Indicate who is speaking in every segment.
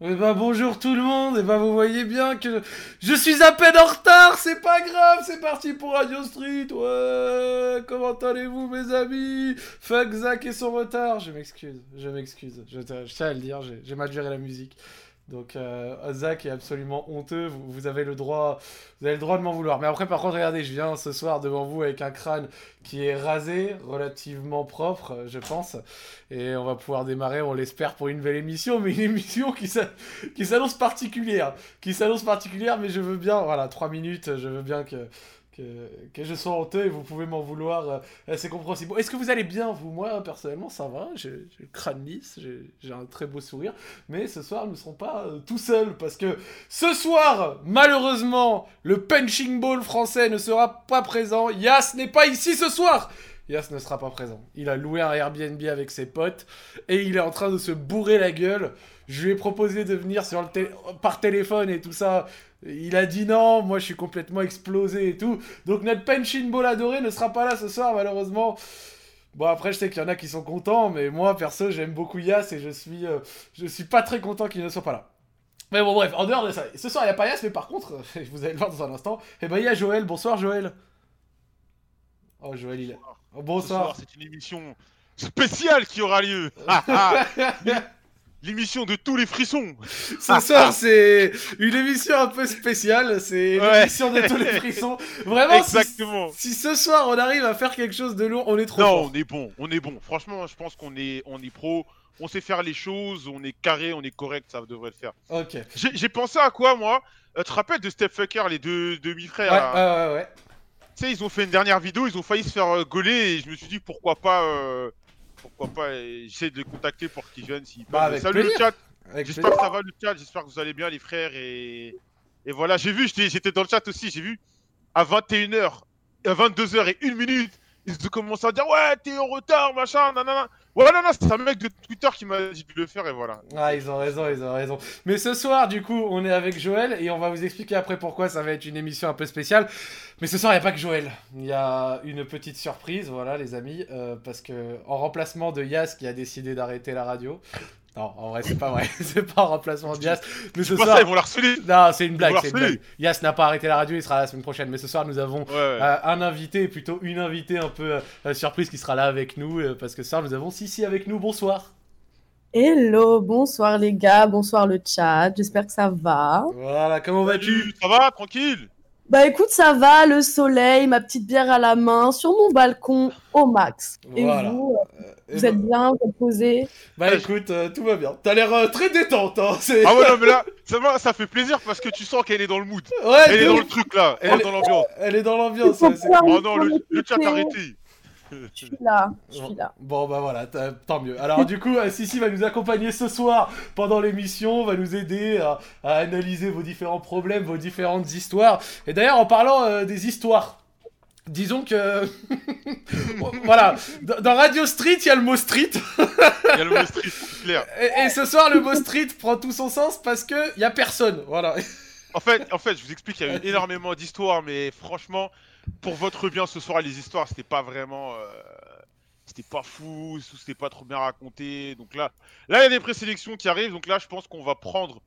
Speaker 1: Eh ben bonjour tout le monde, et ben vous voyez bien que je suis à peine en retard, c'est pas grave, c'est parti pour Radio Street, ouais Comment allez-vous mes amis Fuck Zach et son retard, je m'excuse, je m'excuse, je, te- je tiens à le dire, j'ai j'ai mal géré la musique. Donc euh, Zach est absolument honteux, vous, vous avez le droit vous avez le droit de m'en vouloir. Mais après par contre regardez, je viens ce soir devant vous avec un crâne qui est rasé, relativement propre, euh, je pense. Et on va pouvoir démarrer, on l'espère, pour une belle émission, mais une émission qui s'a- qui s'annonce particulière. Qui s'annonce particulière, mais je veux bien, voilà, trois minutes, je veux bien que, que, que je sois honteux et vous pouvez m'en vouloir, euh, c'est compréhensible. Est-ce que vous allez bien, vous Moi, personnellement, ça va, j'ai j'ai le crâne lisse, j'ai- j'ai un très beau sourire, mais ce soir, nous ne serons pas euh, tout seuls, parce que ce soir, malheureusement, le punching ball français ne sera pas présent. Yas n'est pas ici ce soir Yas ne sera pas présent. Il a loué un Airbnb avec ses potes et il est en train de se bourrer la gueule. Je lui ai proposé de venir sur le té- par téléphone et tout ça. Il a dit non, moi je suis complètement explosé et tout. Donc notre punching ball adoré ne sera pas là ce soir malheureusement. Bon après je sais qu'il y en a qui sont contents, mais moi perso j'aime beaucoup Yas et je suis, euh, je suis pas très content qu'il ne soit pas là. Mais bon bref, en dehors de ça, ce soir il n'y a pas Yas, mais par contre, vous allez le voir dans un instant, et ben il y a Joël, bonsoir Joël. Oh Joël il est... Oh,
Speaker 2: Ce soir,
Speaker 1: Bonsoir.
Speaker 2: c'est une émission spéciale qui aura lieu. Ah, ah, L'émission de tous les frissons. Ah.
Speaker 1: Ce soir, c'est une émission un peu spéciale. C'est
Speaker 2: Ouais.
Speaker 1: l'émission de tous les frissons. Vraiment, si,
Speaker 2: Exactement.
Speaker 1: si ce soir on arrive à faire quelque chose de lourd, on est trop
Speaker 2: Non,
Speaker 1: fort.
Speaker 2: on est bon, on est bon. Franchement, je pense qu'on est, on est pro. On sait faire les choses, on est carré, on est correct, ça devrait le faire.
Speaker 1: Ok. Ouais,
Speaker 2: J'ai j'ai pensé à quoi, moi Euh, Tu te rappelles de Stepfucker, les deux demi-frères
Speaker 1: ouais,
Speaker 2: là
Speaker 1: ouais, ouais.
Speaker 2: Tu sais, ils ont fait une dernière vidéo, ils ont failli se faire euh, gauler et je me suis dit pourquoi pas. euh, Pourquoi pas euh, J'essaie de les contacter pour qu'ils viennent s'ils
Speaker 1: Bah,
Speaker 2: peuvent.
Speaker 1: avec
Speaker 2: Salut
Speaker 1: plaisir.
Speaker 2: le chat
Speaker 1: Avec
Speaker 2: J'espère que
Speaker 1: plaisir.
Speaker 2: ça va le chat, j'espère que vous allez bien les frères et, et voilà, j'ai vu, j'étais j'étais dans le chat aussi, j'ai vu à 21h, à 22h et 1 minute, ils ont commencé à dire ouais t'es en retard, machin, nanana. Ouais non non, c'est un mec de Twitter qui m'a dit de le faire et voilà.
Speaker 1: Ah, ils ont raison, ils ont raison. Mais ce soir, du coup, on est avec Joël et on va vous expliquer après pourquoi ça va être une émission un peu spéciale. Mais ce soir, il n'y a pas que Joël. Il y a une petite surprise, voilà, les amis, euh, parce que en remplacement de Yas qui a décidé d'arrêter la radio. Non, en vrai, c'est pas vrai. c'est pas en remplacement de Yas. Mais ce
Speaker 2: C'est pas
Speaker 1: soir,
Speaker 2: ça, ils vont la harceler.
Speaker 1: Non, c'est une blague,
Speaker 2: Vouloir
Speaker 1: c'est une
Speaker 2: saluer.
Speaker 1: blague. Yas n'a pas arrêté la radio, il sera là la semaine prochaine. Mais ce soir, nous avons
Speaker 2: Ouais, ouais.
Speaker 1: euh, un invité, plutôt une invitée un peu euh, euh, surprise qui sera là avec nous. euh, parce que ce soir, nous avons Sissi avec nous. Bonsoir.
Speaker 3: Hello, bonsoir les gars, bonsoir le chat, j'espère que ça va.
Speaker 1: Voilà, comment vas-tu
Speaker 2: Salut, ça va, tranquille
Speaker 3: Bah écoute, ça va, le soleil, ma petite bière à la main, sur mon balcon au max.
Speaker 1: Voilà.
Speaker 3: Et vous, euh,
Speaker 1: Eh
Speaker 3: vous
Speaker 1: ben,
Speaker 3: êtes bien, vous êtes posés
Speaker 1: Bah écoute, euh, tout va bien. T'as l'air euh, très détente, hein. c'est-
Speaker 2: Ah ouais non mais là, ça, va, ça fait plaisir parce que tu sens qu'elle est dans le mood.
Speaker 1: Ouais,
Speaker 2: Elle est
Speaker 1: de
Speaker 2: dans
Speaker 1: ouf.
Speaker 2: le truc là, elle
Speaker 1: Elle
Speaker 2: est dans l'ambiance.
Speaker 1: Elle est dans l'ambiance. ouais, c'est-
Speaker 2: Oh non, le, le chat arrêtez
Speaker 3: Je suis là, je suis là.
Speaker 1: Bon bah voilà, t'as- tant mieux. Alors du coup, euh, Sissi va nous accompagner ce soir pendant l'émission, va nous aider à, à analyser vos différents problèmes, vos différentes histoires. Et d'ailleurs, en parlant euh, des histoires, disons que... voilà, dans dans Radio Street, il y a le mot street.
Speaker 2: Il y a le mot street, c'est clair.
Speaker 1: Et, et ce soir, le mot street prend tout son sens parce que il y a personne. Voilà.
Speaker 2: En fait, en fait, je vous explique, il y a eu énormément d'histoires, mais franchement, pour votre bien ce soir, les histoires, c'était pas vraiment. euh, C'était pas fou, c'était pas trop bien raconté. Donc là, là, il y a des présélections qui arrivent. Donc là, je pense qu'on va prendre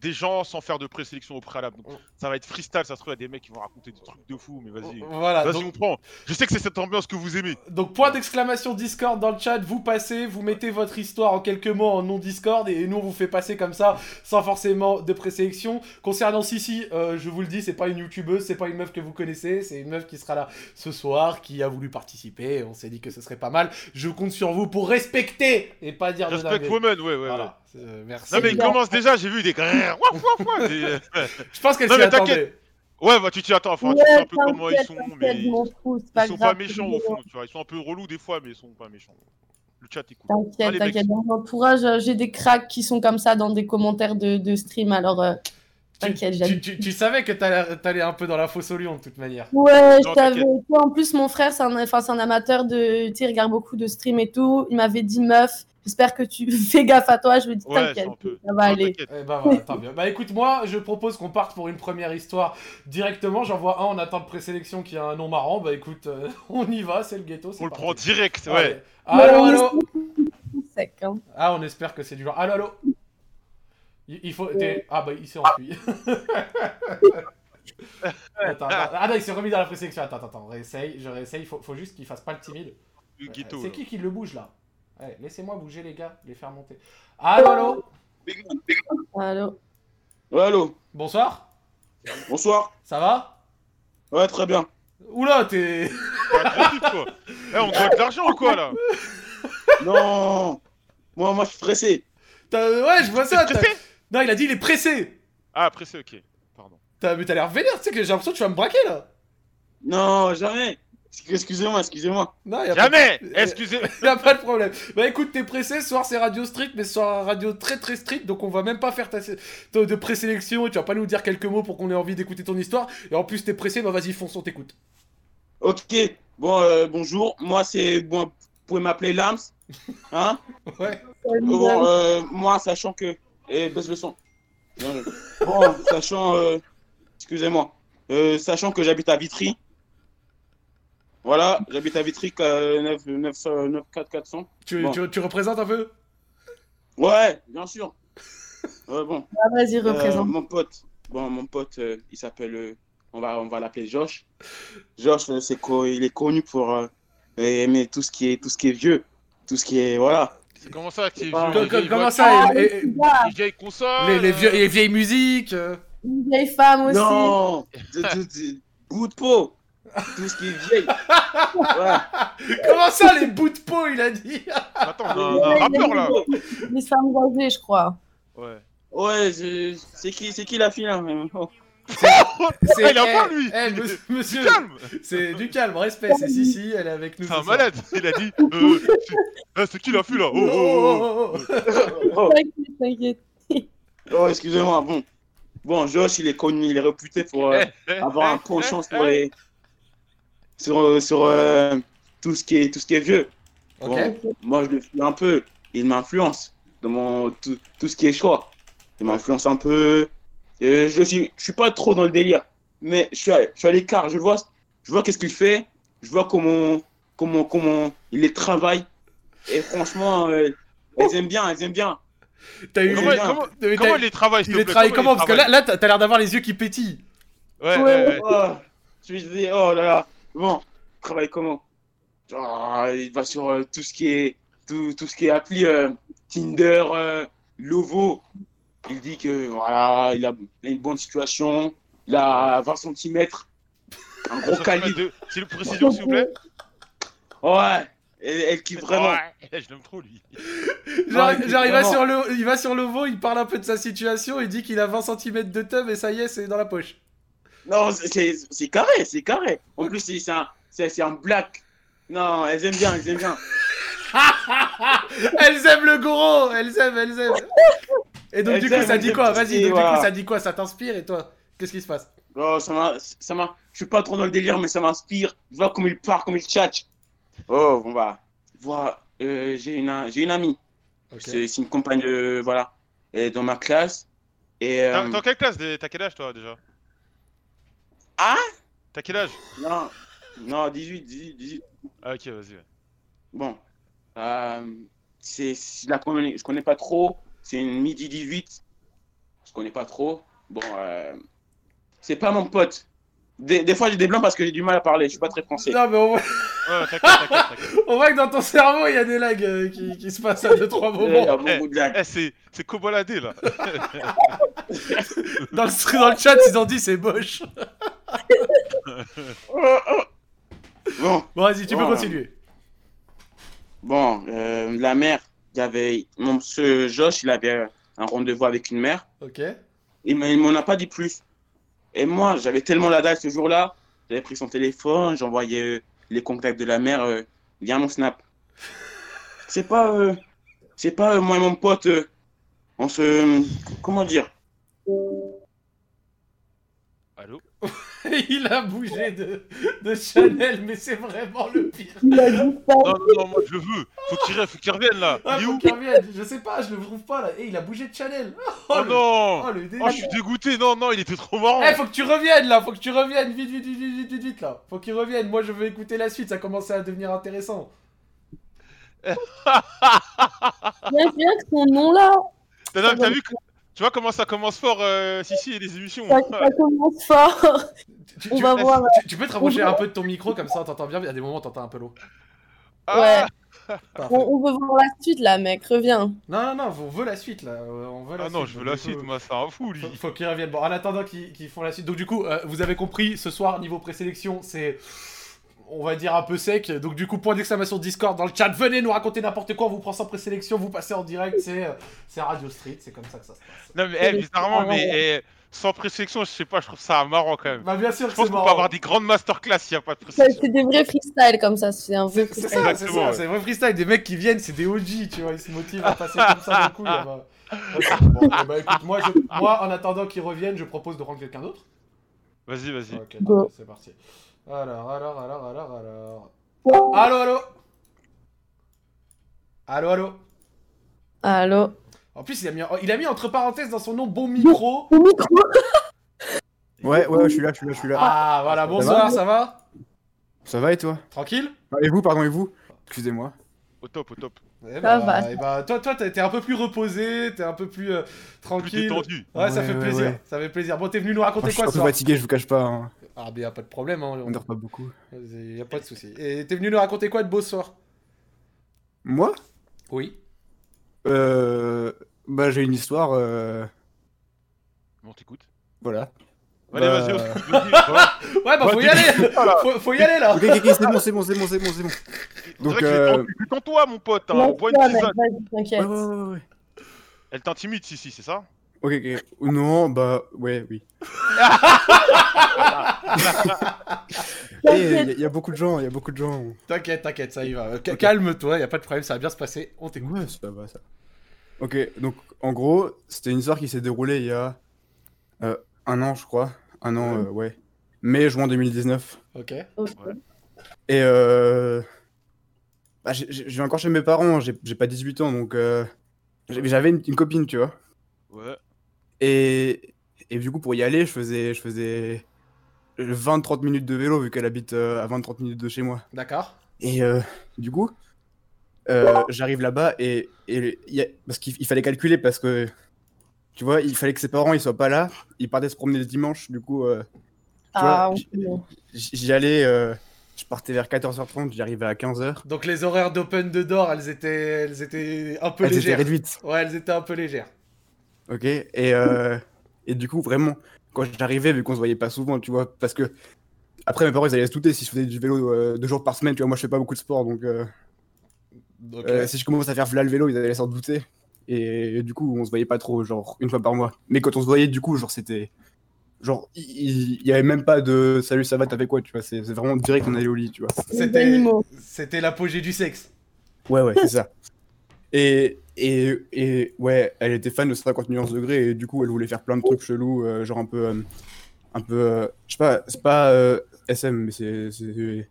Speaker 2: des gens sans faire de présélection au préalable.
Speaker 1: Mm.
Speaker 2: Donc, ça va être freestyle, ça se trouve, il y a des mecs qui vont raconter des trucs de fou, mais vas-y.
Speaker 1: Oh, Voilà.
Speaker 2: Vas-y,
Speaker 1: donc-
Speaker 2: on prend. Je sais que c'est cette ambiance que vous aimez.
Speaker 1: Donc point d'exclamation Discord dans le chat, vous passez, vous mettez votre histoire en quelques mots en non Discord et, et nous on vous fait passer comme ça sans forcément de présélection. Concernant Sissi, euh, je vous le dis, c'est pas une youtubeuse, c'est pas une meuf que vous connaissez, c'est une meuf qui sera là ce soir, qui a voulu participer, et on s'est dit que ce serait pas mal. Je compte sur vous pour respecter et pas dire de
Speaker 2: Respect
Speaker 1: dinguerie.
Speaker 2: Woman, ouais, ouais. ouais.
Speaker 1: Voilà, Euh, merci.
Speaker 2: Non, mais il
Speaker 3: Non.
Speaker 2: commence déjà, j'ai vu des. grrrr, ouaf, ouaf, ouaf, des-
Speaker 1: Je pense qu'elle
Speaker 2: Non,
Speaker 1: s'y
Speaker 2: mais
Speaker 1: attendait.
Speaker 2: t'inquiète. Ouais, bah tu t'y attends, enfin, tu
Speaker 3: Ouais,
Speaker 2: sais un peu comment ils sont,
Speaker 3: Peut-être,
Speaker 2: mais.
Speaker 3: je m'en fous, c'est
Speaker 2: Ils sont pas
Speaker 3: grave,
Speaker 2: méchants au fond, tu vois. Ils sont un peu relous des fois, mais ils sont pas méchants. Le chat est cool. Allez,
Speaker 3: T'inquiète, t'inquiète,
Speaker 2: mec.
Speaker 3: dans mon entourage, euh, j'ai des cracks qui sont comme ça dans des commentaires de, de stream, alors euh, t'inquiète,
Speaker 1: Tu,
Speaker 3: j'aime.
Speaker 1: tu- tu- tu savais que t'allais t'allais un peu dans la fosse au lion de toute manière.
Speaker 3: Ouais,
Speaker 2: Non,
Speaker 3: je t'avais. Toi, En plus, mon frère, c'est un, enfin, c'est un amateur de. Tu sais, il regarde beaucoup de streams et tout. Il m'avait dit, meuf, j'espère que tu fais gaffe à toi. Je lui ai dit,
Speaker 2: Ouais, c'est
Speaker 3: t'inquiète,
Speaker 2: un peu-
Speaker 3: ça va
Speaker 2: Non,
Speaker 3: aller.
Speaker 2: t'inquiète.
Speaker 1: Eh ben voilà, tant mieux. Bah écoute, moi, je propose qu'on parte pour une première histoire directement. J'en vois un en attente présélection qui a un nom marrant. Bah écoute, euh, on y va, c'est le ghetto. c'est
Speaker 2: On le
Speaker 1: parti.
Speaker 2: prend direct, ouais.
Speaker 1: Allez. Ah, Allô,
Speaker 3: Mais on
Speaker 1: allô
Speaker 3: est sec, hein.
Speaker 1: Ah, on espère que c'est du genre. Allô, allô Il, il faut. t'es- Ah bah il s'est enfui. Attends, attends. Ah non, il s'est remis dans la présélection. Attends, attends, attends, réessaye, je réessaye. Il faut, faut juste qu'il fasse pas le timide.
Speaker 2: Le Guetto,
Speaker 1: C'est
Speaker 2: là.
Speaker 1: qui qui le bouge là Allez, Laissez-moi bouger les gars, les faire monter. Allô, allô
Speaker 3: Allô.
Speaker 4: Ouais, allô
Speaker 1: Bonsoir
Speaker 4: Bonsoir
Speaker 1: Ça va
Speaker 4: Ouais, très bien.
Speaker 1: Oula, t'es.
Speaker 2: Ouais, trop vite, quoi. Eh, on doit de l'argent ou quoi, là
Speaker 4: Non Moi, moi, je suis pressé.
Speaker 1: t'as- Ouais, je vois ça. t'as-
Speaker 2: Pressé
Speaker 1: Non, il a dit il est pressé.
Speaker 2: Ah, pressé, ok. Pardon.
Speaker 1: T'as- Mais t'as l'air vénère, tu sais que j'ai l'impression que tu vas me braquer là.
Speaker 4: Non, jamais Excusez-moi, excusez-moi.
Speaker 1: Non, y a pas-
Speaker 2: Jamais
Speaker 1: Euh,
Speaker 2: Excusez...
Speaker 1: Y a pas de problème. Bah écoute, t'es pressé, ce soir c'est Radio Street, mais ce soir Radio très très strict, donc on va même pas faire ta sé- ta- de présélection et tu vas pas nous dire quelques mots pour qu'on ait envie d'écouter ton histoire. Et en plus t'es pressé, bah vas-y fonce, on t'écoute.
Speaker 4: Ok, bon, euh, bonjour. Moi, c'est... Bon, vous pouvez m'appeler Lams. Hein
Speaker 1: Ouais.
Speaker 4: Bon, euh, moi, sachant que... Eh, baisse le son. Bien joué. Bon, sachant... euh, Excusez-moi. Euh, sachant que j'habite à Vitry. Voilà, j'habite à Vitry, euh, 9, 9, 9, 4, 400.
Speaker 1: Tu,
Speaker 4: Bon.
Speaker 1: tu, tu représentes un peu
Speaker 4: Ouais, bien sûr. Ouais, bon.
Speaker 3: Ah, Vas-y,
Speaker 4: Euh,
Speaker 3: représente.
Speaker 4: mon pote, bon, mon pote, euh, il s'appelle, euh, on va, on va l'appeler Josh. Josh, euh, c'est co- il est connu pour euh, aimer tout ce qui est, tout ce qui est vieux, tout ce qui est, voilà.
Speaker 2: Comment ça, qui est
Speaker 4: Ah,
Speaker 2: vieux
Speaker 1: Co-
Speaker 2: les
Speaker 1: co-
Speaker 2: vieilles
Speaker 1: Comment
Speaker 2: voitures,
Speaker 3: Ah,
Speaker 1: ça et- et-
Speaker 3: les gars,
Speaker 2: Les vieilles consoles
Speaker 1: les, les vieux-
Speaker 2: euh,
Speaker 1: les vieilles musiques euh.
Speaker 3: une vieille femme aussi.
Speaker 4: Non, de, de- de- bout de peau, tout ce qui est vieille.
Speaker 1: Ah,
Speaker 4: Voilà.
Speaker 1: Comment ça les bouts de peau, il a dit
Speaker 2: Attends, on a
Speaker 4: Ouais,
Speaker 2: un- un rappeur, là
Speaker 3: Les femmes croisées, je crois.
Speaker 2: Ouais.
Speaker 4: Ouais, je- c'est qui, c'est qui la fille là euh, oh.
Speaker 2: Ah, il est encore, lui
Speaker 1: eh, monsieur- monsieur,
Speaker 2: Calme
Speaker 1: c'est du calme, respect, c'est Sissi, elle est avec nous.
Speaker 2: C'est un
Speaker 1: ce soir.
Speaker 2: malade Il a dit... euh, c'est- Ah, c'est qui la fille, là Oh, oh, oh,
Speaker 1: Oh, oh, oh, oh.
Speaker 4: Oh,
Speaker 3: T'inquiète, t'inquiète.
Speaker 4: oh, excusez-moi. Bon, bon, Josh, il est connu, il est réputé pour. euh,
Speaker 2: Eh, eh,
Speaker 4: avoir un
Speaker 2: eh,
Speaker 4: penchant
Speaker 2: eh,
Speaker 4: sur les- sur, euh, sur euh, tout ce qui est tout ce qui est vieux.
Speaker 1: Ok.
Speaker 4: Moi je le suis un peu, il m'influence dans mon tout, tout ce qui est choix. Il m'influence un peu. Euh, je suis je suis pas trop dans le délire, mais je suis à, je suis à l'écart, je vois je vois qu'est-ce qu'il fait, je vois comment comment comment il les travaille et franchement euh, ils aiment bien, ils aiment bien.
Speaker 1: Oh T'as eu.
Speaker 2: Comment,
Speaker 4: Génial.
Speaker 2: comment,
Speaker 1: t'as-
Speaker 2: comment il les travaille, s'il
Speaker 1: Il
Speaker 2: te
Speaker 1: est
Speaker 2: plaît
Speaker 1: travaillé comment Parce que
Speaker 2: il
Speaker 1: là, là t'as t'as l'air d'avoir les yeux qui pétillent.
Speaker 2: travaille
Speaker 3: Ouais,
Speaker 2: Ouais, ouais, ouais.
Speaker 4: Oh, je me disais, oh là là, bon, travaille comment Ah, Il va sur euh, tout ce qui est tout, tout ce qui est appli euh, Tinder, euh, Lovo. Il dit que voilà, il a, il a une bonne situation, il a 20 cm, un gros
Speaker 2: Ça fait mal
Speaker 4: calibre.
Speaker 2: de- C'est le précision, s'il vous plaît
Speaker 4: Ouais, elle, elle kiffe vraiment.
Speaker 2: Ouais, Eh, je l'aime trop, lui.
Speaker 1: Genre,
Speaker 4: Ouais,
Speaker 1: genre, il, va
Speaker 4: vraiment.
Speaker 1: sur le, il va sur le veau, il parle un peu de sa situation, il dit qu'il a 20 cm de teub et ça y est, c'est dans la poche.
Speaker 4: Non, c'est- c'est c'est carré, c'est carré. En plus, c'est c'est un, c'est- c'est un black. Non, elles aiment bien, elles aiment bien.
Speaker 1: elles aiment le gros, elles aiment, elles aiment. Et donc
Speaker 4: Elles
Speaker 1: du coup,
Speaker 4: aiment,
Speaker 1: ça dit
Speaker 4: elles
Speaker 1: quoi
Speaker 4: aiment.
Speaker 1: Vas-y,
Speaker 4: Et
Speaker 1: donc du
Speaker 4: voilà.
Speaker 1: coup, ça dit quoi Ça t'inspire et toi Qu'est-ce qui se passe
Speaker 4: Oh, ça m'a, ça m'a, je suis pas trop dans le délire, mais ça m'inspire. Je vois comme il part, comme il tchatche. Oh, bon bah, voilà, euh, j'ai une, j'ai une amie. C'est, c'est une compagne, euh, voilà, elle est dans ma classe. Et euh,
Speaker 2: T'as t'es en quelle classe des- T'as quel âge, toi, déjà
Speaker 4: Ah
Speaker 2: T'as quel âge
Speaker 4: non, non, 18, 18, 18.
Speaker 2: Ah, ok, vas-y. ouais.
Speaker 4: Bon, euh, c'est, c'est la connais, je connais pas trop. C'est une midi 18. Je connais pas trop. Bon, euh, c'est pas mon pote. Des, des fois j'ai des blancs parce que j'ai du mal à parler. Je suis pas très français.
Speaker 1: Non, mais on voit,
Speaker 2: Ouais, t'inquiète, t'inquiète, t'inquiète.
Speaker 1: on voit que dans ton cerveau, il y a des lags euh, qui, qui se passent à deux trois
Speaker 4: Euh,
Speaker 1: moments.
Speaker 4: à mon bout de la-
Speaker 2: Eh, c'est c'est cobaladé, là.
Speaker 1: Dans le, dans le chat, ils ont dit c'est moche.
Speaker 4: Bon,
Speaker 1: Bon, vas-y, tu peux
Speaker 4: Bon,
Speaker 1: continuer.
Speaker 4: bon euh, la mère, il y avait mon ce Josh, il avait un rendez-vous avec une mère.
Speaker 1: Ok.
Speaker 4: Il m'a- il m'en a pas dit plus. Et moi, j'avais tellement la dalle ce jour-là. J'avais pris son téléphone, j'envoyais euh, les contacts de la mère euh, via mon snap. C'est pas, euh, c'est pas euh, moi et mon pote, euh, on se, euh, comment dire,
Speaker 2: Allô
Speaker 1: il a bougé de, de Chanel, mais c'est vraiment le pire.
Speaker 3: Il a dit ça.
Speaker 2: Non, non, non, moi, je le veux. Faut qu'il rêve, faut qu'il revienne, là.
Speaker 1: Ah,
Speaker 2: Il est
Speaker 1: faut
Speaker 2: où
Speaker 1: qu'il revienne. Je sais pas, je le trouve pas là. Et il a bougé de Chanel.
Speaker 2: Oh
Speaker 1: le-
Speaker 2: non
Speaker 1: Oh le délire.
Speaker 2: Oh, je suis dégoûté. Non, non, il était trop marrant.
Speaker 1: Eh, faut que tu reviennes là, faut que tu reviennes, vite, vite, vite, vite, vite, vite, vite là. Faut qu'il revienne, moi je veux écouter la suite, ça commençait à devenir intéressant.
Speaker 3: Rien, rien que son nom là.
Speaker 2: T'as t'as vu que... Tu vois comment ça commence fort, euh, Sissi et les émissions.
Speaker 3: Ça, ça commence fort.
Speaker 1: Tu,
Speaker 3: On
Speaker 1: tu-
Speaker 3: va voir. euh.
Speaker 1: tu- tu peux te rapprocher un peu de ton micro, comme ça on t'entend bien. Il y a des moments où t'entends un peu l'eau.
Speaker 2: Ah,
Speaker 3: On,
Speaker 1: Parfait.
Speaker 3: on veut voir la suite là, mec. Reviens.
Speaker 1: Non, non, non, on veut la suite là. euh, On veut la
Speaker 2: Ah non,
Speaker 1: suite,
Speaker 2: je veux
Speaker 1: donc,
Speaker 2: la
Speaker 1: du coup,
Speaker 2: suite, moi, c'est un fou, lui.
Speaker 1: Faut, faut qu'ils reviennent. Bon, en attendant qu'ils qu'ils font la suite. Donc, du coup, euh, vous avez compris, ce soir, niveau présélection, c'est. On va dire un peu sec. Donc, du coup, point d'exclamation Discord dans le chat. Venez nous raconter n'importe quoi. On vous prend sans présélection. Vous passez en direct. C'est euh, c'est Radio Street. C'est comme ça que ça se passe.
Speaker 2: Non, mais
Speaker 3: C'est
Speaker 2: eh,
Speaker 3: des-
Speaker 2: bizarrement,
Speaker 3: Ah, ouais,
Speaker 2: mais eh, sans présélection, je sais pas, je trouve ça marrant quand même.
Speaker 1: Bah, bien sûr
Speaker 2: Je
Speaker 1: que
Speaker 2: pense
Speaker 1: c'est
Speaker 2: qu'on
Speaker 1: marrant.
Speaker 2: peut avoir des grandes masterclass s'il n'y a pas de
Speaker 3: Ça,
Speaker 2: présélection.
Speaker 3: C'est des vrais freestyles comme ça. C'est un vrai
Speaker 1: C'est c'est
Speaker 3: freestyle.
Speaker 1: ça, c'est
Speaker 2: Exactement,
Speaker 1: ça.
Speaker 2: ouais.
Speaker 1: C'est vrai freestyle. Des mecs qui viennent, c'est des OG. Tu vois, ils se motivent à passer comme ça d'un coup. là, bah. Ouais, bon, eh ben, écoute, moi, je- moi, en attendant qu'ils reviennent, je propose de prendre quelqu'un d'autre.
Speaker 2: Vas-y, vas-y.
Speaker 1: Ok,
Speaker 3: Go.
Speaker 1: parfait, c'est parti. Alors, alors, alors, alors, alors. Allô, allô Allô, allô
Speaker 3: Allô.
Speaker 1: En plus, il a mis, il a mis entre parenthèses dans son nom bon micro.
Speaker 3: Au micro.
Speaker 5: Ouais, ouais, ouais, je suis là, je suis là, je suis là.
Speaker 1: Ah, voilà, bonsoir, ça va
Speaker 5: Ça va et toi
Speaker 1: Tranquille
Speaker 5: Ah, Et vous, pardon, et vous Excusez-moi.
Speaker 2: Au top, au top.
Speaker 1: Eh
Speaker 3: Ça va.
Speaker 1: eh bah, toi, toi, t'es t'es un peu plus reposé, t'es un peu plus euh,
Speaker 2: Plus
Speaker 1: tranquille.
Speaker 2: détendu.
Speaker 1: Ouais, ça
Speaker 5: Ouais,
Speaker 1: fait
Speaker 5: ouais,
Speaker 1: plaisir,
Speaker 5: ouais.
Speaker 1: ça fait plaisir. Bon, t'es venu nous raconter
Speaker 5: Enfin, je suis
Speaker 1: quoi
Speaker 5: un
Speaker 1: ce
Speaker 5: peu
Speaker 1: soir
Speaker 5: fatigué, je vous cache pas. hein.
Speaker 1: Ah, ben, y a pas de problème, hein,
Speaker 5: On dort pas beaucoup.
Speaker 1: on- y a pas de souci. Et t'es venu nous raconter quoi de beau ce soir
Speaker 5: Moi
Speaker 1: Oui.
Speaker 5: Euh. Bah, j'ai une histoire, euh.
Speaker 2: Bon, t'écoutes.
Speaker 5: Voilà.
Speaker 2: Allez,
Speaker 5: Bah,
Speaker 2: vas-y, on se- vas-y.
Speaker 1: Ouais, bah,
Speaker 5: Ouais,
Speaker 1: faut y
Speaker 5: t'es-
Speaker 1: aller faut, faut y aller là
Speaker 5: Ok, ok, ok, c'est bon, c'est bon, c'est bon, c'est bon, c'est bon.
Speaker 2: On dirait
Speaker 5: Donc,
Speaker 2: qu'il est
Speaker 5: euh,
Speaker 2: tendu. Détends-toi, mon pote. hein,
Speaker 3: Lance-toi,
Speaker 2: Bois une
Speaker 3: mec,
Speaker 2: tisane.
Speaker 3: vas-y, T'inquiète.
Speaker 5: Ouais, ouais, ouais, ouais, ouais.
Speaker 2: Elle t'intimide, Sissi, c'est ça
Speaker 5: Ok, ok. Non, bah, ouais, oui.
Speaker 3: T'inquiète.
Speaker 5: Il Eh, y, a beaucoup de gens, il y a beaucoup de gens.
Speaker 1: T'inquiète, t'inquiète, ça y va. Euh, ca-
Speaker 5: Ok.
Speaker 1: Calme-toi, y a pas de problème, ça va bien se passer. On t'écoute.
Speaker 5: Ouais, ça va, ça. Ok, donc, en gros, c'était une histoire qui s'est déroulée il y a. euh, un an, je crois. Un an, euh, ouais. Mai, juin 2019.
Speaker 1: Ok.
Speaker 5: Et euh... bah, j'ai- j'ai- je vais encore chez mes parents, hein. j'ai j'ai pas 18 ans, donc euh, j'avais j'avais une, une copine, tu vois.
Speaker 2: Ouais.
Speaker 5: Et, et du coup, pour y aller, je faisais, je faisais 20-30 minutes de vélo, vu qu'elle habite euh, à 20-30 minutes de chez moi.
Speaker 1: D'accord.
Speaker 5: Et euh, du coup, euh, j'arrive là-bas et, et il y a- parce qu'il il fallait calculer, parce que, tu vois, il fallait que ses parents, ils soient pas là, ils partaient se promener le dimanche, du coup... euh,
Speaker 3: Ah,
Speaker 5: tu
Speaker 3: on- on-
Speaker 5: J- J'y allais, euh, je partais vers 14h30, j'y arrivais à 15h.
Speaker 1: Donc les horaires d'open de door, elles étaient, elles étaient un peu
Speaker 5: Elles étaient
Speaker 1: légères.
Speaker 5: réduites,
Speaker 1: Ouais, elles étaient un peu légères.
Speaker 5: ok et, euh, et du coup, vraiment, quand j'arrivais, vu qu'on se voyait pas souvent, tu vois, parce que après mes parents, ils allaient se douter si je faisais du vélo euh, deux jours par semaine, tu vois, moi je fais pas beaucoup de sport, donc euh,
Speaker 1: Donc,
Speaker 5: euh, si je commence à faire v'là le vélo, ils allaient s'en douter. Et, du coup, on se voyait pas trop, genre une fois par mois. Mais quand on se voyait, du coup, genre c'était. Genre, il- il il y avait même pas de salut, ça va, t'avais quoi, tu vois, c'est c'est vraiment direct, on allait au lit, tu vois.
Speaker 3: les
Speaker 1: c'était,
Speaker 3: animaux.
Speaker 1: c'était l'apogée du sexe.
Speaker 5: Ouais, ouais, c'est ça. Et, et, et ouais, elle était fan de 50 nuances degrés et du coup, elle voulait faire plein de trucs chelous, euh, genre un peu. euh, un peu. euh, je sais pas, c'est pas euh, SM, mais c'est. c'est-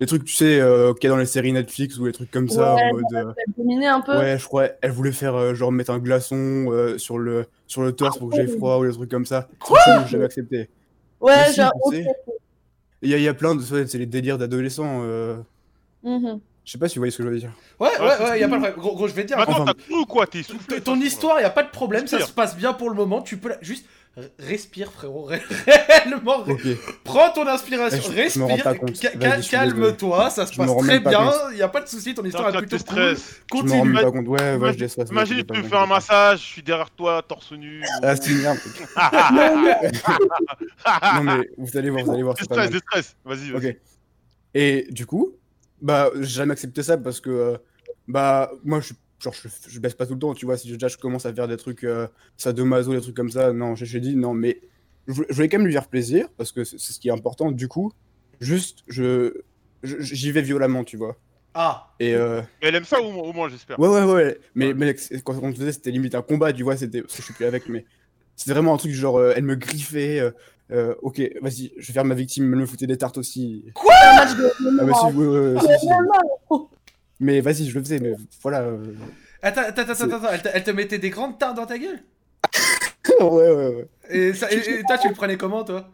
Speaker 5: Les trucs, tu sais, euh, qu'il y a dans les séries Netflix ou les trucs comme ça,
Speaker 3: Ouais,
Speaker 5: en mode. euh,
Speaker 3: T'as dominé un peu.
Speaker 5: ouais, je crois, elle voulait faire euh, genre mettre un glaçon euh, sur, le, sur le torse pour que j'aie froid ou des trucs comme ça. Quoi J'ai jamais accepté.
Speaker 3: Ah Ouais,
Speaker 5: Mais si,
Speaker 3: genre.
Speaker 5: tu
Speaker 3: ok.
Speaker 5: sais. Il y a, il y a plein de. C'est les délires d'adolescents. euh,
Speaker 3: Mhm.
Speaker 5: je sais pas si vous voyez ce que je veux dire.
Speaker 1: Ouais, ouais,
Speaker 2: Ouais,
Speaker 1: ouais,
Speaker 2: c'est-
Speaker 1: y a pas de problème. Gros, gros, je vais te dire.
Speaker 2: Mais Attends,
Speaker 5: Enfin-
Speaker 2: t'as cru ou quoi T'es soufflé.
Speaker 1: T- ton histoire, y a pas de problème, ça
Speaker 2: Respire.
Speaker 1: se passe bien pour le moment. Tu peux la- juste r- respire, frérot. ré- Réellement, ré-
Speaker 5: Ok.
Speaker 1: prends ton inspiration,
Speaker 5: Eh, je- je me rends
Speaker 1: respire.
Speaker 5: pas compte.
Speaker 1: ca-
Speaker 5: Vas-y, je suis
Speaker 1: calme-toi, ça se
Speaker 5: Je me
Speaker 1: passe
Speaker 5: rends
Speaker 1: très
Speaker 5: même pas
Speaker 1: bien. Y a pas de souci, ton histoire est
Speaker 2: T'inquiète,
Speaker 1: plutôt
Speaker 2: t'es
Speaker 1: cool.
Speaker 2: stress.
Speaker 5: Je m'en rends
Speaker 1: Continue.
Speaker 5: même pas compte. Ouais, ouais, je laisse ça.
Speaker 2: Imagine,
Speaker 5: tu
Speaker 2: tu me fais un massage, je suis derrière toi, torse nu. ah,
Speaker 5: Ah, c'est une merde. Non, mais vous allez voir, vous allez voir, c'est pas
Speaker 2: Déstresse,
Speaker 5: mal.
Speaker 2: déstresse. Vas-y, vas-y.
Speaker 5: Ok. Et du coup, bah, j'ai jamais accepté ça parce que, euh, bah, moi, je suis. Genre, je, je baisse pas tout le temps, tu vois. Si déjà je commence à faire des trucs euh, sadomaso, des trucs comme ça, non, je j'ai dit non, mais je, voulais- je voulais quand même lui faire plaisir parce que c'est c'est ce qui est important. Du coup, juste, je je- j'y vais violemment, tu vois.
Speaker 1: Ah,
Speaker 5: Et euh,
Speaker 2: Mais elle aime ça au, moins- au moins, j'espère.
Speaker 5: Ouais, ouais, ouais. Mais,
Speaker 2: Ouais.
Speaker 5: mais c'est- quand on le faisait, c'était limite un combat, tu vois. C'était, parce que je suis plus avec, mais c'était vraiment un truc genre, euh, elle me griffait. euh, euh, ok, vas-y, je vais faire ma victime, elle me foutait des tartes aussi.
Speaker 3: Un match de-
Speaker 5: Ah, bah si, ouais, ouais, ouais, si, si.
Speaker 3: Oh.
Speaker 5: Mais vas-y, je le faisais, mais voilà. euh.
Speaker 1: attends, attends, attends,
Speaker 5: C'est-
Speaker 1: attends, elle te- elle te mettait des grandes tartes dans ta gueule
Speaker 5: ouais, ouais, ouais.
Speaker 1: Et, ça- et- et toi, tu le prenais comment, toi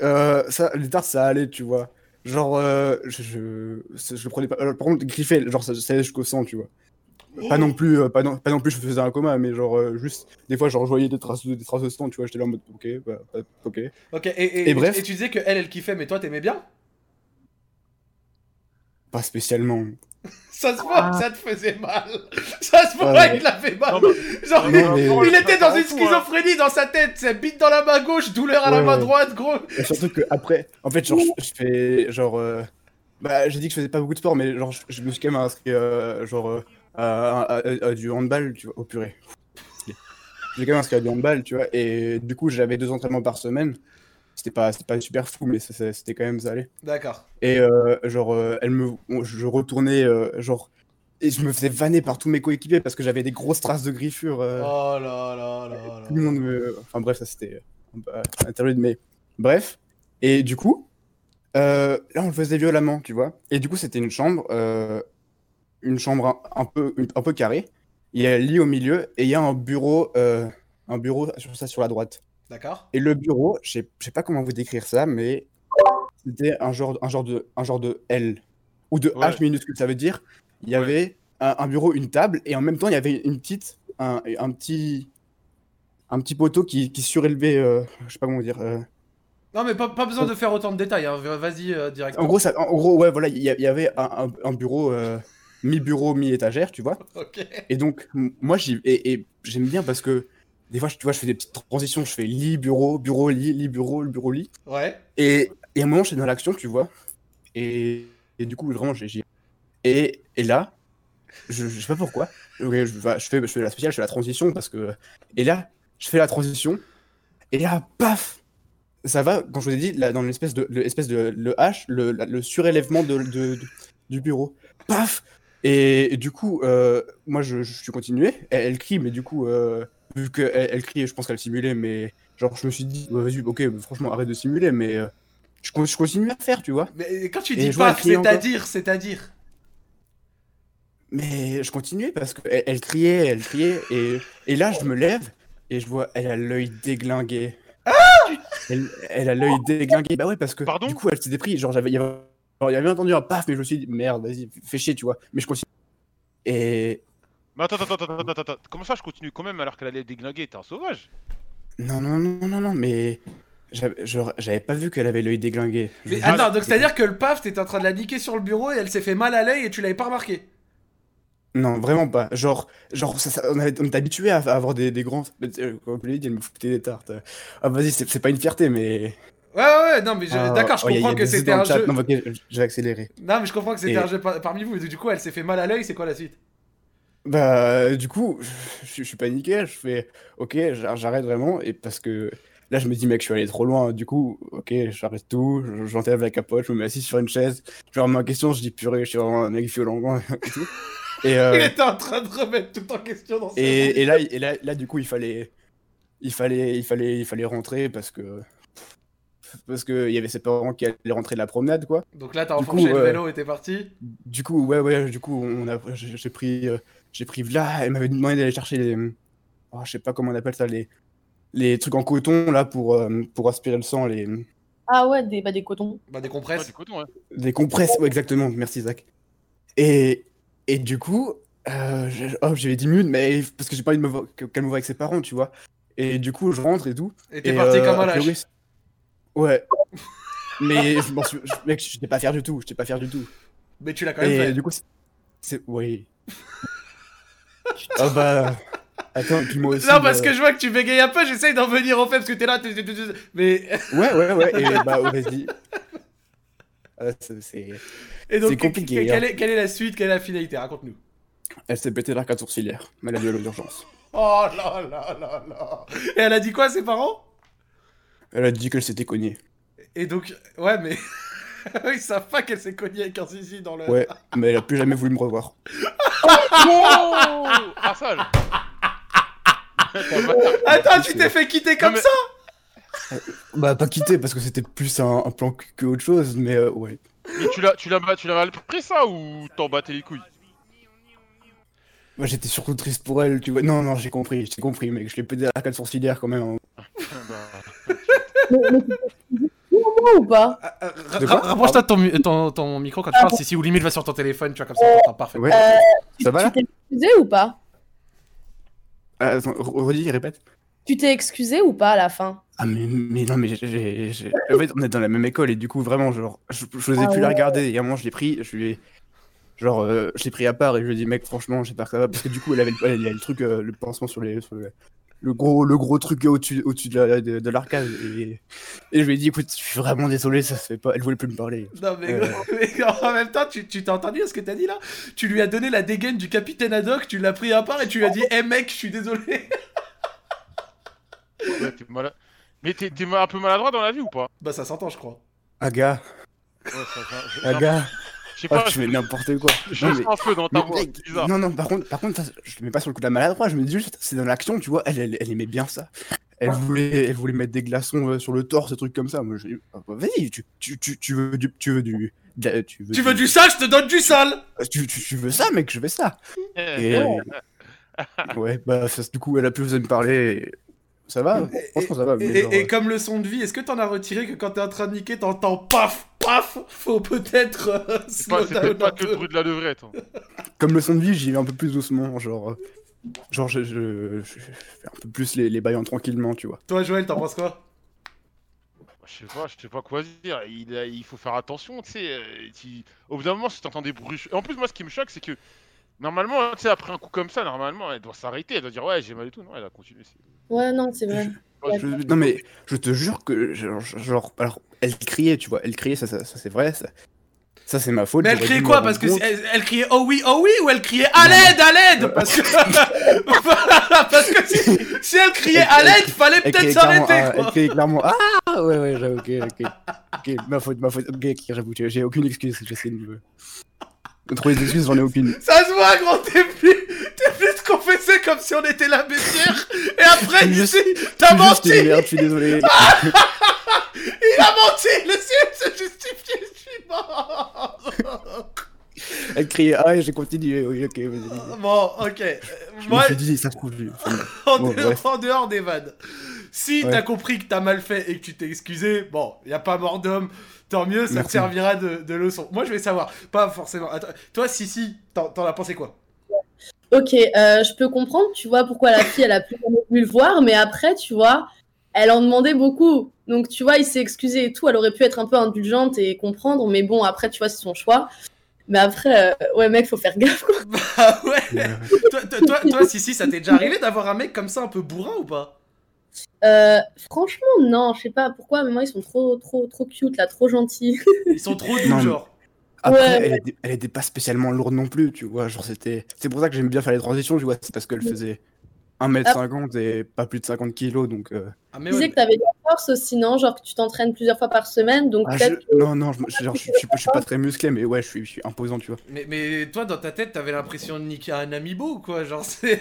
Speaker 5: Euh, ça, les tartes, ça allait, tu vois. euh, Genre, euh, je, je, je le prenais pas. alors, par contre, griffer, genre, ça, ça allait jusqu'au sang, tu vois. Pas non plus, euh, pas non, pas non plus, je faisais un coma, mais genre euh, juste des fois, genre, je voyais des traces, de- des traces de sang, tu vois, j'étais là en mode ok, bah, bah, ok.
Speaker 1: Ok, et, et,
Speaker 5: Et bref.
Speaker 1: et tu disais que elle, elle kiffait, mais toi, t'aimais bien
Speaker 5: Pas spécialement.
Speaker 1: Ça se voit que ça te faisait mal. Ça se voit
Speaker 5: Ouais.
Speaker 1: qu'il a fait mal.
Speaker 2: Non, mais-
Speaker 1: Genre,
Speaker 5: Non, mais-
Speaker 1: il était dans une
Speaker 2: schizophrénie.
Speaker 1: schizophrénie dans sa tête. C'est bite dans la main gauche, douleur à la
Speaker 5: Ouais,
Speaker 1: main
Speaker 5: ouais.
Speaker 1: droite, gros.
Speaker 5: Et surtout que après, en fait, genre, je, je fais genre, euh, bah, j'ai dit que je faisais pas beaucoup de sport, mais genre, je, je me suis quand même inscrit euh, genre euh, à, à- à- à du handball, tu vois, au purée. J'ai quand même inscrit à du handball, tu vois, et du coup, j'avais deux entraînements par semaine. C'était pas, c'était pas super fou, mais ça- ça- c'était quand même ça allait.
Speaker 1: D'accord.
Speaker 5: Et euh, genre, euh, elle me, on- je retournais, euh, genre, et je me faisais vanner par tous mes coéquipiers parce que j'avais des grosses traces de griffures. euh,
Speaker 1: Oh là là là
Speaker 5: tout le
Speaker 1: là.
Speaker 5: monde me- Enfin bref, ça c'était euh, bah, un interlude, mais bref. Et du coup, euh, là on le faisait violemment, tu vois. Et du coup, c'était une chambre, euh, une chambre un, un peu, une- un peu carrée. Il y a un lit au milieu et il y a un bureau, euh, un bureau sur ça sur la droite.
Speaker 1: D'accord.
Speaker 5: Et le bureau, je sais- je sais pas comment vous décrire ça, mais c'était un genre, un genre de, un genre de L ou de
Speaker 2: Ouais.
Speaker 5: H minuscule. Ça veut dire il y
Speaker 2: Ouais.
Speaker 5: avait un, un bureau, une table, et en même temps il y avait une petite, un, un petit, un petit poteau qui, qui surélevait. euh, je sais pas comment dire. euh,
Speaker 1: Non, mais pas, pas besoin de faire autant de détails. hein. Vas-y, euh, direct.
Speaker 5: en gros, ça, en gros, ouais, voilà, il y, a- il y avait un, un- un bureau euh, mi-bureau, mi-étagère, tu vois.
Speaker 1: Ok.
Speaker 5: Et donc m- moi j'y, et, et j'aime bien parce que des fois, je- tu vois, je fais des petites transitions. Je fais lit, bureau, bureau, lit, lit, bureau, bureau, lit.
Speaker 1: Ouais.
Speaker 5: Et, et à un moment, j'étais dans l'action, tu vois. Et, et du coup, vraiment, j'ai. j'y- Et, et là, je, je sais pas pourquoi. ok, je, va- je fais, je fais la spéciale, je fais la transition parce que. Et là, je fais la transition. Et là, paf Ça va, quand je vous ai dit, là, dans l'espèce de, l'espèce de le H, le, la- le surélèvement de, de- de- du bureau. Paf et, et du coup, euh, moi, je, je suis continué. Elle, elle crie, mais du coup, euh, vu qu'elle elle crie, je pense qu'elle simulait, mais genre, je me suis dit, bah, vas-y, ok, franchement, arrête de simuler, mais euh, je, con- je continue à faire, tu vois.
Speaker 1: Mais quand tu
Speaker 5: Et
Speaker 1: dis
Speaker 5: je vois
Speaker 1: paf,
Speaker 5: le client,
Speaker 1: c'est-à-dire, c'est-à-dire.
Speaker 5: Mais je continuais parce qu'elle elle criait, elle criait, et, et là je me lève et je vois, elle a l'œil déglingué.
Speaker 1: Ah
Speaker 5: elle, elle a l'œil déglingué. Bah ouais, parce que
Speaker 2: Pardon
Speaker 5: du coup elle s'était dépris. Genre j'avais, il y avait, genre, il y avait entendu un paf, mais je me suis dit merde, vas-y, fais chier, tu vois. Mais je continue. Et
Speaker 2: Mais attends, attends, attends, attends, attends, attends. Comment ça, je continue quand même alors qu'elle allait déglinguer T'es un sauvage.
Speaker 5: non, non, non, non, non, mais j'avais, genre, j'avais pas vu qu'elle avait l'œil déglingué.
Speaker 1: Mais
Speaker 5: Je-
Speaker 1: attends, donc c'est-à-dire que le paf, t'étais en train de la niquer sur le bureau et elle s'est fait mal à l'œil et tu l'avais pas remarqué.
Speaker 5: Ah, Non, vraiment pas. Genre, genre ça- ça- on, avait- on est habitué à, à avoir des, des grands. euh, Comme je l'ai dit, elle me foutait des tartes. Ah, vas-y, c'est- c'est pas une fierté, mais.
Speaker 1: Ouais, ouais, ouais, non, mais je-
Speaker 5: Ah,
Speaker 1: d'accord, je
Speaker 5: oh, y a- y a
Speaker 1: comprends que
Speaker 5: des
Speaker 1: c'était
Speaker 5: dans le
Speaker 1: un
Speaker 5: chat.
Speaker 1: jeu.
Speaker 5: Non, ok, je- je vais accélérer.
Speaker 1: Non, mais je comprends que c'était
Speaker 5: Et-
Speaker 1: un jeu par- parmi vous. Du coup, elle s'est fait mal à l'œil, c'est quoi la suite
Speaker 5: Bah, du coup, je, je suis paniqué. Je fais, ok, j'a- j'arrête vraiment. Et parce que là, je me dis, mec, je suis allé trop loin. Du coup, ok, j'arrête tout. je- J'enlève la capote. Je me mets assis sur une chaise. Je remets en question. Je dis, purée, je suis vraiment un mec violent. et tout. Et, euh,
Speaker 1: Il était en train de remettre tout en question dans sa
Speaker 5: et, et là, et là, là, du coup, il fallait, il fallait, il fallait, il fallait rentrer parce que. Parce qu'il y avait ses parents qui allaient rentrer de la promenade, quoi.
Speaker 1: Donc là, t'as
Speaker 5: Du
Speaker 1: enfourché
Speaker 5: coup, euh,
Speaker 1: le
Speaker 5: ouais.
Speaker 1: vélo et t'es parti.
Speaker 5: Du coup, ouais, ouais, du coup, on a, j'ai j'ai pris, euh, j'ai pris Vla, elle m'avait demandé d'aller chercher les, oh, je sais pas comment on appelle ça, les, les trucs en coton là pour, euh, pour aspirer le sang, les,
Speaker 3: Ah ouais, des, bah, des cotons.
Speaker 1: Bah, des
Speaker 2: Ouais,
Speaker 1: compresses.
Speaker 2: du coton, hein.
Speaker 5: des compresses, ouais, exactement, merci Zach. Et, et du coup, euh, je- oh, j'avais 10 minutes, mais parce que j'ai pas envie de me voir, qu'elle me voit avec ses parents, tu vois. Et du coup, je rentre et tout.
Speaker 1: Et t'es
Speaker 5: Et,
Speaker 1: parti
Speaker 5: euh,
Speaker 1: comme
Speaker 5: a
Speaker 1: un
Speaker 5: priori,
Speaker 1: lâche.
Speaker 5: c'est- Ouais. mais je m'en suis, je- mec, j'étais pas fier du tout, j'étais pas fier du tout.
Speaker 1: Mais tu l'as quand
Speaker 5: Et
Speaker 1: même fait.
Speaker 5: du coup, c'est- c'est. Oui. ah bah. Attends, puis moi aussi.
Speaker 1: Non, parce
Speaker 5: euh,
Speaker 1: que je vois que tu bégayes un peu, j'essaye d'en venir au fait parce que t'es là. t'es- t'es- t'es- t'es- Mais.
Speaker 5: Ouais, ouais, ouais, et bah, ouais, vas-y. Ah, c'est- c'est-
Speaker 1: Et donc,
Speaker 5: C'est compliqué,
Speaker 1: que- que- Quelle
Speaker 5: hein.
Speaker 1: est, quelle est la suite Quelle est la finalité Raconte-nous.
Speaker 5: Elle s'est pété l'arcade sourcilière, maladie à l'urgence.
Speaker 1: Oh là là là là Et elle a dit quoi, ses parents
Speaker 5: Elle a dit qu'elle s'était cognée.
Speaker 1: Et donc, ouais, mais. Ils savent pas qu'elle s'est cognée avec un zizi dans le.
Speaker 5: Ouais, mais elle a plus jamais voulu me revoir.
Speaker 2: Oh Ah, sale T'es un bâtard.
Speaker 1: Attends, tu t'es fait quitter comme
Speaker 2: Non, mais-
Speaker 1: ça
Speaker 5: Bah, pas quitter parce que c'était plus un, un plan que- que autre chose, mais euh, ouais.
Speaker 2: Mais tu l'as, tu l'as, tu l'as mal pris ça ou t'en battais les couilles
Speaker 5: Bah, j'étais surtout triste pour elle, tu vois. Non, non, j'ai compris, j'ai compris, mec. Je l'ai pété l'arcade sourcilière quand même.
Speaker 2: bah,
Speaker 3: Mais- mais tu peux- au moins ou pas
Speaker 1: Ah, ah, ra-
Speaker 5: De quoi Ah,
Speaker 1: ra- Rapproche-toi de ton, mu- ton, ton micro quand tu parles, si, si, ou limite va sur ton téléphone, tu vois, comme ça, t'entends parfait.
Speaker 5: Ouais.
Speaker 3: Euh,
Speaker 5: Ça va,
Speaker 3: tu
Speaker 5: là
Speaker 3: t'es- excusé ou pas
Speaker 5: Ah, attends, re- redis, répète.
Speaker 3: Tu t'es excusé ou pas à la fin
Speaker 5: Ah, mais, mais non, mais j'ai- j'ai. j'ai- En fait, on est dans la même école et du coup, vraiment, genre, je, je les ai
Speaker 3: Ah
Speaker 5: plus
Speaker 3: ouais.
Speaker 5: la regarder. Et à un moment, je l'ai pris, je lui ai. Genre, euh, je l'ai pris à part et je lui ai dit, mec, franchement, j'espère que ça va. Parce que du coup, elle avait le, elle avait le truc, euh, le pansement sur les. sur le... le gros, le gros truc au-dessus au de la- de de l'arcade. et, et je lui ai dit, écoute, je suis vraiment désolé, ça se fait pas. Elle voulait plus me parler.
Speaker 1: Non mais,
Speaker 5: Euh.
Speaker 1: mais en même temps, tu tu t'as entendu ce que t'as dit là Tu lui as donné la dégaine du capitaine Haddock, tu l'as pris à part et tu lui as dit Eh mec, je suis désolé
Speaker 2: Ouais, t'es malade. Mais t'es t'es un peu maladroit dans la vie ou pas
Speaker 1: Bah ça s'entend je crois.
Speaker 5: Ah, gars,
Speaker 2: Ouais, ça- ça-
Speaker 5: ah,
Speaker 2: ça-
Speaker 5: gars,
Speaker 2: Je sais
Speaker 5: ah,
Speaker 2: pas,
Speaker 5: tu fais n'importe quoi.
Speaker 2: je
Speaker 5: Non,
Speaker 2: sens
Speaker 5: mais-
Speaker 2: un feu dans ta
Speaker 5: Mais
Speaker 2: voix,
Speaker 5: mec,
Speaker 2: c'est bizarre.
Speaker 5: non, non, par contre, par contre ça, je le mets pas sur le coup de la maladroit, je me dis juste, c'est dans l'action, tu vois, elle, elle, elle aimait bien ça. Elle voulait, elle voulait mettre des glaçons euh, sur le torse, des trucs comme ça. Moi, j'ai dit, ah, bah, vas-y, tu, tu, tu, tu veux du. Tu veux du. de la- tu veux, euh,
Speaker 1: Tu veux du sale, je te donne du sale
Speaker 5: tu, tu- tu veux ça, mec, je fais ça.
Speaker 2: Eh,
Speaker 5: Et, euh, ouais, bah, ça, du coup, elle a plus besoin de parler. et Ça va,
Speaker 1: Et-
Speaker 5: franchement, ça va.
Speaker 1: Et,
Speaker 5: mais genre,
Speaker 1: et- et comme leçon de vie, est-ce que t'en as retiré que quand t'es en train de niquer, t'entends paf, paf Faut peut-être euh,
Speaker 2: C'est pas,
Speaker 1: slow
Speaker 2: c'est peut-être
Speaker 1: down
Speaker 2: pas
Speaker 1: un
Speaker 2: que
Speaker 1: peu.
Speaker 2: le bruit de la levrette. hein.
Speaker 5: euh, comme leçon de vie, j'y vais un peu plus doucement, genre. euh, Genre, je, je, je- je fais un peu plus les, les baillants tranquillement, tu vois.
Speaker 1: Toi Joël, t'en penses quoi
Speaker 2: Je sais pas, je sais pas quoi dire. Il, a- il faut faire attention, tu sais. euh, tu- Au bout d'un moment, si t'entends des bruits. En plus, moi, ce qui me choque, c'est que normalement, tu sais, après un coup comme ça, normalement, elle doit s'arrêter. Elle doit dire, ouais, j'ai mal et tout. Non, elle a continué. c'est-
Speaker 3: Ouais, non, c'est vrai. Ouais.
Speaker 5: Je- non mais je te jure que genre, genre alors elle criait tu vois elle criait ça ça, ça, c'est vrai ça, ça, c'est ma faute.
Speaker 1: Mais elle
Speaker 5: j'aurais dû
Speaker 1: criait
Speaker 5: me
Speaker 1: quoi
Speaker 5: rendre
Speaker 1: Parce que
Speaker 5: compte.
Speaker 1: si- elle, elle criait oh oui, oh oui ou elle criait à l'aide, à l'aide Parce que, parce que si, si elle criait à
Speaker 5: Elle- elle-
Speaker 1: l'aide, fallait
Speaker 5: elle
Speaker 1: peut-être
Speaker 5: criait clairement,
Speaker 1: s'arrêter
Speaker 5: ah, elle
Speaker 1: quoi
Speaker 5: criait clairement ah ouais ouais j'avoue, ok ok ok ma faute ma faute ok ok, j'avoue j'ai j'ai aucune excuse j'essaie de me de trouver des excuses j'en ai aucune.
Speaker 1: Ça se voit, gros, t'es plus, t'es plus confessé comme si on était la baissière. Et après,
Speaker 5: Je-
Speaker 1: ici, t'as
Speaker 5: Je suis juste
Speaker 1: menti.
Speaker 5: une merde je suis désolé.
Speaker 1: Il a menti. Laissez-le se justifier. Je suis mort.
Speaker 5: elle criait ah et j'ai continué oui ok vas-y.
Speaker 1: Bon, ok. Euh,
Speaker 5: Je
Speaker 1: Moi,
Speaker 5: me suis dit ça se trouve je- enfin,
Speaker 1: en,
Speaker 5: bon,
Speaker 1: dehors,
Speaker 5: bref.
Speaker 1: en dehors des vannes. Si
Speaker 5: Ouais.
Speaker 1: t'as compris que t'as mal fait et que tu t'es excusé, bon, y a pas mort d'homme. Tant mieux, ça te
Speaker 5: Merci.
Speaker 1: servira de, de leçon. Moi, je vais savoir. Pas forcément. Attends, toi, Sissi, t'en t'en as pensé quoi
Speaker 3: Ok, euh, je peux comprendre, tu vois, pourquoi la fille, elle a plus jamais voulu le voir, mais après, tu vois, elle en demandait beaucoup. Donc, tu vois, il s'est excusé et tout. Elle aurait pu être un peu indulgente et comprendre, mais bon, après, tu vois, c'est son choix. Mais après, euh, ouais, mec, faut faire gaffe.
Speaker 1: Bah ouais.
Speaker 5: euh,
Speaker 1: toi, toi, toi, toi, Sissi, ça t'est déjà arrivé d'avoir un mec comme ça un peu bourrin ou pas
Speaker 3: Euh, franchement, non, je sais pas pourquoi, mais moi, ils sont trop, trop, trop cute, là, trop gentils.
Speaker 1: Ils sont trop doux,
Speaker 5: Non, mais-
Speaker 1: genre.
Speaker 5: Après, eh,
Speaker 3: Ouais,
Speaker 5: elle, était, elle était pas spécialement lourde non plus, tu vois. Genre, c'était. C'est pour ça que j'aime bien faire les transitions, tu vois. C'est parce qu'elle faisait
Speaker 3: Ah.
Speaker 5: 1m50 et pas plus de 50 kilos, donc. euh,
Speaker 1: Ah,
Speaker 3: Tu
Speaker 1: mais
Speaker 3: disais
Speaker 1: ouais,
Speaker 3: que t'avais de la force aussi, non Genre que tu t'entraînes plusieurs fois par semaine, donc
Speaker 5: ah, je-
Speaker 3: peut-être.
Speaker 5: Non, non, je, je- genre, je- je suis pas- je suis pas très musclé, mais ouais, je suis, je suis imposant, tu vois.
Speaker 1: mais, mais toi, dans ta tête, t'avais l'impression de niquer un amiibo ou quoi Genre, c'est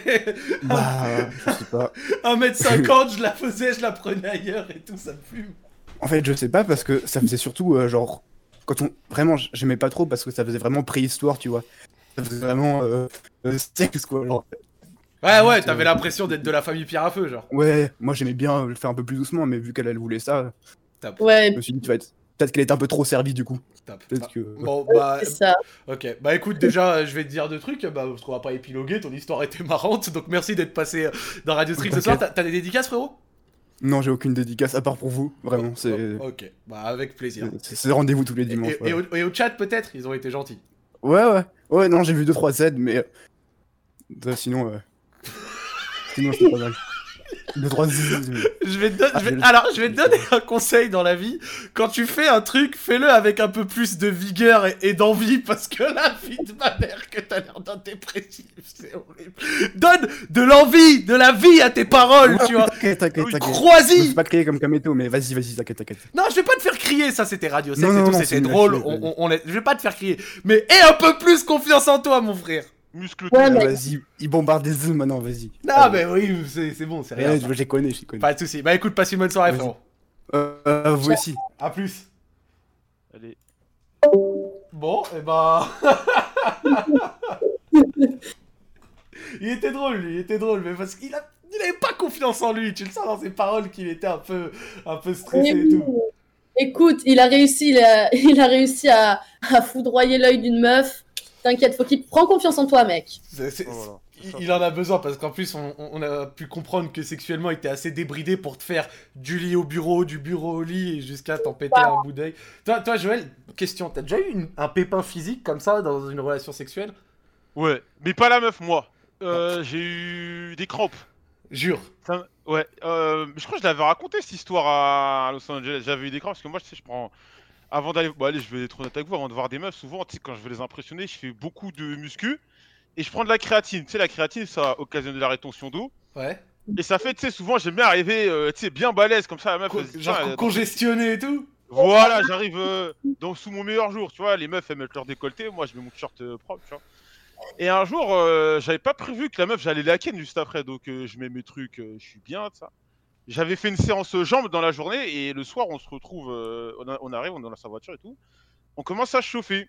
Speaker 3: Ah.
Speaker 5: Bah, je sais pas.
Speaker 1: 1m50, je la faisais, je la prenais ailleurs et tout, ça me fume.
Speaker 5: En fait, je sais pas parce que ça faisait surtout, euh, genre. Quand on. Vraiment, j'aimais pas trop parce que ça faisait vraiment préhistoire, tu vois. Ça faisait vraiment. Euh, euh, sexe, quoi. Genre,
Speaker 1: Ouais, ouais, t'avais l'impression d'être de la famille Pierre à Feu, genre.
Speaker 5: ouais, moi j'aimais bien euh, le faire un peu plus doucement, mais vu qu'elle, elle voulait ça, je
Speaker 3: Ouais,
Speaker 5: me suis dit, tu vas être- Peut-être qu'elle était un peu trop servie, du coup.
Speaker 1: Top.
Speaker 5: Peut-être que.
Speaker 1: Bon, bah,
Speaker 3: c'est ça.
Speaker 1: ok. Bah, écoute, déjà, euh, je vais te dire deux trucs, bah, parce qu'on va pas épiloguer, ton histoire était marrante, donc merci d'être passé euh, dans Radio Stream ce soir. T'as t'as des dédicaces, frérot
Speaker 5: Non, j'ai aucune dédicace à part pour vous, vraiment. C'est
Speaker 1: Oh, Ok, bah, avec plaisir.
Speaker 5: c'est- c'est rendez-vous tous les
Speaker 1: Et,
Speaker 5: dimanches.
Speaker 1: et-
Speaker 5: ouais.
Speaker 1: et au, et au chat, peut-être, ils ont été gentils.
Speaker 5: Ouais, ouais. Ouais, non, j'ai vu 2-3 Z, mais. euh, Sinon. euh, Sinon, c'est pas mal. 2-3 Z. mais-
Speaker 1: Je vais te don-
Speaker 5: Ah,
Speaker 1: je vais-
Speaker 5: je-
Speaker 1: Alors, je vais te donner un conseil dans la vie. Quand tu fais un truc, fais-le avec un peu plus de vigueur et, et d'envie, parce que la vie de ma mère, que t'as l'air d'un dépressif, c'est horrible. Donne de l'envie, de la vie à tes paroles, tu vois.
Speaker 5: T'inquiète, t'inquiète,
Speaker 2: Oui,
Speaker 5: t'inquiète. Je me
Speaker 1: Crois-y
Speaker 5: suis pas crié comme Kameto, mais vas-y, vas-y, t'inquiète, t'inquiète.
Speaker 1: Non, je vais pas te faire crier, ça c'était radio, c'est
Speaker 5: Non,
Speaker 1: c'est
Speaker 5: non,
Speaker 1: tout,
Speaker 5: non,
Speaker 1: c'était
Speaker 5: c'est une
Speaker 1: drôle,
Speaker 5: machine,
Speaker 1: on,
Speaker 5: vas-y.
Speaker 1: on- on laisse- je vais pas te faire crier. Mais aie un peu plus confiance en toi, mon frère
Speaker 2: Muscle
Speaker 3: Ouais, mais-
Speaker 5: Vas-y, il bombarde des zoos maintenant, vas-y.
Speaker 1: Non, mais oui, c'est c'est bon, c'est rien.
Speaker 5: Ouais, je les connais, je les connais.
Speaker 1: Pas de soucis. Bah écoute, passe une bonne soirée,
Speaker 5: Vas-y.
Speaker 1: frérot.
Speaker 5: Euh, euh, vous aussi.
Speaker 1: A plus.
Speaker 2: Allez.
Speaker 1: Bon, et bah. il était drôle, lui, il était drôle, mais parce qu'il a... il avait pas confiance en lui. Tu le sens dans ses paroles qu'il était un peu, un peu stressé et tout.
Speaker 3: Écoute, il a réussi, il a, il a réussi à, à foudroyer l'œil d'une meuf. T'inquiète, faut qu'il prend confiance en toi, mec.
Speaker 1: C'est- c'est-
Speaker 2: Voilà.
Speaker 1: il, il en a besoin parce qu'en plus, on, on- on a pu comprendre que sexuellement, il était assez débridé pour te faire du lit au bureau, du bureau au lit et jusqu'à t'en péter un bout d'œil. Toi, toi, Joël, question t'as déjà eu une- un pépin physique comme ça dans une relation sexuelle
Speaker 2: Ouais, mais pas la meuf, moi. Euh, j'ai eu des crampes.
Speaker 1: Jure.
Speaker 2: Ça m- ouais, euh, je crois que je l'avais raconté cette histoire à Los Angeles. J'avais eu des crampes parce que moi, je sais, je prends. Avant d'aller. Bon, allez, je vais être honnête avec vous. Avant de voir des meufs, souvent, tu sais, quand je veux les impressionner, je fais beaucoup de muscu et je prends de la créatine. Tu sais, la créatine, ça occasionne de la rétention d'eau.
Speaker 1: Ouais.
Speaker 2: Et ça fait, tu sais, souvent, j'aime bien arriver, euh, tu sais, bien balèze comme ça. La meuf,
Speaker 1: Co-
Speaker 2: elle se dit,
Speaker 1: genre
Speaker 2: tiens, elle-
Speaker 1: congestionné et tout
Speaker 2: voilà, j'arrive euh, dans sous mon meilleur jour, tu vois. Les meufs, elles mettent leur décolleté, moi, je mets mon t-shirt euh, propre, tu vois. Et un jour, euh, j'avais pas prévu que la meuf, j'allais la ken juste après, donc euh, je mets mes trucs, euh, je suis bien, ça. J'avais fait une séance jambes dans la journée et le soir, on se retrouve, euh, on, a- on arrive, on est dans sa voiture et tout. On commence à chauffer.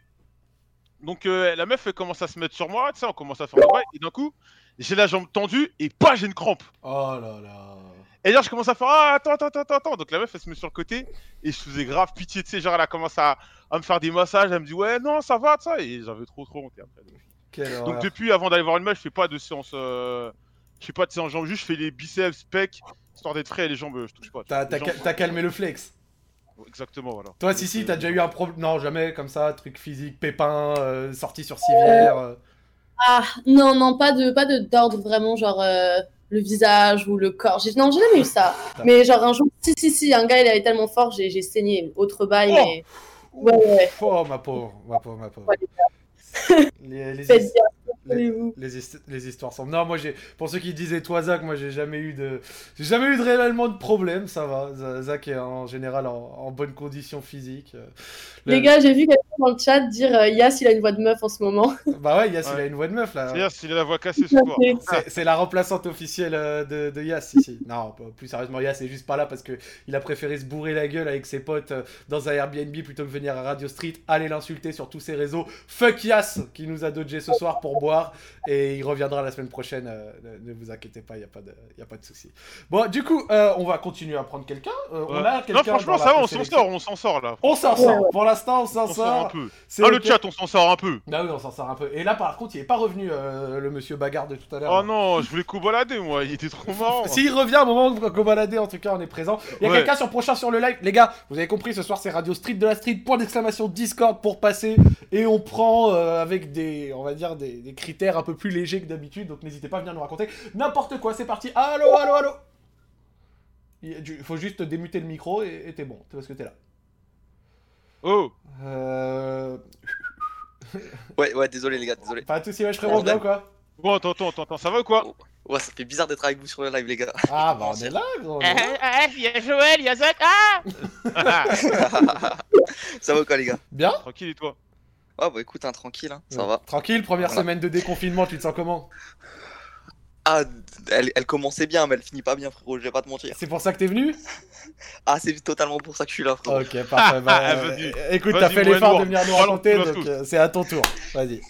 Speaker 2: Donc euh, la meuf, elle commence à se mettre sur moi, tu sais, on commence à faire le bail, et d'un coup, j'ai la jambe tendue et pas, j'ai une crampe.
Speaker 1: Oh là là.
Speaker 2: Et là, je commence à faire Ah, attends, attends, attends, attends, attends. Donc la meuf, elle se met sur le côté et je faisais grave pitié, tu sais. Genre, elle a commencé à, à me faire des massages. Elle me dit Ouais, non, ça va, ça. Et j'avais trop, trop honte. et après, donc-
Speaker 1: Quelle
Speaker 2: Donc,
Speaker 1: horreur.
Speaker 2: depuis, avant d'aller voir une meuf, je fais pas de séance. euh, Je fais pas de séance jambes, juste je fais les biceps, pecs, histoire d'être frais et les jambes, je touche pas.
Speaker 1: T'as
Speaker 2: Les
Speaker 1: Ah, t'as
Speaker 2: jambes,
Speaker 1: ca- t'as calmé le flex.
Speaker 2: Exactement, voilà.
Speaker 1: Toi,
Speaker 2: Donc,
Speaker 1: si, si,
Speaker 2: euh,
Speaker 1: t'as déjà eu un problème. Non, jamais comme ça, truc physique, pépin, euh, sortie sur civière. euh.
Speaker 3: Ah, non, non, pas de, pas de d'ordre vraiment, genre euh, le visage ou le corps. J'ai- Non, j'ai jamais eu ça. Mais genre un jour, si, si, si, un gars, il avait tellement fort, j'ai j'ai saigné. Autre bail,
Speaker 2: Oh
Speaker 3: mais. Ouais, ouais,
Speaker 1: Oh, ma pauvre, ma pauvre, ma pauvre. Les, les,
Speaker 3: faites bien,
Speaker 1: les-
Speaker 3: vous
Speaker 1: les hist- les histoires sont. Non, moi, j'ai. Pour ceux qui disaient toi, Zach, moi, j'ai jamais eu de. J'ai jamais eu de réellement de problème, ça va. Z- Zach est en général en, en bonne condition physique. euh. Le-
Speaker 3: Les gars, j'ai vu quelqu'un dans le chat dire euh, Yass, il a une voix de meuf en ce moment.
Speaker 1: Bah ouais, Yass, il
Speaker 2: Ouais.
Speaker 1: a une voix de meuf, là.
Speaker 2: C'est-à-dire, s'il a la voix cassée ce soir.
Speaker 1: C'est- C'est la remplaçante officielle euh, de, de Yass ici. Non, p- plus sérieusement, Yass est juste pas là parce que il a préféré se bourrer la gueule avec ses potes euh, dans un Airbnb plutôt que venir à Radio Street, aller l'insulter sur tous ses réseaux. Fuck Yass qui nous a dodgé ce soir pour boire et il reviendra la semaine prochaine. euh, ne, ne vous inquiétez pas, il n'y a pas de, y a pas de souci. Bon, du coup, euh, on va continuer à prendre quelqu'un. Euh, On
Speaker 2: Ouais.
Speaker 1: a quelqu'un.
Speaker 2: Non, franchement,
Speaker 1: dans la
Speaker 2: ça va, on s'en
Speaker 1: présélection.
Speaker 2: sort, on s'en sort là.
Speaker 1: On s'en
Speaker 3: Ouais,
Speaker 1: sort. Pour l'instant, on s'en
Speaker 2: On s'en sort un
Speaker 1: sort.
Speaker 2: peu.
Speaker 1: C'est
Speaker 2: Ah, le
Speaker 1: ok.
Speaker 2: chat, on s'en sort un peu.
Speaker 1: Bah oui, on s'en sort un peu. Et là, par contre, il est pas revenu, euh, le monsieur bagarre de tout à l'heure.
Speaker 2: Oh non, je voulais cobalader, moi. Il était trop marrant.
Speaker 1: S'il revient au moment où vous baladez, en tout cas, on est présent. Il y a
Speaker 2: Ouais.
Speaker 1: quelqu'un sur prochain sur le live. Les gars, vous avez compris, ce soir c'est Radio Street de la Street, point d'exclamation Discord pour passer. Et on prend euh, avec des, on va dire, des, des critères un peu plus légers que d'habitude. Donc n'hésitez pas à venir nous raconter n'importe quoi. C'est parti. Allô,
Speaker 2: Oh.
Speaker 1: allô, allô. Il y a du- faut juste démuter le micro et et t'es bon. C'est parce que t'es là.
Speaker 2: Oh,
Speaker 1: Euh...
Speaker 6: Ouais, ouais, désolé les gars, désolé.
Speaker 1: Pas de soucis, ouais, je ferai bien ou quoi
Speaker 2: bon, attends, attends, attends, attends, ça va ou quoi
Speaker 6: Ouais, ça fait bizarre d'être avec vous sur le live, les gars.
Speaker 1: Ah bah on est là, gros. on est là.
Speaker 2: eh, il y a Joël, il y a Zach. Ah
Speaker 6: ça va ou quoi, les gars
Speaker 1: Bien
Speaker 2: Tranquille et toi
Speaker 6: Ouais, bah écoute, hein, tranquille, hein, ça
Speaker 1: Ouais.
Speaker 6: va.
Speaker 1: Tranquille, première
Speaker 6: Voilà.
Speaker 1: semaine de déconfinement, tu te sens comment
Speaker 6: Ah, elle, elle commençait bien, mais elle finit pas bien, frérot, je vais pas te mentir.
Speaker 1: C'est pour ça que t'es venu
Speaker 6: Ah, c'est totalement pour ça que je suis là, frérot.
Speaker 1: Ok, parfait. Bah,
Speaker 2: Ah,
Speaker 1: euh,
Speaker 2: vas-y.
Speaker 1: euh, écoute,
Speaker 2: Vas-y,
Speaker 1: t'as fait
Speaker 2: Mohamed
Speaker 1: l'effort
Speaker 2: Nour.
Speaker 1: de venir nous
Speaker 2: Balance
Speaker 1: raconter,
Speaker 2: tout, balance
Speaker 1: donc
Speaker 2: tout.
Speaker 1: euh, c'est à ton tour. Vas-y.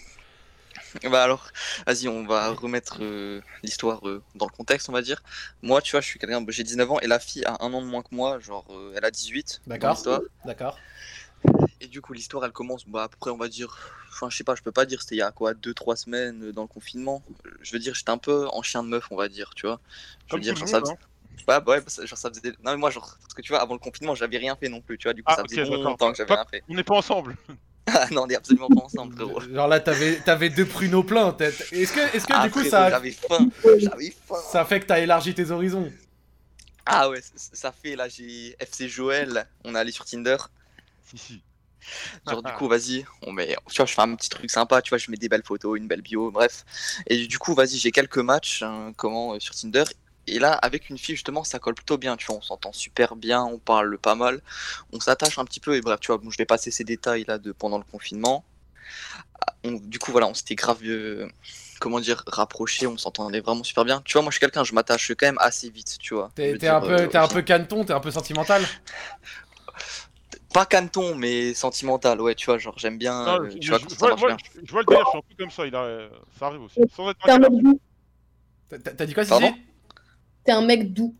Speaker 6: Bah alors, vas-y, on va remettre euh, l'histoire euh, dans le contexte, on va dire. Moi, tu vois, je suis quelqu'un, j'ai 19 ans et la fille a un an de moins que moi, genre, euh, elle a 18 dans
Speaker 1: D'accord.
Speaker 6: l'histoire.
Speaker 1: D'accord.
Speaker 6: Et du coup, l'histoire, elle commence, bah, à peu près, on va dire, enfin, je sais pas, je peux pas dire, c'était il y a quoi, 2-3 semaines euh, dans le confinement. Euh, Je veux dire, j'étais un peu en chien de meuf, on va dire, tu vois. Je veux
Speaker 2: Comme
Speaker 6: dire,
Speaker 2: tout
Speaker 6: genre,
Speaker 2: le
Speaker 6: ça,
Speaker 2: monde, hein.
Speaker 6: Ouais, bah ouais, parce que, genre ça faisait. Non, mais moi, genre, parce que tu vois, avant le confinement, j'avais rien fait non plus, tu vois, du coup,
Speaker 2: Ah,
Speaker 6: ça faisait
Speaker 2: ok, d'accord.
Speaker 6: longtemps que j'avais
Speaker 2: Pas-
Speaker 6: rien fait.
Speaker 2: On n'est pas ensemble.
Speaker 6: Ah non, on est absolument pas ensemble, frérot.
Speaker 1: Genre là, t'avais, t'avais deux pruneaux pleins en tête. Est-ce que, est-ce que
Speaker 6: Ah,
Speaker 1: du coup,
Speaker 6: frérot,
Speaker 1: ça,
Speaker 6: J'avais faim, j'avais faim.
Speaker 1: ça fait que t'as élargi tes horizons
Speaker 6: Ah ouais, c- ça fait, là, j'ai FC Joël, on est allé sur Tinder.
Speaker 2: Si, si.
Speaker 6: Genre, du coup, vas-y, on met. Tu vois, je fais un petit truc sympa, tu vois, je mets des belles photos, une belle bio, bref. Et du coup, vas-y, j'ai quelques matchs, hein, comment, euh, sur Tinder. Et là, avec une fille, justement, ça colle plutôt bien, tu vois, on s'entend super bien, on parle pas mal, on s'attache un petit peu, et bref, tu vois, bon, je vais passer ces détails là de pendant le confinement. Ah, on- du coup, voilà, on s'était grave, euh, comment dire, rapprochés, on s'entendait vraiment super bien. Tu vois, moi, je suis quelqu'un, je m'attache quand même assez vite, tu vois. Je
Speaker 1: T'es,
Speaker 6: veux
Speaker 1: t'es
Speaker 6: dire,
Speaker 1: un peu,
Speaker 6: euh,
Speaker 1: t'es un peu caneton, t'es un peu sentimental
Speaker 6: Pas caneton, mais sentimental, ouais, tu vois, genre, j'aime bien,
Speaker 2: Ah,
Speaker 6: euh,
Speaker 2: je,
Speaker 6: tu
Speaker 2: je-
Speaker 6: vois,
Speaker 2: je
Speaker 6: quand ça
Speaker 2: vois,
Speaker 6: marche
Speaker 2: moi,
Speaker 6: bien.
Speaker 2: je- je vois le délire, je suis un peu comme ça, il a, euh, ça arrive aussi. Sans être
Speaker 3: T'es un
Speaker 2: un
Speaker 3: mec doux.
Speaker 1: T'as, t'as dit quoi, Sissi
Speaker 6: Pardon
Speaker 3: T'es un mec doux.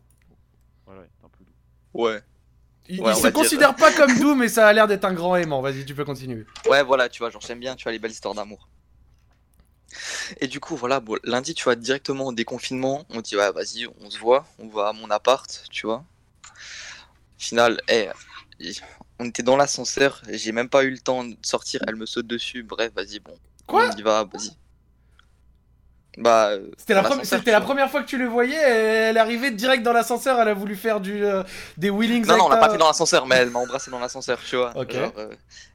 Speaker 2: Voilà, ouais, t'es un peu doux.
Speaker 6: Ouais.
Speaker 1: Il,
Speaker 6: Ouais,
Speaker 1: il
Speaker 6: on
Speaker 1: se
Speaker 6: va dire.
Speaker 1: considère pas comme doux, mais ça a l'air d'être un grand aimant. Vas-y, tu peux continuer.
Speaker 6: Ouais, voilà, tu vois, genre j'aime bien, tu vois, les belles histoires d'amour. Et du coup, voilà, bon, lundi, tu vois, directement au déconfinement, on dit, ouais, vas-y, on se voit, on va à mon appart, tu vois. Final, eh, on était dans l'ascenseur, j'ai même pas eu le temps de sortir, elle me saute dessus, bref, vas-y, bon.
Speaker 1: Quoi
Speaker 6: On y va, vas-y. Bah, euh,
Speaker 1: C'était la,
Speaker 6: dans
Speaker 1: pre-
Speaker 6: l'ascenseur,
Speaker 1: c'était la
Speaker 6: tu vois.
Speaker 1: première fois que tu le voyais, elle est arrivée direct dans l'ascenseur, elle a voulu faire du, euh, des wheelings
Speaker 6: Non,
Speaker 1: avec
Speaker 6: non, on l'a
Speaker 1: ta-
Speaker 6: pas fait dans l'ascenseur, mais elle m'a embrassé dans l'ascenseur, tu vois.
Speaker 1: Ok.
Speaker 6: Genre, euh,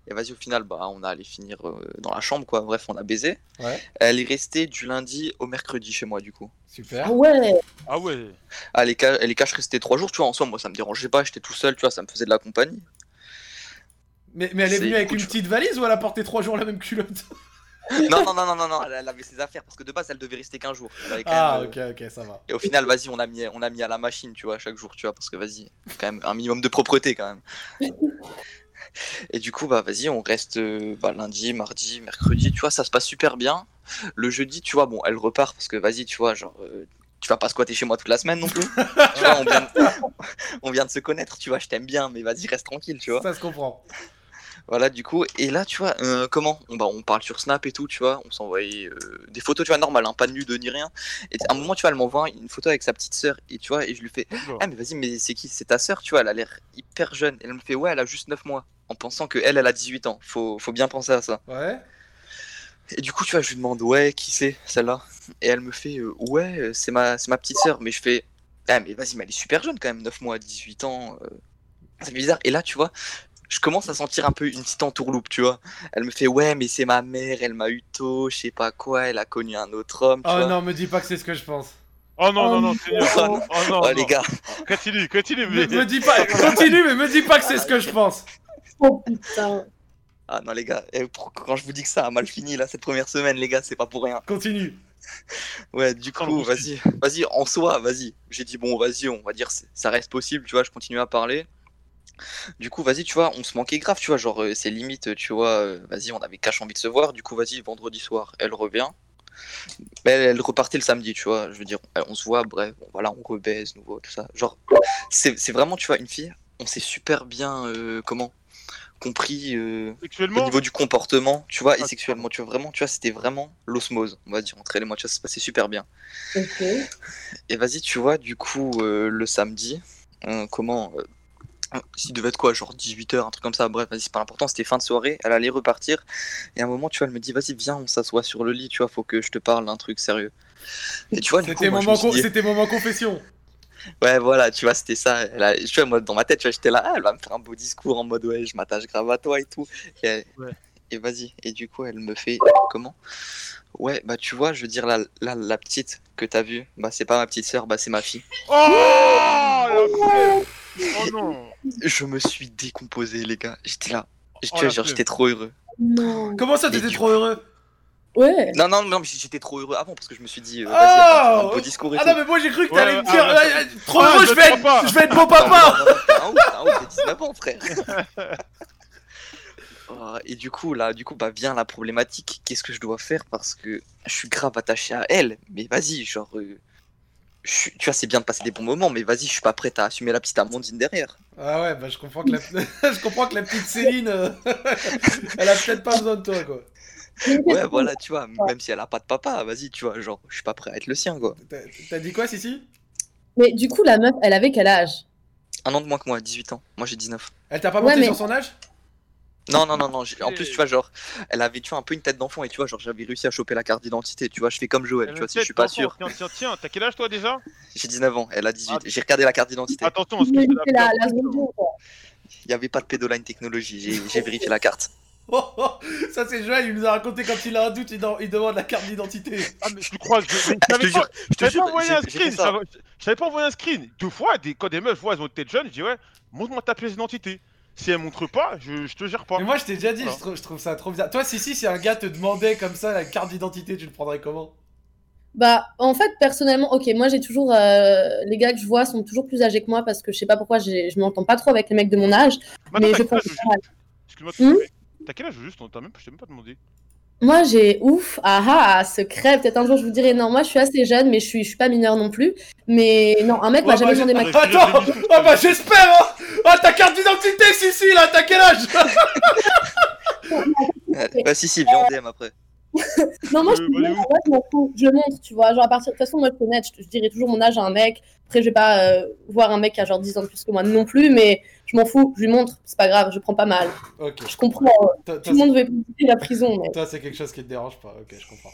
Speaker 6: et vas-y, au final, bah, on a allé finir euh, dans la chambre, quoi. Bref, on a baisé.
Speaker 1: Ouais.
Speaker 6: Elle est restée du lundi au mercredi chez moi, du coup.
Speaker 1: Super.
Speaker 3: Ah ouais,
Speaker 2: Ah ouais.
Speaker 6: Elle est, ca- elle est cache restée trois jours, tu vois. En soi, moi, ça me dérangeait pas, j'étais tout seul, tu vois, ça me faisait de la compagnie.
Speaker 1: Mais, mais elle est
Speaker 6: C'est-
Speaker 1: venue avec
Speaker 6: écoute,
Speaker 1: une
Speaker 6: je-
Speaker 1: petite valise ou elle a porté trois jours la même culotte
Speaker 6: non, non, non, non, non, non, elle, elle avait ses affaires, parce que de base, elle devait rester qu'un jour. Elle avait quand
Speaker 1: Ah,
Speaker 6: même, euh,
Speaker 1: ok, ok, ça va.
Speaker 6: Et au final, vas-y, on a mis, on a mis à la machine, tu vois, chaque jour, tu vois, parce que vas-y, faut quand même un minimum de propreté quand même. Et du coup, bah vas-y, on reste euh, bah, lundi, mardi, mercredi, tu vois, ça se passe super bien. Le jeudi, tu vois, bon, elle repart parce que vas-y, tu vois, genre, euh, tu vas pas squatter chez moi toute la semaine non plus. tu vois, on vient, de, on vient de se connaître, tu vois, je t'aime bien, mais vas-y, reste tranquille, tu vois.
Speaker 1: Ça se comprend.
Speaker 6: Voilà, du coup, et là, tu vois, euh, comment on, bah, on parle sur Snap et tout, tu vois, on s'envoyait euh, des photos, tu vois, normal, hein, pas de nude ni rien. Et à un moment, tu vois, elle m'envoie une photo avec sa petite sœur, et tu vois, et je lui fais,
Speaker 2: Oula.
Speaker 6: ah, mais vas-y, mais c'est qui C'est ta sœur, tu vois, elle a l'air hyper jeune. Elle me fait, ouais, elle a juste 9 mois, en pensant que elle, elle a 18 ans. Faut, faut bien penser à ça.
Speaker 1: Ouais.
Speaker 6: Et du coup, tu vois, je lui demande, ouais, qui c'est, celle-là Et elle me fait, euh, ouais, euh, c'est ma, c'est ma petite sœur, mais je fais, ah, mais vas-y, mais elle est super jeune quand même, 9 mois, 18 ans. euh, c'est bizarre. Et là, tu vois, je commence à sentir un peu une petite entourloupe, tu vois. Elle me fait, ouais, mais c'est ma mère, elle m'a eu tôt, je sais pas quoi, elle a connu un autre homme, tu
Speaker 1: Oh
Speaker 6: vois.
Speaker 1: non, me dis pas que c'est ce que je pense.
Speaker 2: Oh non,
Speaker 3: Oh
Speaker 2: non, non, Seigneur.
Speaker 6: Oh
Speaker 2: Oh
Speaker 6: non.
Speaker 2: non,
Speaker 6: Oh,
Speaker 2: non.
Speaker 6: les gars,
Speaker 2: Continue, continue, mais.
Speaker 1: Me, me dis pas, continue, mais me dis pas que c'est ce que je pense.
Speaker 3: oh putain.
Speaker 6: ah non, les gars, eh, pour- quand je vous dis que ça a mal fini là, cette première semaine, les gars, c'est pas pour rien.
Speaker 1: Continue.
Speaker 6: Ouais, du
Speaker 2: Sans
Speaker 6: coup,
Speaker 2: le
Speaker 6: vas-y, vas-y, en soi, vas-y. J'ai dit, bon, vas-y, on va dire, c'est- ça reste possible, tu vois, je continue à parler. Du coup, vas-y, tu vois, on se manquait grave, tu vois, genre, euh, c'est limite, tu vois, euh, vas-y, on avait cache envie de se voir. Du coup, vas-y, vendredi soir, elle revient. Mais elle, elle repartait le samedi, tu vois, je veux dire, euh, on se voit, bref, bon, voilà, on rebaise, nouveau, tout ça. Genre, c'est c'est vraiment, tu vois, une fille, on s'est super bien, euh, comment, compris, euh, au
Speaker 2: Sexuellement
Speaker 6: niveau du comportement, tu vois, et
Speaker 2: Ah,
Speaker 6: sexuellement, tu vois, vraiment, tu vois, c'était vraiment l'osmose, on va dire, entre elle et moi, tu vois, ça se passait super bien.
Speaker 3: Ok.
Speaker 6: Et vas-y, tu vois, du coup, euh, le samedi, euh, comment euh, S'il devait être quoi, genre 18h, un truc comme ça, bref, vas-y, c'est pas l'important, c'était fin de soirée, elle allait repartir, et à un moment, tu vois, elle me dit, vas-y, viens, on s'assoit sur le lit, tu vois, faut que je te parle d'un truc sérieux. Et tu vois, du coup,
Speaker 1: C'était
Speaker 6: moi, je
Speaker 1: moment,
Speaker 6: me suis
Speaker 1: con-
Speaker 6: dit,
Speaker 1: c'était moment confession.
Speaker 6: Ouais, voilà, tu vois, c'était ça. Elle a- Tu vois, moi, dans ma tête, tu vois, j'étais là, ah, elle va me faire un beau discours en mode, ouais, je m'attache grave à toi et tout. Et, elle-
Speaker 2: Ouais.
Speaker 6: et vas-y. Et du coup, elle me fait, comment? Ouais, bah, tu vois, je veux dire, la, la, la petite que t'as vue, bah, c'est pas ma petite sœur, bah, c'est ma fille.
Speaker 2: Oh la flemme. Oh non
Speaker 6: Je me suis décomposé, les gars. J'étais là. Tu
Speaker 2: Oh,
Speaker 6: vois,
Speaker 2: la
Speaker 6: genre,
Speaker 2: flemme.
Speaker 6: j'étais trop heureux.
Speaker 3: Non.
Speaker 1: Comment ça,
Speaker 6: Mais
Speaker 1: t'étais
Speaker 6: tu-
Speaker 1: trop heureux
Speaker 3: Ouais.
Speaker 6: Non, non, non, mais j'étais trop heureux avant parce que je me suis dit, euh, vas-y, elle va me faire
Speaker 1: Ah
Speaker 6: un beau discours et
Speaker 1: Ah
Speaker 6: tout.
Speaker 1: non, mais moi j'ai cru que t'allais
Speaker 2: Ouais,
Speaker 1: me dire.
Speaker 2: ah, ouais,
Speaker 1: euh, euh, Trop
Speaker 2: Ah,
Speaker 1: heureux,
Speaker 2: je
Speaker 1: je vais
Speaker 2: crois pas.
Speaker 1: être- je vais être bon
Speaker 6: Non,
Speaker 1: papa
Speaker 6: non, non, t'es un ouf, t'es un ouf, Ah t'as 19 ans, frère. Euh, Et du coup, là, du coup, bah, vient la problématique. Qu'est-ce que je dois faire Parce que je suis grave attaché à elle. Mais vas-y, genre. euh, je suis- tu vois, c'est bien de passer des bons moments, mais vas-y, je suis pas prête à assumer la petite Amandine derrière.
Speaker 1: Ah ouais, bah je comprends que la, je comprends que la petite Céline, euh, elle a peut-être pas besoin de toi, quoi.
Speaker 6: Ouais, voilà, tu vois, même si elle a pas de papa, vas-y, tu vois, genre, je suis pas prêt à être le sien, quoi.
Speaker 1: T'as t'as dit quoi, Sissi
Speaker 3: Mais du coup, la meuf, elle avait quel âge
Speaker 6: Un an de moins que moi, 18 ans. Moi, j'ai 19.
Speaker 1: Elle t'a pas
Speaker 3: Ouais,
Speaker 1: monté
Speaker 3: mais-
Speaker 1: sur son âge
Speaker 6: Non, non, non, non. j'ai- En plus, tu vois, genre, elle avait, tu vois, un peu une tête d'enfant et tu vois, genre, j'avais réussi à choper la carte d'identité. Tu vois, je fais comme Joël, tu vois, si je suis pas sûr.
Speaker 2: Tiens, tiens, tiens, t'as quel âge toi déjà
Speaker 6: J'ai 19 ans, elle a 18.
Speaker 2: Ah.
Speaker 6: J'ai regardé la carte d'identité.
Speaker 2: Attention,
Speaker 3: Je
Speaker 2: excuse
Speaker 3: lui ai fait la,
Speaker 2: la
Speaker 3: la seconde jour, quoi.
Speaker 6: Il n'y avait pas de pédoline technologie. J'ai j'ai vérifié la carte.
Speaker 1: Oh, oh, Ça, c'est Joël, il nous a raconté quand il a un doute, il, dem- il demande la carte d'identité.
Speaker 2: Ah, mais je le croise, je mais
Speaker 6: Je te
Speaker 2: je savais pas-
Speaker 6: jure, je
Speaker 2: je
Speaker 6: te
Speaker 2: savais
Speaker 6: jure.
Speaker 2: pas envoyer
Speaker 6: j'ai-
Speaker 2: un
Speaker 6: j'ai fait
Speaker 2: screen.
Speaker 6: ça.
Speaker 2: j'avais- Je savais pas envoyer un screen. Deux fois, des- quand des meufs, je vois, elles ont une tête jeune, je dis ouais, montre-moi ta pièce d'identité. Si elle montre pas, je, je te gère pas.
Speaker 1: Mais moi, je t'ai déjà dit,
Speaker 2: Voilà.
Speaker 1: je, trouve, je trouve ça trop bizarre. Toi, Sissi, si un gars te demandait comme ça la carte d'identité, tu le prendrais comment
Speaker 3: Bah, en fait, personnellement, ok, moi j'ai toujours. euh, les gars que je vois sont toujours plus âgés que moi parce que je sais pas pourquoi j'ai- je m'entends pas trop avec les mecs de mon âge.
Speaker 2: Maintenant,
Speaker 3: mais je
Speaker 2: t'as quel
Speaker 3: pense
Speaker 2: âge,
Speaker 3: que
Speaker 2: juste Excuse-moi, de te
Speaker 3: Hum
Speaker 2: couper.
Speaker 1: Mm.
Speaker 2: t'as quel âge juste On t'a même, je t'ai même pas demandé.
Speaker 3: Moi j'ai. Ouf, ah ah, secret. Peut-être un jour je vous dirai, non, moi je suis assez jeune, mais je suis, je suis pas mineure non plus. Mais non, un mec m'a
Speaker 1: Ouais,
Speaker 3: jamais Ah
Speaker 1: bah,
Speaker 3: demandé ma
Speaker 2: j'ai-
Speaker 1: Attends Ah bah, j'espère hein Ah, ta carte d'identité, Sissi, là, t'as quel âge
Speaker 6: Euh, Ouais, Bah, si, si, viens en DM après.
Speaker 3: Non, moi, je,
Speaker 2: Euh,
Speaker 3: suis
Speaker 2: bah,
Speaker 3: honnête, en vrai, je m'en fous. Je montre, tu vois. Genre, à partir... De toute façon, moi, je suis honnête, je, je dirais toujours mon âge à un mec. Après, je vais pas euh, voir un mec qui a genre 10 ans de plus que moi non plus, mais je m'en fous, je lui montre, c'est pas grave, je prends pas mal.
Speaker 1: Ok.
Speaker 3: Je comprends, euh,
Speaker 1: Toi-
Speaker 3: tout
Speaker 1: toi,
Speaker 3: le monde veut éviter la prison, mais
Speaker 1: Toi, c'est quelque chose qui te dérange pas. Ok, je comprends.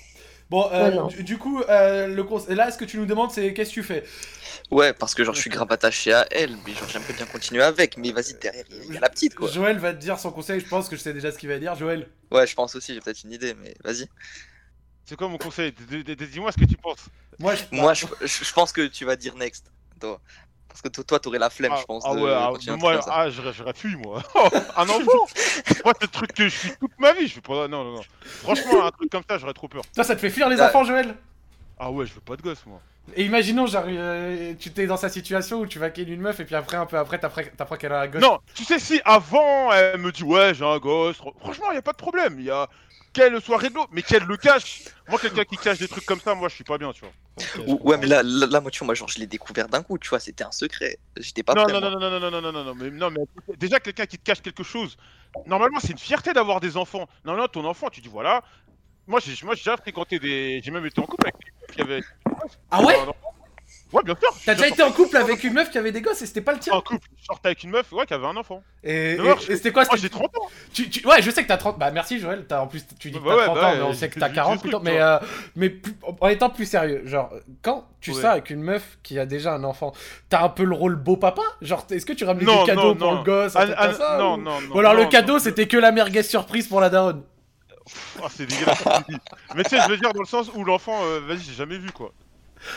Speaker 1: Bon, euh,
Speaker 3: Ouais, non.
Speaker 1: du, du coup, euh, le cons- là, ce que tu nous demandes, c'est qu'est-ce que tu fais
Speaker 6: Ouais, parce que genre je suis grave attaché à elle, mais genre j'aimerais bien continuer avec, mais vas-y, derrière, il y a la petite quoi.
Speaker 1: Joël va te dire son conseil. Je pense que je sais déjà ce qu'il va dire. Joël,
Speaker 6: Ouais, je pense aussi, j'ai peut-être une idée, mais vas-y.
Speaker 2: C'est quoi mon conseil D- d- d- Dis-moi ce que tu penses.
Speaker 1: moi, je...
Speaker 6: Moi, je, je- je pense que tu vas dire next, toi. Parce que to- toi, t'aurais la flemme,
Speaker 2: Ah,
Speaker 6: je pense.
Speaker 2: ah
Speaker 6: de
Speaker 2: ouais, ah,
Speaker 6: continuer un truc
Speaker 2: moi,
Speaker 6: comme ça.
Speaker 2: ah, j'aurais j'aurais fui, moi. un enfant Moi, c'est le truc que je suis toute ma vie. Je veux pas. Non, non, non. Franchement, un truc comme ça, j'aurais trop peur.
Speaker 1: toi, ça te fait fuir les
Speaker 2: Bah,
Speaker 6: Ouais.
Speaker 1: enfants, Joël
Speaker 2: Ah ouais, je veux pas de gosse, moi.
Speaker 1: Et imaginons, genre, euh, tu t'es dans sa situation où tu vas ken une meuf et puis après, un peu après, t'apprends t'apprends qu'elle a un gosse.
Speaker 2: Non, tu sais, si avant, elle me dit, ouais, j'ai un gosse. fr- Franchement, y a pas de problème. Y a. Qu'elle soit réglo, mais qu'elle le cache. Moi, quelqu'un qui cache des trucs comme ça, moi, je suis pas bien, tu vois.
Speaker 6: Ou- Ouais, mais là, là, là, moi, tu vois, moi, genre, je l'ai découvert d'un coup, tu vois, c'était un secret. J'étais pas
Speaker 2: Non,
Speaker 6: prêt.
Speaker 2: non,
Speaker 6: moi.
Speaker 2: non, non, non, non, non, non, non, non, mais non, mais déjà quelqu'un qui te cache quelque chose. Normalement, c'est une fierté d'avoir des enfants. Non, non, ton enfant, tu dis voilà. Moi, j'ai, moi, j'ai déjà fréquenté des. J'ai même été en couple avec une meuf qui avait.
Speaker 1: Ah ouais
Speaker 2: Non, non. Ouais, bien sûr.
Speaker 1: T'as
Speaker 2: Je
Speaker 1: déjà
Speaker 2: suis
Speaker 1: été en couple avec une meuf qui avait des gosses et c'était pas le
Speaker 2: sorti
Speaker 1: tien
Speaker 2: en couple. Je sortais avec une meuf, ouais, qui avait un enfant.
Speaker 1: Et, et-
Speaker 2: Non,
Speaker 1: et c'était quoi
Speaker 2: Moi,
Speaker 1: c'était-
Speaker 2: j'ai 30 ans.
Speaker 1: tu- tu- Ouais, je sais que t'as 30. Bah merci Joël, t'as- en plus tu dis que
Speaker 2: Bah
Speaker 1: t'as
Speaker 2: ouais,
Speaker 1: 30
Speaker 2: bah
Speaker 1: ans, mais on
Speaker 2: ouais,
Speaker 1: sait que
Speaker 2: j'ai
Speaker 1: t'as
Speaker 2: dit
Speaker 1: 40
Speaker 2: ce truc,
Speaker 1: putain,
Speaker 2: tu
Speaker 1: mais, euh, mais plus- en étant plus sérieux, genre quand tu
Speaker 2: Ouais.
Speaker 1: sors avec une meuf qui a déjà un enfant, t'as un peu le rôle beau papa Genre t'es- est-ce que tu ramènes
Speaker 2: Non,
Speaker 1: des cadeaux
Speaker 2: non,
Speaker 1: pour
Speaker 2: non.
Speaker 1: le gosse un
Speaker 2: Ah,
Speaker 1: truc
Speaker 2: ah,
Speaker 1: comme ça,
Speaker 2: non,
Speaker 1: ou...
Speaker 2: non, non.
Speaker 1: Ou alors le
Speaker 2: non,
Speaker 1: cadeau
Speaker 2: non.
Speaker 1: c'était que la merguez surprise pour la daronne
Speaker 2: Ah, c'est dégueulasse. ce que tu dis. mais tu sais, je veux dire dans le sens où l'enfant, euh, vas-y, j'ai jamais vu quoi.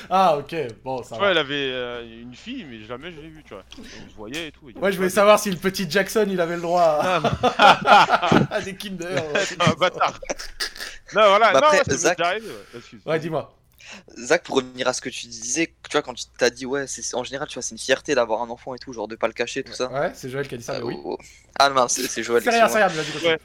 Speaker 1: Ah ok, bon ça
Speaker 2: Tu
Speaker 1: va.
Speaker 2: vois, elle avait euh, une fille, mais jamais je l'ai vue, tu vois. On se voyait et tout. et y
Speaker 1: Ouais,
Speaker 2: avait
Speaker 1: je
Speaker 2: pas
Speaker 1: voulais
Speaker 2: de-
Speaker 1: savoir si le petit Jackson il avait le droit à,
Speaker 2: Ah, bah.
Speaker 1: à Ah, des Kinder.
Speaker 2: C'est un bâtard. non, voilà,
Speaker 6: Bah
Speaker 2: non,
Speaker 6: après,
Speaker 2: ouais, ça m'est
Speaker 6: Zach-
Speaker 2: déjà arrivé, ouais. Excuse.
Speaker 1: Ouais, dis-moi.
Speaker 6: Zach, pour revenir à ce que tu disais, tu vois, quand tu t'as dit, ouais, c'est en général, tu vois, c'est une fierté d'avoir un enfant et tout, genre de pas le cacher, tout ça.
Speaker 1: Ouais, c'est Joël qui a dit ça, mais
Speaker 6: Euh,
Speaker 1: oui.
Speaker 6: oh, oh. Ah non, c'est c'est Joël.
Speaker 1: C'est rien, c'est
Speaker 6: excuse-moi.
Speaker 1: rien, mais vas-y, continue.
Speaker 2: Ouais.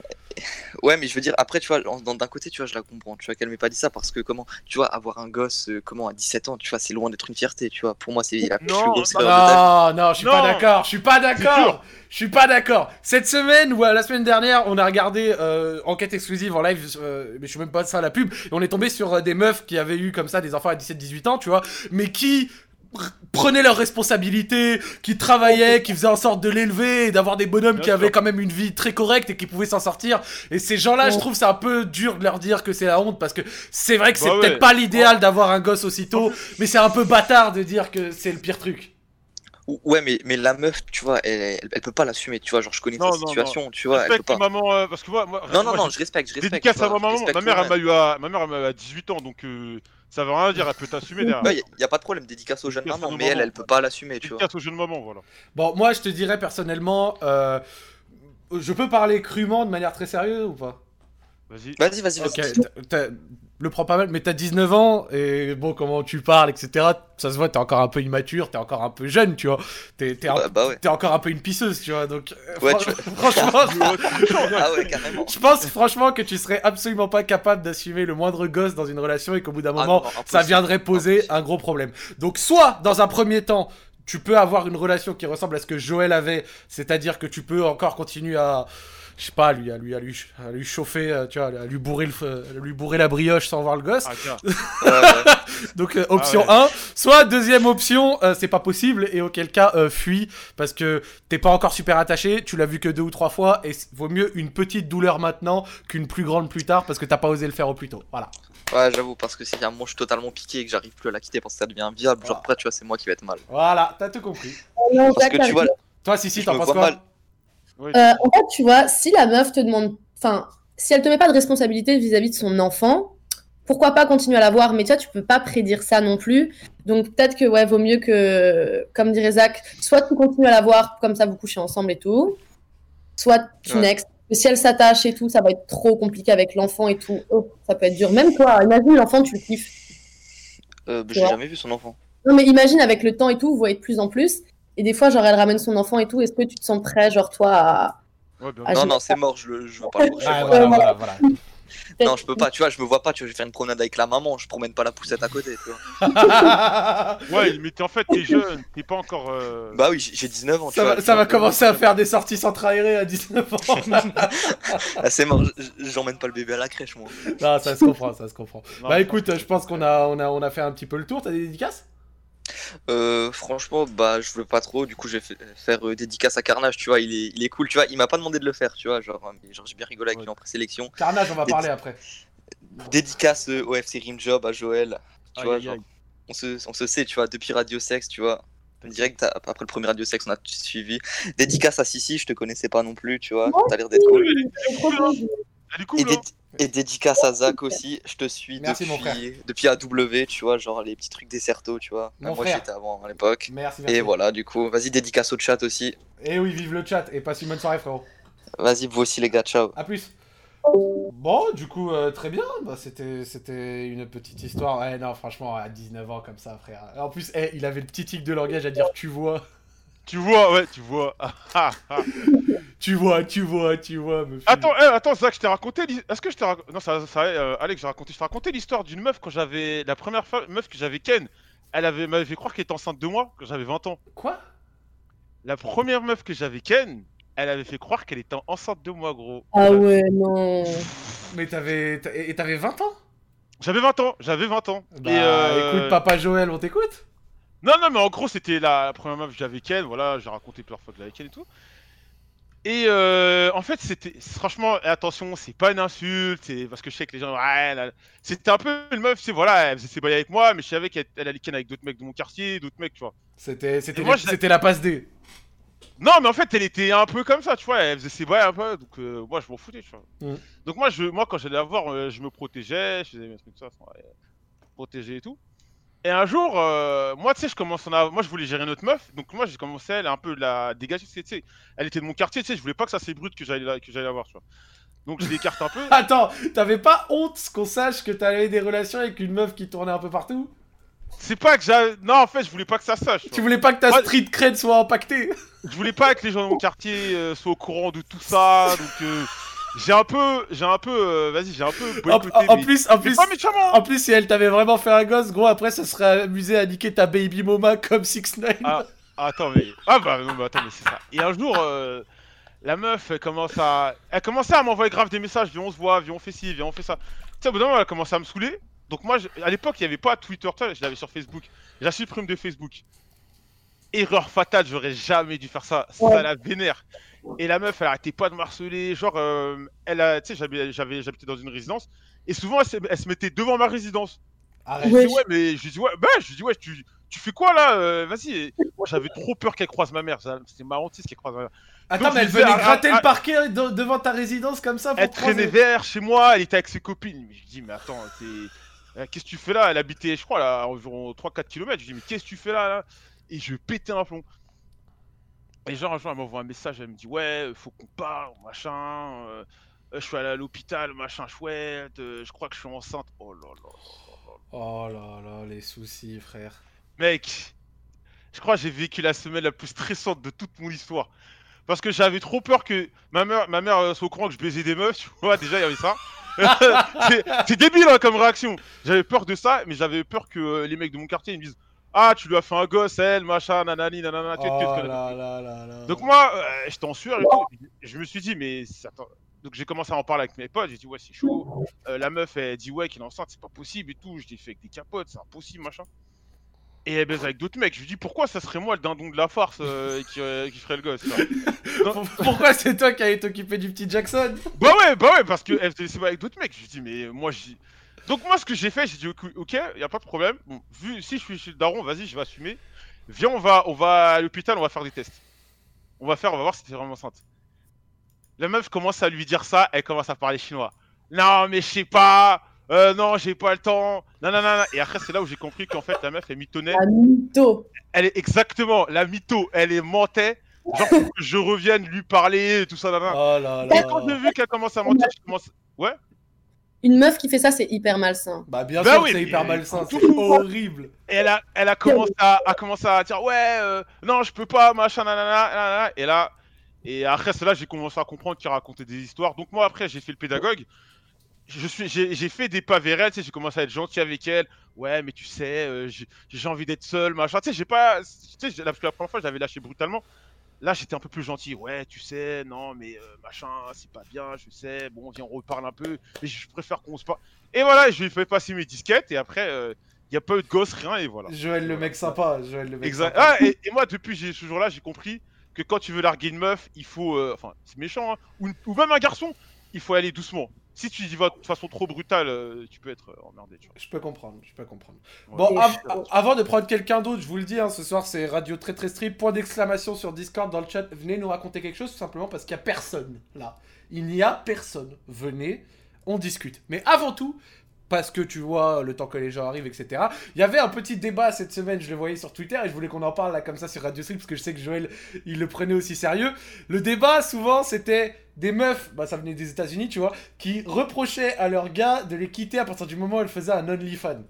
Speaker 6: Ouais, mais je veux dire, après, tu vois, en- dans- d'un côté, tu vois, je la comprends, tu vois, qu'elle m'ait pas dit ça parce que, comment, tu vois, avoir un gosse, euh, comment, à 17 ans, tu vois, c'est loin d'être une fierté, tu vois. Pour moi, c'est la plus
Speaker 2: Non,
Speaker 6: grosse
Speaker 2: non,
Speaker 6: erreur de ta vie.
Speaker 1: Non, non, je suis pas
Speaker 2: Non.
Speaker 1: d'accord, je suis pas
Speaker 2: C'est
Speaker 1: d'accord,
Speaker 2: dur.
Speaker 1: je suis pas d'accord. Cette semaine ou euh, la semaine dernière, on a regardé euh, enquête exclusive en live, euh, mais je suis même pas de ça la pub, et on est tombé sur euh, des meufs qui avaient eu comme ça des enfants à 17-18 ans, tu vois, mais qui pr- prenaient leurs responsabilités, qui travaillaient, qui faisaient en sorte de l'élever et d'avoir des bonhommes
Speaker 2: Bien
Speaker 1: qui
Speaker 2: sûr.
Speaker 1: avaient quand même une vie très correcte et qui pouvaient s'en sortir. Et ces gens-là, je trouve c'est un peu dur de leur dire que c'est la honte parce que c'est vrai que c'est
Speaker 2: Bah ouais.
Speaker 1: peut-être pas l'idéal d'avoir un gosse aussitôt, mais c'est un peu bâtard de dire que c'est le pire truc.
Speaker 6: Ou- Ouais, mais, mais la meuf, tu vois, elle, elle, elle peut pas l'assumer, tu vois, genre, je connais
Speaker 2: Non,
Speaker 6: sa
Speaker 2: non,
Speaker 6: situation, tu vois, elle peut
Speaker 2: Respecte
Speaker 6: pas.
Speaker 2: ma maman, euh, parce que moi, moi
Speaker 6: Non, non,
Speaker 2: moi,
Speaker 6: non,
Speaker 2: j'ai-
Speaker 6: je respecte, je respecte.
Speaker 2: dédicace
Speaker 6: tu vois,
Speaker 2: à ma
Speaker 6: je
Speaker 2: maman.
Speaker 6: respecte
Speaker 2: Ma mère, elle
Speaker 6: toi-même.
Speaker 2: m'a eu à, ma mère, elle m'a eu à 18 ans, donc euh, ça veut rien dire. Elle peut t'assumer derrière.
Speaker 6: Ouais, y a- y a pas de problème, dédicace aux jeunes
Speaker 2: Dédicace
Speaker 6: mamans,
Speaker 2: aux
Speaker 6: mais elle,
Speaker 2: mamans.
Speaker 6: elle peut pas l'assumer, tu vois.
Speaker 2: Dédicace au jeune maman, voilà.
Speaker 1: Bon, moi, je te dirais personnellement, euh, je peux parler crûment de manière très sérieuse ou pas
Speaker 2: Vas-y.
Speaker 6: Vas-y, vas-y,
Speaker 1: Ok,
Speaker 6: vas-y.
Speaker 1: t'as- t'as- le prends pas mal, mais t'as 19 ans, et bon, comment tu parles, etc., ça se voit, t'es encore un peu immature, t'es encore un peu jeune, tu vois. T'es t'es un-
Speaker 6: Ouais, bah ouais.
Speaker 1: t'es encore un peu une pisseuse, tu vois, donc... euh,
Speaker 6: Ouais,
Speaker 1: fran-
Speaker 6: tu-
Speaker 1: Franchement...
Speaker 6: Ah ouais, carrément.
Speaker 1: Je pense franchement que tu serais absolument pas capable d'assumer le moindre gosse dans une relation et qu'au bout d'un
Speaker 6: Ah
Speaker 1: moment,
Speaker 6: non, impossible.
Speaker 1: ça viendrait poser un gros problème. Donc soit, dans un premier temps, tu peux avoir une relation qui ressemble à ce que Joël avait, c'est-à-dire que tu peux encore continuer à, je sais pas, à lui, à lui, à lui, ch- à lui chauffer, euh, tu vois, à lui bourrer le, feu- à lui bourrer la brioche sans voir le gosse.
Speaker 2: Ah, tiens.
Speaker 6: Ouais, ouais.
Speaker 1: Donc euh, option
Speaker 2: Ah
Speaker 1: 1, soit deuxième option, euh, c'est pas possible et auquel cas euh, fuis parce que t'es pas encore super attaché, tu l'as vu que deux ou trois fois et c- vaut mieux une petite douleur maintenant qu'une plus grande plus tard parce que t'as pas osé le faire au plus tôt. Voilà.
Speaker 6: Ouais, j'avoue, parce que c'est un moment je suis totalement piqué et que j'arrive plus à la quitter parce que ça devient viable. Genre,
Speaker 1: Ah.
Speaker 6: après, tu vois, c'est moi qui vais être mal.
Speaker 1: Voilà, t'as tout compris.
Speaker 3: non,
Speaker 6: Parce que
Speaker 3: d'accord.
Speaker 6: tu vois,
Speaker 1: Toi Sissi,
Speaker 6: Je
Speaker 1: t'en
Speaker 6: me
Speaker 1: penses
Speaker 6: vois
Speaker 1: quoi
Speaker 6: mal.
Speaker 2: Ouais,
Speaker 3: Euh, en fait, tu vois, si la meuf te demande, enfin, si elle te met pas de responsabilité vis-à-vis de son enfant, pourquoi pas continuer à la voir Mais tu vois, tu peux pas prédire ça non plus. Donc peut-être que ouais, vaut mieux que, comme dirait Zach, soit tu continues à la voir, comme ça vous couchez ensemble et tout, soit tu
Speaker 6: Ouais.
Speaker 3: next. Parce que Si elle s'attache et tout, ça va être trop compliqué avec l'enfant et tout. Oh, ça peut être dur. Même toi, imagine l'enfant, tu le kiffes.
Speaker 6: euh, j'ai
Speaker 3: Ouais.
Speaker 6: jamais vu son enfant.
Speaker 3: Non, mais imagine avec le temps et tout, vous voyez de plus en plus. Et des fois, genre, elle ramène son enfant et tout. Est-ce que tu te sens prêt, genre, toi, à,
Speaker 2: ouais, bien
Speaker 3: Ah,
Speaker 2: sûr.
Speaker 6: non,
Speaker 3: j'ai-
Speaker 6: non, c'est mort, je, le- je veux pas le voir chez
Speaker 1: Ah,
Speaker 6: moi.
Speaker 1: voilà,
Speaker 3: voilà.
Speaker 1: voilà, voilà.
Speaker 6: Non, je peux pas, tu vois, je me vois pas, tu vois, je vais faire une promenade avec la maman, je promène pas la poussette à côté, tu vois.
Speaker 2: Ouais, mais t'es- en fait, t'es jeune, t'es pas encore. euh,
Speaker 6: Bah oui, j'ai j'ai 19 ans, tu
Speaker 1: ça
Speaker 6: vois. euh,
Speaker 1: va, ça va commencer à faire des sorties sans trahir à 19 ans.
Speaker 6: Ah, c'est mort, j- j'emmène pas le bébé à la crèche, moi.
Speaker 1: non, ça se comprend, ça se comprend.
Speaker 2: non.
Speaker 1: bah écoute, je pense qu'on a, on a, on a fait un petit peu le tour. T'as des dédicaces
Speaker 6: Euh, franchement, bah, je veux pas trop, du coup, je vais fa- faire euh, dédicace à Carnage, tu vois, il est, il est cool, tu vois, il m'a pas demandé de le faire, tu vois, genre, hein, mais genre j'ai bien rigolé avec lui en présélection.
Speaker 1: Carnage, on va
Speaker 6: Des-
Speaker 1: parler après.
Speaker 6: Dédicace euh, au FC Rimjob, à Joël, tu
Speaker 2: Aïe,
Speaker 6: vois,
Speaker 2: aïe,
Speaker 6: genre,
Speaker 2: aïe.
Speaker 6: on se, on se sait, tu vois, depuis Radio Sex, tu vois. Direct à- après le premier Radio Sex, on a tous suivi. Dédicace à Sissi, je te connaissais pas non plus, tu vois, Ah, t'as l'air d'être cool.
Speaker 3: C'est trop bien.
Speaker 2: Elle est
Speaker 6: Et,
Speaker 2: cool,
Speaker 6: dé-
Speaker 2: hein
Speaker 6: et dédicace à Zach aussi, je te suis
Speaker 1: Merci, mon
Speaker 6: depuis, depuis AW, tu vois, genre les petits trucs des certeaux, tu vois. Bah,
Speaker 1: Mon
Speaker 6: moi
Speaker 1: frère.
Speaker 6: j'étais avant à l'époque.
Speaker 1: Merci, merci.
Speaker 6: Et voilà, du coup, vas-y, dédicace au chat aussi.
Speaker 1: Et Eh oui, vive le chat et passe une bonne soirée, frérot.
Speaker 6: Vas-y, vous aussi les gars, ciao.
Speaker 1: A plus. Bon, du coup, euh, très bien. Bah, c'était, c'était une petite histoire. Ouais, non, franchement, à 19 ans comme ça, frère. En plus, eh, il avait le petit tic de langage à dire tu vois,
Speaker 2: Tu vois, ouais, tu vois. Ah, ah, ah.
Speaker 1: tu vois, tu vois, tu vois. me file.
Speaker 2: Attends, eh, attends, Zach, je t'ai raconté. l'hi- Est-ce que je t'ai raconté. Non, ça, ça, euh, Alex, j'ai raconté. Je t'ai raconté l'histoire d'une meuf quand j'avais. La première fois- meuf que j'avais Ken. Elle avait m'avait fait croire qu'elle était enceinte de moi quand j'avais 20 ans.
Speaker 1: Quoi
Speaker 2: La première meuf que j'avais Ken, elle avait fait croire qu'elle était enceinte de moi, gros.
Speaker 3: Ah ouais, non.
Speaker 1: Mais t'avais, t'a- et t'avais 20 ans
Speaker 2: J'avais 20 ans, j'avais 20 ans.
Speaker 1: Bah,
Speaker 2: Et, euh,
Speaker 1: écoute, papa Joël, on t'écoute
Speaker 2: Non, non, mais en gros, c'était la première meuf que j'avais avec elle. Voilà, j'ai raconté plusieurs fois que j'avais avec elle et tout. Et euh, en fait, c'était franchement, et attention, c'est pas une insulte, c'est parce que je sais que les gens, ouais, là- c'était un peu une meuf, c'est voilà, elle faisait ses bails avec moi, mais je savais qu'elle elle allait ken avec d'autres mecs de mon quartier, d'autres mecs, tu vois.
Speaker 1: C'était, c'était,
Speaker 2: Et moi,
Speaker 1: les-
Speaker 2: je l'ai-
Speaker 1: c'était la passe D.
Speaker 2: Non, mais en fait, elle était un peu comme ça, tu vois, elle faisait ses bails un peu, donc euh, moi, je m'en foutais, tu vois.
Speaker 1: Mm.
Speaker 2: Donc moi, je, moi, quand j'allais la voir, euh, je me protégeais, je faisais mes trucs, ça, enfin, ouais, protéger et tout. Et un jour, euh, moi, tu sais, je commence en avoir- moi, je voulais gérer notre meuf, donc moi, j'ai commencé à la- un peu la dégager, tu sais, tu sais, elle était de mon quartier, tu sais, je voulais pas que ça s'ébrute que j'allais la, que j'allais la voir, tu vois. Donc je l'écarte un peu.
Speaker 1: Attends, t'avais pas honte qu'on sache que t'avais des relations avec une meuf qui tournait un peu partout
Speaker 2: C'est pas que j'a... Non, en fait, je voulais pas que ça sache. tu
Speaker 1: Tu
Speaker 2: vois.
Speaker 1: voulais pas que ta
Speaker 2: Ouais.
Speaker 1: street cred soit impactée
Speaker 2: Je voulais pas que les gens de mon quartier euh, soient au courant de tout ça, donc euh, j'ai un peu, j'ai un peu, euh, vas-y, j'ai un peu
Speaker 1: En,
Speaker 2: boycotté.
Speaker 1: en- en
Speaker 2: mais-
Speaker 1: plus, en
Speaker 2: mais
Speaker 1: plus,
Speaker 2: pas méchamment.
Speaker 1: En plus, si elle t'avait vraiment fait un gosse, gros, après, ça serait amusé à niquer ta baby mama comme 6 9
Speaker 2: Ah, attends, mais. Ah bah non, mais attends, mais c'est ça. Et un jour, euh, la meuf, elle commence à. Elle commençait à m'envoyer grave des messages, viens, on se voit, viens, on fait ci, viens, on fait ça. Tu sais, au bout d'un moment, elle a commencé à me saouler. Donc moi, je- à l'époque, il n'y avait pas Twitter, tu vois, je l'avais sur Facebook. Je la supprime de Facebook. Erreur fatale, j'aurais jamais dû faire ça. Ça
Speaker 3: Ouais.
Speaker 2: la vénère. Et la meuf, elle arrêtait pas de me harceler. Genre, euh, elle a. Tu sais, j'avais- j'avais- j'habitais dans une résidence. Et souvent, elle se- elle se mettait devant ma résidence.
Speaker 1: Arrête.
Speaker 2: Je lui
Speaker 3: Ouais.
Speaker 2: dis ouais, mais je lui dis ouais, bah, je lui dis ouais, tu, tu fais quoi là euh, Vas-y. Et Moi, j'avais trop peur qu'elle croise ma mère. ça- C'était ma hantise qu'elle croise ma mère.
Speaker 1: Attends,
Speaker 2: Donc,
Speaker 1: mais elle
Speaker 2: je disais,
Speaker 1: venait
Speaker 2: ah,
Speaker 1: gratter
Speaker 2: ah,
Speaker 1: le
Speaker 2: ah.
Speaker 1: parquet de- devant ta résidence comme ça pour
Speaker 2: Elle
Speaker 1: te
Speaker 2: traînait
Speaker 1: croiser.
Speaker 2: vers chez moi. Elle était avec ses copines. Mais je lui dis mais attends, t'es- euh, qu'est-ce que tu fais là Elle habitait, je crois, là, à environ 3-4 km. Je lui dis mais qu'est-ce que tu fais là, là Et je pétais un plomb. Et genre un jour, elle m'envoie un message. Elle me dit ouais, euh, faut qu'on parle, machin. euh, euh, je suis allé à l'hôpital, machin chouette. euh, je crois que je suis enceinte. Oh là là.
Speaker 1: Oh là là, les soucis, frère.
Speaker 2: Mec, je crois que j'ai vécu la semaine la plus stressante de toute mon histoire. Parce que j'avais trop peur que ma mère, ma mère euh, soit au courant que je baisais des meufs, tu vois, déjà il y avait ça. C'est- c'est débile hein, comme réaction. J'avais peur de ça, mais j'avais peur que euh, les mecs de mon quartier ils me disent Ah, tu lui as fait un gosse, elle, machin, nanani, nanana,
Speaker 1: Oh
Speaker 2: tu sais, tu sais, tu sais.
Speaker 1: là là là là.
Speaker 2: Donc moi, euh, j'étais en sueur et tout. Je me suis dit, mais c'est- attends. Donc j'ai commencé à en parler avec mes potes. J'ai dit, ouais, c'est chaud. Euh, la meuf, elle dit, ouais, qu'il est enceinte, c'est pas possible et tout. Je l'ai fait avec des capotes, c'est impossible, machin. Et elle baise avec d'autres mecs. Je lui dis, pourquoi ça serait moi le dindon de la farce euh, qui, euh, qui ferait le gosse quoi
Speaker 1: Pourquoi c'est toi qui allais t'occuper du petit Jackson
Speaker 2: Bah ouais, bah ouais, parce que elle faisait ses bails avec d'autres mecs. Je lui dis, mais moi, j'y. Donc moi, ce que j'ai fait, j'ai dit, ok, ok, y a pas de problème. Bon, vu si je suis chez le daron, vas-y, je vais assumer. Viens, on va, on va à l'hôpital, on va faire des tests. On va faire, on va voir si t'es vraiment enceinte. La meuf commence à lui dire ça, elle commence à parler chinois. Non, mais je sais pas. Euh, non, j'ai pas le temps. Non, non, non, non. Et après, c'est là où j'ai compris qu'en fait, la meuf, elle mitonnait.
Speaker 3: Ah, mytho.
Speaker 2: Elle est exactement la mytho. Elle est mentait. Genre, pour que je revienne lui parler, tout ça, nanana.
Speaker 1: Oh là
Speaker 2: Et quand j'ai
Speaker 1: là.
Speaker 2: vu qu'elle commence à mentir, je commence.
Speaker 3: Une meuf qui fait ça, c'est hyper malsain.
Speaker 1: Bah bien
Speaker 2: Bah
Speaker 1: sûr,
Speaker 2: oui,
Speaker 1: c'est
Speaker 2: mais-
Speaker 1: hyper malsain, c'est
Speaker 2: Tout-
Speaker 1: horrible.
Speaker 2: Et elle a, elle a commencé à, à commencer à dire ouais euh, non je peux pas machin nanana, nanana. et là et après cela j'ai commencé à comprendre qu'il racontait des histoires donc moi après j'ai fait le pédagogue je suis, j'ai j'ai fait des pavés raides, tu sais, j'ai commencé à être gentil avec elle. Ouais, mais tu sais, euh, j'ai j'ai envie d'être seul, machin. Tu sais, j'ai pas, tu sais, j'ai- la, la première fois, je l'avais lâché brutalement. Là, j'étais un peu plus gentil. Ouais, tu sais, non, mais euh, machin, c'est pas bien, je sais. Bon, viens, on reparle un peu. Mais je préfère qu'on se parle. Et voilà, je lui ai fait passer mes disquettes. Et après, euh, il n'y a pas eu de gosse, rien. Et voilà.
Speaker 1: Joël le mec sympa, Joël le mec
Speaker 2: Exact.
Speaker 1: sympa.
Speaker 2: Ah, et, et moi, depuis j'ai- ce jour-là, j'ai compris que quand tu veux larguer une meuf, il faut. euh, Enfin, c'est méchant, hein, ou, ou même un garçon, il faut aller doucement. Si tu y vas de façon trop brutale, euh, tu peux être euh, emmerdé. Tu vois.
Speaker 1: Je peux comprendre, je peux comprendre.
Speaker 2: Ouais.
Speaker 1: Bon, av- av- avant de prendre quelqu'un d'autre, je vous le dis, hein, ce soir c'est Radio Très Très Stream, point d'exclamation sur Discord dans le chat. Venez nous raconter quelque chose, tout simplement parce qu'il n'y a personne là. Il n'y a personne. Venez, on discute. Mais avant tout, parce que tu vois le temps que les gens arrivent, etc. Il y avait un petit débat cette semaine, je le voyais sur Twitter et je voulais qu'on en parle là comme ça sur Radio Stream parce que je sais que Joël il le prenait aussi sérieux. Le débat souvent c'était des meufs, bah ça venait des États-Unis, tu vois, qui reprochaient à leur gars de les quitter à partir du moment où elles faisaient un OnlyFans.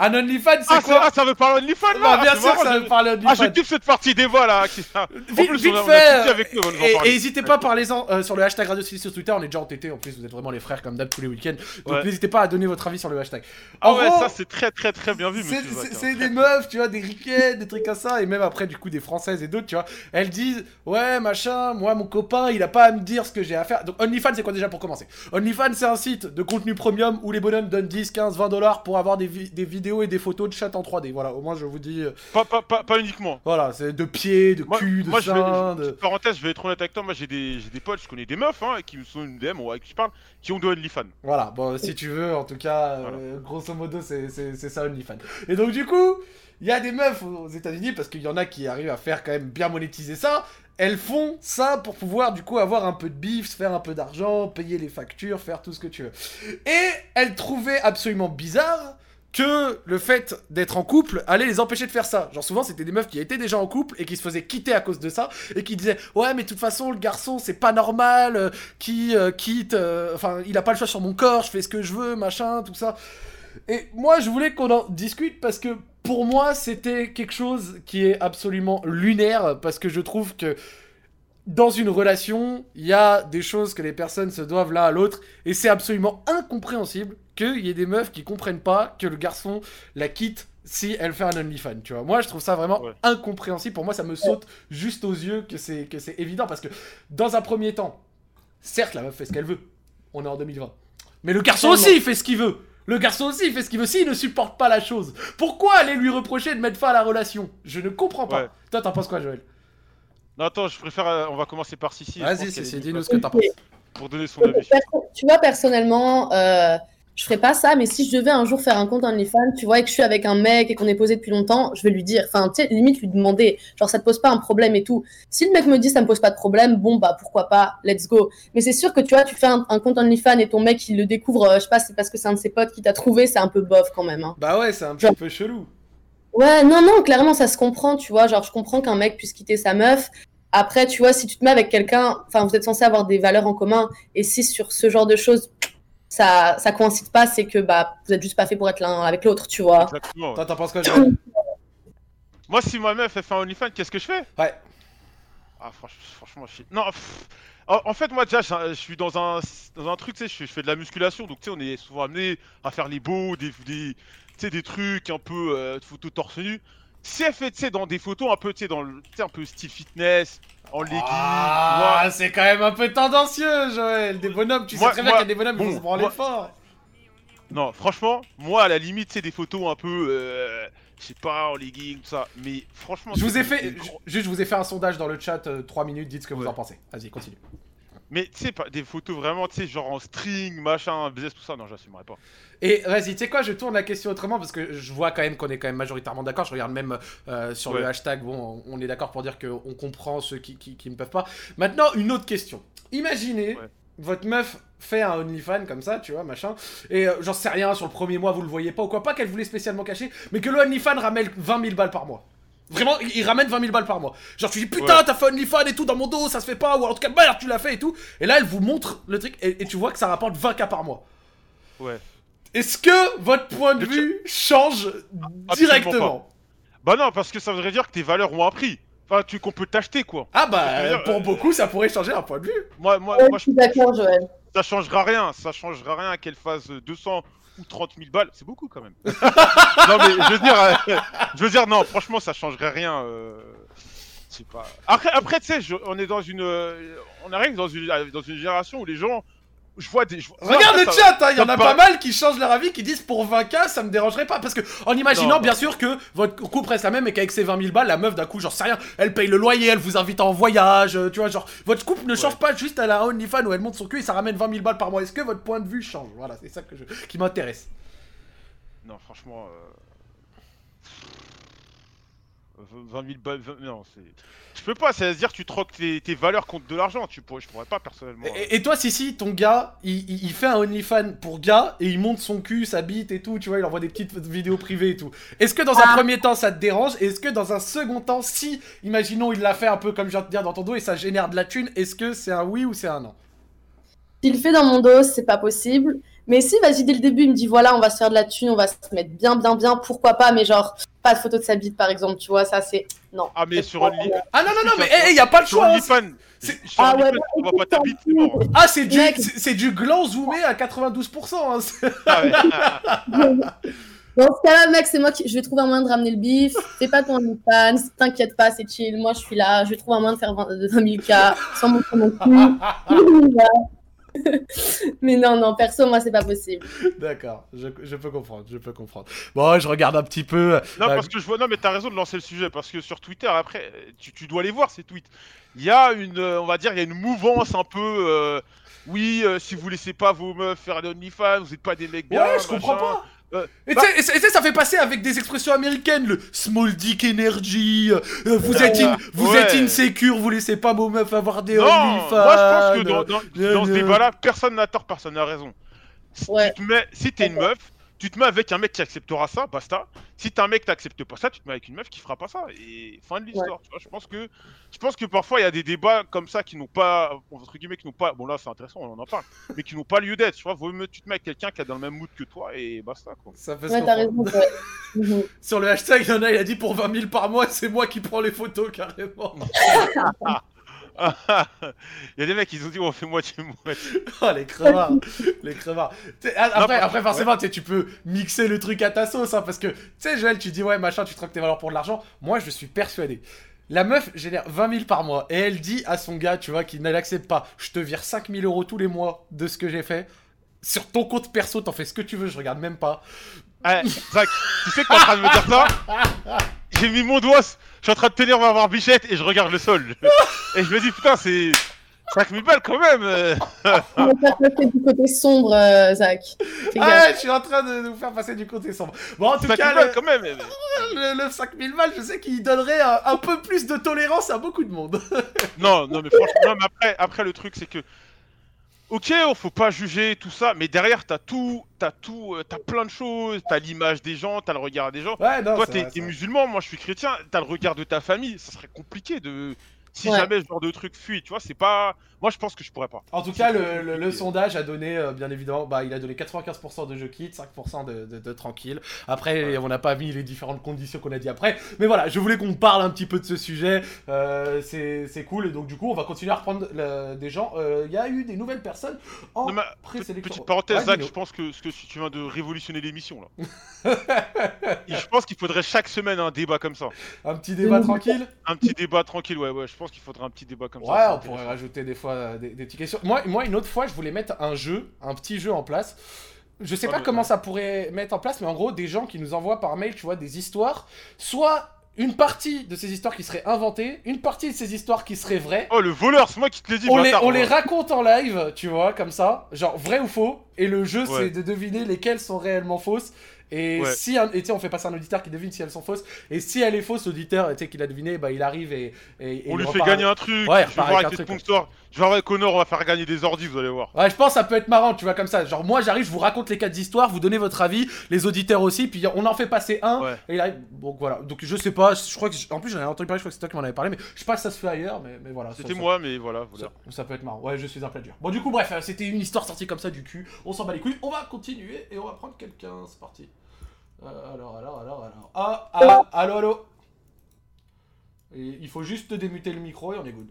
Speaker 1: Un OnlyFans, c'est
Speaker 2: Ah, c'est-
Speaker 1: quoi
Speaker 2: ah, ça veut parler OnlyFans là
Speaker 1: Bah, bien
Speaker 2: c'est
Speaker 1: sûr,
Speaker 2: marrant,
Speaker 1: ça
Speaker 2: je-
Speaker 1: veut parler
Speaker 2: Ah,
Speaker 1: OnlyFans.
Speaker 2: je kiffe cette partie des voix là. qui- En
Speaker 1: Vite,
Speaker 2: plus,
Speaker 1: vite
Speaker 2: on a, on a
Speaker 1: fait,
Speaker 2: discuté
Speaker 1: euh,
Speaker 2: avec nous, on va nous en
Speaker 1: Et
Speaker 2: parler.
Speaker 1: et n'hésitez pas, parlez-en euh, sur le hashtag Radio City sur Twitter. On est déjà entêté en plus, vous êtes vraiment les frères comme d'hab tous les week-ends. Donc
Speaker 2: Ouais.
Speaker 1: n'hésitez pas à donner votre avis sur le hashtag.
Speaker 2: Ah
Speaker 1: En
Speaker 2: ouais,
Speaker 1: gros,
Speaker 2: ça c'est très très très bien vu,
Speaker 1: c'est-
Speaker 2: monsieur.
Speaker 1: c'est-
Speaker 2: Zach, hein.
Speaker 1: C'est des meufs, tu vois, des riquettes, des trucs comme ça, et même après, du coup, des françaises et d'autres, tu vois. Elles disent, ouais, machin, moi, mon copain, il a pas à me dire ce que j'ai à faire. Donc, OnlyFans, c'est quoi déjà pour commencer OnlyFans, c'est un site de contenu premium où les bonhommes donnent 10, 15, 20 dollars pour avoir des, vi- des vidéos et des photos de chat en 3D. Voilà, au moins, je vous dis, euh,
Speaker 2: Pas, pas, pas, pas uniquement.
Speaker 1: voilà, c'est de pieds, de
Speaker 2: Moi,
Speaker 1: cul, de
Speaker 2: moi, je vais-
Speaker 1: sein, de-
Speaker 2: Petite parenthèse, je vais être honnête avec toi. Moi, j'ai des, j'ai des potes, je connais des meufs hein, qui me sont une DM ou avec qui je parle, qui ont de OnlyFans.
Speaker 1: Voilà, bon, si tu veux, en tout cas, euh, grosso modo, c'est c'est- c'est ça OnlyFans. Et donc, du coup, il y a des meufs aux États-Unis, parce qu'il y en a qui arrivent à faire quand même bien monétiser ça. Elles font ça pour pouvoir, du coup, avoir un peu de bif, se faire un peu d'argent, payer les factures, faire tout ce que tu veux. Et elles trouvaient absolument bizarre que le fait d'être en couple allait les empêcher de faire ça. Genre souvent c'était des meufs qui étaient déjà en couple et qui se faisaient quitter à cause de ça et qui disaient ouais mais de toute façon le garçon c'est pas normal, euh, qui euh, quitte, euh, enfin, il a pas le choix sur mon corps, je fais ce que je veux, machin, tout ça. Et moi, je voulais qu'on en discute parce que pour moi, c'était quelque chose qui est absolument lunaire parce que je trouve que dans une relation, il y a des choses que les personnes se doivent l'un à l'autre et c'est absolument incompréhensible qu'il y ait des meufs qui comprennent pas que le garçon la quitte si elle fait un OnlyFans, tu vois. Moi, je trouve ça vraiment
Speaker 2: Ouais.
Speaker 1: incompréhensible. Pour moi, ça me saute juste aux yeux que c'est que c'est évident parce que dans un premier temps, certes, la meuf fait ce qu'elle veut. On est en 2020. Mais le garçon aussi, il fait ce qu'il veut. Le garçon aussi, il fait ce qu'il veut. S'il ne supporte pas la chose, pourquoi aller lui reprocher de mettre fin à la relation Je ne comprends pas.
Speaker 2: Ouais.
Speaker 1: Toi, t'en penses quoi, Joël
Speaker 2: Non, attends, je préfère. euh, on va commencer par Sissi. je pense
Speaker 1: Vas-y,
Speaker 2: qu'elle
Speaker 1: Cécile,
Speaker 2: est
Speaker 1: dis-nous
Speaker 2: mieux
Speaker 1: ce que t'en penses.
Speaker 2: Pour donner son avis.
Speaker 3: Perso- Tu vois, personnellement, euh, je ferais pas ça, mais si je devais un jour faire un compte OnlyFans, tu vois, et que je suis avec un mec et qu'on est posé depuis longtemps, je vais lui dire, enfin, tu sais, limite lui demander, genre, ça te pose pas un problème et tout. Si le mec me dit, ça me pose pas de problème, bon, bah, pourquoi pas, let's go. Mais c'est sûr que tu vois, tu fais un, un compte OnlyFans et ton mec, il le découvre, euh, je sais pas, c'est parce que c'est un de ses potes qui t'a trouvé, c'est un peu bof quand même. hein.
Speaker 1: Bah ouais, c'est un petit
Speaker 3: Genre-
Speaker 1: peu chelou.
Speaker 3: Ouais, non, non, clairement, ça se comprend, tu vois. Genre, je comprends qu'un mec puisse quitter sa meuf. Après, tu vois, si tu te mets avec quelqu'un, enfin, vous êtes censé avoir des valeurs en commun. Et si sur ce genre de choses, ça, ça coïncide pas, c'est que bah, vous êtes juste pas fait pour être l'un avec l'autre, tu vois.
Speaker 2: Exactement. ouais.
Speaker 1: Toi, t'en penses quoi, Joël
Speaker 2: Moi, si ma meuf elle fait un OnlyFans, qu'est-ce que je fais
Speaker 1: Ouais.
Speaker 2: Ah, franch- franchement, je suis. Non, pff. en en fait, moi, déjà, je je suis dans un, dans un truc, tu sais, je je fais de la musculation, donc, tu sais, on est souvent amené à faire les beaux, des, des, tu sais, des trucs un peu euh, de photos torse nu. Si elle fait, tu sais, dans des photos un peu, tu sais, dans le, tu sais, un peu style fitness, en leggings,
Speaker 1: Ah, c'est quand même un peu tendancieux, Joël. Des bonhommes, tu
Speaker 2: Moi-
Speaker 1: sais très bien
Speaker 2: moi-
Speaker 1: qu'il y a des bonhommes qui
Speaker 2: bon,
Speaker 1: vont se branler
Speaker 2: moi-
Speaker 1: fort.
Speaker 2: Non, franchement, moi, à la limite, c'est des photos un peu, euh, je sais pas, en legging, tout ça. Mais franchement,
Speaker 1: Je vous
Speaker 2: c'est
Speaker 1: ai
Speaker 2: des-
Speaker 1: fait,
Speaker 2: des-
Speaker 1: ju- juste, je vous ai fait un sondage dans le chat, 3 minutes, dites ce que vous
Speaker 2: Ouais.
Speaker 1: en pensez. Vas-y, continue.
Speaker 2: mais tu sais, pas- des photos vraiment, tu sais, genre en string, machin, business, tout ça. Non, j'assumerai pas.
Speaker 1: Et vas-y, tu sais quoi, je tourne la question autrement parce que je vois quand même qu'on est quand même majoritairement d'accord. Je regarde même euh, sur
Speaker 2: Ouais.
Speaker 1: le hashtag, bon, on on est d'accord pour dire qu'on comprend ceux qui, qui- qui ne peuvent pas. Maintenant, une autre question. Imaginez,
Speaker 2: Ouais.
Speaker 1: votre meuf fait un OnlyFans comme ça, tu vois, machin, et euh, j'en sais rien, sur le premier mois, vous le voyez pas ou quoi, pas qu'elle voulait spécialement cacher, mais que le OnlyFans ramène 20 000 balles par mois. Vraiment, il il ramène 20 000 balles par mois. Genre, tu dis putain,
Speaker 2: Ouais.
Speaker 1: t'as fait OnlyFans et tout dans mon dos, ça se fait pas, ou en tout cas, merde, tu l'as fait et tout. Et là, elle vous montre le truc et, et tu vois que ça rapporte 20K par mois.
Speaker 2: Ouais.
Speaker 1: Est-ce que votre point de
Speaker 2: Le
Speaker 1: vue change directement
Speaker 2: Bah non, parce que ça voudrait dire que tes valeurs ont un prix. Enfin, tu qu'on peut t'acheter quoi.
Speaker 1: Ah
Speaker 2: Je veux
Speaker 1: bah,
Speaker 2: dire,
Speaker 1: pour
Speaker 2: euh,
Speaker 1: beaucoup, ça pourrait changer un point de vue.
Speaker 2: Moi, moi,
Speaker 3: Ouais,
Speaker 2: moi,
Speaker 3: je
Speaker 2: je,
Speaker 3: suis d'accord, Joël.
Speaker 2: Ça changera rien, ça changera rien qu'elle fasse 200 ou 30 000 balles, c'est beaucoup quand même. non mais je veux dire, euh, je veux dire non, franchement ça changerait rien. euh, je sais pas. Après, après tu sais, je- on est dans une, euh, on arrive dans une, euh, dans une génération où les gens, je vois des, je vois-
Speaker 1: Regarde
Speaker 2: Non,
Speaker 1: le
Speaker 2: ça-
Speaker 1: chat, hein, il y en
Speaker 2: ça
Speaker 1: a
Speaker 2: me
Speaker 1: pas
Speaker 2: paraît-
Speaker 1: mal qui changent leur avis, qui disent pour 20k ça me dérangerait pas. Parce que, en imaginant
Speaker 2: Non.
Speaker 1: bien sûr que votre couple reste la même et qu'avec ces 20 000 balles, la meuf d'un coup, j'en sais rien, elle paye le loyer, elle vous invite en voyage, euh, tu vois, genre, votre couple ne change pas juste à la OnlyFans où elle monte son cul et ça ramène 20 000 balles par mois. Est-ce que votre point de vue change Voilà, c'est ça que je... qui m'intéresse.
Speaker 2: Non, franchement. euh, 20 000 balles. 20 Non, c'est. Je peux pas, c'est-à-dire tu troques tes, tes valeurs contre de l'argent. Tu pourrais, je pourrais pas personnellement. euh.
Speaker 1: Et, et toi, Sissi, ton gars, il, il- il fait un OnlyFans pour gars et il monte son cul, sa bite et tout, tu vois, il envoie des petites vidéos privées et tout. Est-ce que dans un
Speaker 3: Ah.
Speaker 1: premier temps ça te dérange et Est-ce que dans un second temps, si, imaginons, il l'a fait un peu comme je viens de te dire dans ton dos et ça génère de la thune, est-ce que c'est un oui ou c'est un non
Speaker 3: S'il le fait dans mon dos, c'est pas possible. Mais si, vas-y, dès le début, il me dit voilà, on va se faire de la thune, on va se mettre bien, bien, bien, pourquoi pas, mais genre, pas de photo de sa bite, par exemple, tu vois, ça c'est. Non.
Speaker 2: Ah, mais sur
Speaker 3: Ah,
Speaker 2: Only-
Speaker 1: Ah non, non, non, mais il n'y a pas le
Speaker 2: sur
Speaker 1: choix hein,
Speaker 2: OnlyFans.
Speaker 1: c'est-
Speaker 2: Sur
Speaker 3: Ah ouais,
Speaker 2: OnlyFans, on va pas ta bite, c'est mort.
Speaker 1: Ah, c'est du,
Speaker 3: Mec.
Speaker 1: c'est c'est du gland zoomé à 92%. hein, c'est-
Speaker 2: Ah ouais.
Speaker 3: dans ce cas-là, mec, c'est moi qui. Je vais trouver un moyen de ramener le bif, fais pas ton OnlyFans, t'inquiète pas, c'est chill, moi je suis là, je vais trouver un moyen de faire 20 de 20 000K sans montrer mon cul. Voilà. mais non, non, perso, moi c'est pas possible.
Speaker 1: D'accord, je, je peux comprendre, je peux comprendre. Bon, je regarde un petit peu.
Speaker 2: Non,
Speaker 1: Bah,
Speaker 2: parce que je vois. Non, mais t'as raison de lancer le sujet parce que sur Twitter, après, euh, tu, tu dois les voir ces tweets. Il y a une, euh, on va dire, il y a une mouvance un peu. euh, Oui, euh, si vous laissez pas vos meufs faire des OnlyFans, vous êtes pas des mecs bien.
Speaker 1: ouais, je comprends
Speaker 2: machin.
Speaker 1: pas.
Speaker 2: Euh,
Speaker 1: et tu sais- et tu sais, et tu sais, ça fait passer avec des expressions américaines, le small dick energy, euh, euh, vous êtes in- vous
Speaker 2: Ah, Ouais.
Speaker 1: êtes insécure, vous laissez pas vos meufs avoir des
Speaker 2: Non, moi
Speaker 1: OnlyFans.
Speaker 2: je pense que dans, dans-
Speaker 1: euh,
Speaker 2: dans ce
Speaker 1: euh,
Speaker 2: débat-là, personne n'a tort, personne n'a raison. Si
Speaker 3: Ouais.
Speaker 2: tu te mets, si t'es une meuf, tu te mets avec un mec qui acceptera ça, basta. Si t'es un mec qui accepte pas ça, tu te mets avec une meuf qui fera pas ça. Et fin de l'histoire. tu vois. Je pense que, je pense que parfois il y a des débats comme ça qui n'ont pas, entre guillemets, qui n'ont pas. Bon là, c'est intéressant, on en parle, mais qui n'ont pas lieu d'être. Tu vois, vaut mieux tu te mets avec quelqu'un qui a dans le même mood que toi et basta quoi.
Speaker 1: Ça peut se
Speaker 3: Ouais, t'as raison.
Speaker 1: comprendre.
Speaker 3: ouais. Mhm.
Speaker 1: Sur le hashtag, il y en a, il a dit pour 20 000 par mois, c'est moi qui prends les photos carrément.
Speaker 2: Ah, ah, il y a des mecs, ils ont dit on fait moitié moitié.
Speaker 1: Oh, les crevards, les crevards. T'sais, a- Après,
Speaker 2: parce-
Speaker 1: après forcément, t'sais, tu peux mixer le truc à ta sauce, hein, parce que, tu sais, Joël, tu dis, ouais, machin, tu troques tes valeurs pour de l'argent. Moi, je suis persuadé. La meuf génère 20 000 par mois, et elle dit à son gars, tu vois, qui ne l'accepte pas, je te vire 5 000 euros tous les mois de ce que j'ai fait. Sur ton compte perso, t'en fais ce que tu veux, je regarde même pas.
Speaker 2: Eh, Zach, tu sais que t'es en train de me dire ça
Speaker 3: Ah.
Speaker 1: Ah,
Speaker 2: J'ai mis mon doigt, je suis en train de tenir ma barbichette et je regarde le sol. Et je me dis, putain, c'est 5000 balles quand même euh.
Speaker 3: On va pas passer du côté sombre, euh, Zach. Fais gaffe.
Speaker 1: Ah, je suis en train de nous faire passer du côté sombre. Bon, en tout
Speaker 2: 5000
Speaker 1: cas,
Speaker 2: balles
Speaker 1: le,
Speaker 2: quand même euh.
Speaker 1: le, le 5 000 balles, je sais qu'il donnerait un- un peu plus de tolérance à beaucoup de monde.
Speaker 2: Non, non, mais franchement, non, mais après, après le truc, c'est que. Ok, on faut pas juger tout ça, mais derrière, t'as tout, t'as tout, euh, t'as plein de choses, t'as l'image des gens, t'as le regard des gens.
Speaker 1: Ouais, non,
Speaker 2: Toi,
Speaker 1: c'est
Speaker 2: t'es
Speaker 1: vrai,
Speaker 2: t'es
Speaker 1: c'est vrai.
Speaker 2: musulman, moi je suis chrétien, t'as le regard de ta famille, ça serait compliqué de. Si
Speaker 3: Ouais.
Speaker 2: jamais ce genre de truc fuit, tu vois, c'est pas. Moi je pense que je pourrais pas.
Speaker 1: En tout cas, le, le- le sondage a donné, euh, bien évidemment, bah, il a donné 95% de je quitte, 5% de, de- de tranquille. Après, on n'a pas mis les différentes conditions qu'on a dit après. Mais voilà, je voulais qu'on parle un petit peu de ce sujet. Euh, c'est c'est cool. Et donc, du coup, on va continuer à reprendre le- des gens. Euh, Il y a eu des nouvelles personnes en
Speaker 2: Non, mais,
Speaker 1: présélection.
Speaker 2: Petite parenthèse,
Speaker 1: Ouais,
Speaker 2: Zach,
Speaker 1: Dino.
Speaker 2: je pense que, ce que tu viens de révolutionner l'émission là. Et je pense qu'il faudrait chaque semaine un débat comme ça.
Speaker 1: Un petit débat tranquille.
Speaker 2: Un petit débat tranquille, ouais, ouais, je pense qu'il faudrait un petit débat comme
Speaker 1: ouais,
Speaker 2: ça.
Speaker 1: on pourrait rajouter des fois euh, des, des petites questions. Moi, moi, une autre fois, je voulais mettre un jeu, un petit jeu en place. Je sais
Speaker 2: Ah,
Speaker 1: pas
Speaker 2: mais-
Speaker 1: comment ça pourrait mettre en place, mais en gros, des gens qui nous envoient par mail, tu vois, des histoires. Soit une partie de ces histoires qui seraient inventées, une partie de ces histoires qui seraient vraies.
Speaker 2: Oh, le voleur, c'est moi qui te l'ai dit,
Speaker 1: On les,
Speaker 2: bâtard,
Speaker 1: on les
Speaker 2: ouais.
Speaker 1: raconte en live, tu vois, comme ça, genre vrai ou faux, et le jeu
Speaker 2: Ouais.
Speaker 1: c'est de deviner lesquelles sont réellement fausses. Et
Speaker 2: Ouais.
Speaker 1: si, un- et tu sais, on fait passer un auditeur qui devine si elles sont fausses, et si elle est fausse, l'auditeur, tu sais, qu'il a deviné, bah il arrive et. et- et
Speaker 2: On
Speaker 1: il
Speaker 2: lui fait
Speaker 1: repart
Speaker 2: gagner un truc, je
Speaker 1: Ouais,
Speaker 2: vais
Speaker 1: repart
Speaker 2: voir avec
Speaker 1: avec un
Speaker 2: les
Speaker 1: truc, ouais.
Speaker 2: sponsors, je vais voir avec Honor, on va faire gagner des ordi, vous allez voir.
Speaker 1: Ouais, je pense que ça peut être marrant, tu vois, comme ça. Genre, moi, j'arrive, je vous raconte les quatre histoires, vous donnez votre avis, les auditeurs aussi, puis on en fait passer un.
Speaker 2: Ouais.
Speaker 1: Et il arrive. Donc voilà. Donc, je sais pas, je crois que. En plus, j'en ai entendu parler, je crois que c'est toi qui m'en avais parlé, mais je sais pas si ça se fait ailleurs, mais, mais voilà. ça-
Speaker 2: C'était
Speaker 1: ça-
Speaker 2: moi, mais voilà, voilà.
Speaker 1: Ça, ça peut être marrant. Ouais, je suis un plat dur. Bon, du coup, bref, euh, c'était une histoire sortie comme ça du cul. On s'en bat les couilles. On va continuer et on va prendre quelqu'un. C'est parti. Euh, alors, alors, alors, alors. Ah, ah, allô, allô. Et il faut juste démuter le micro et on est good.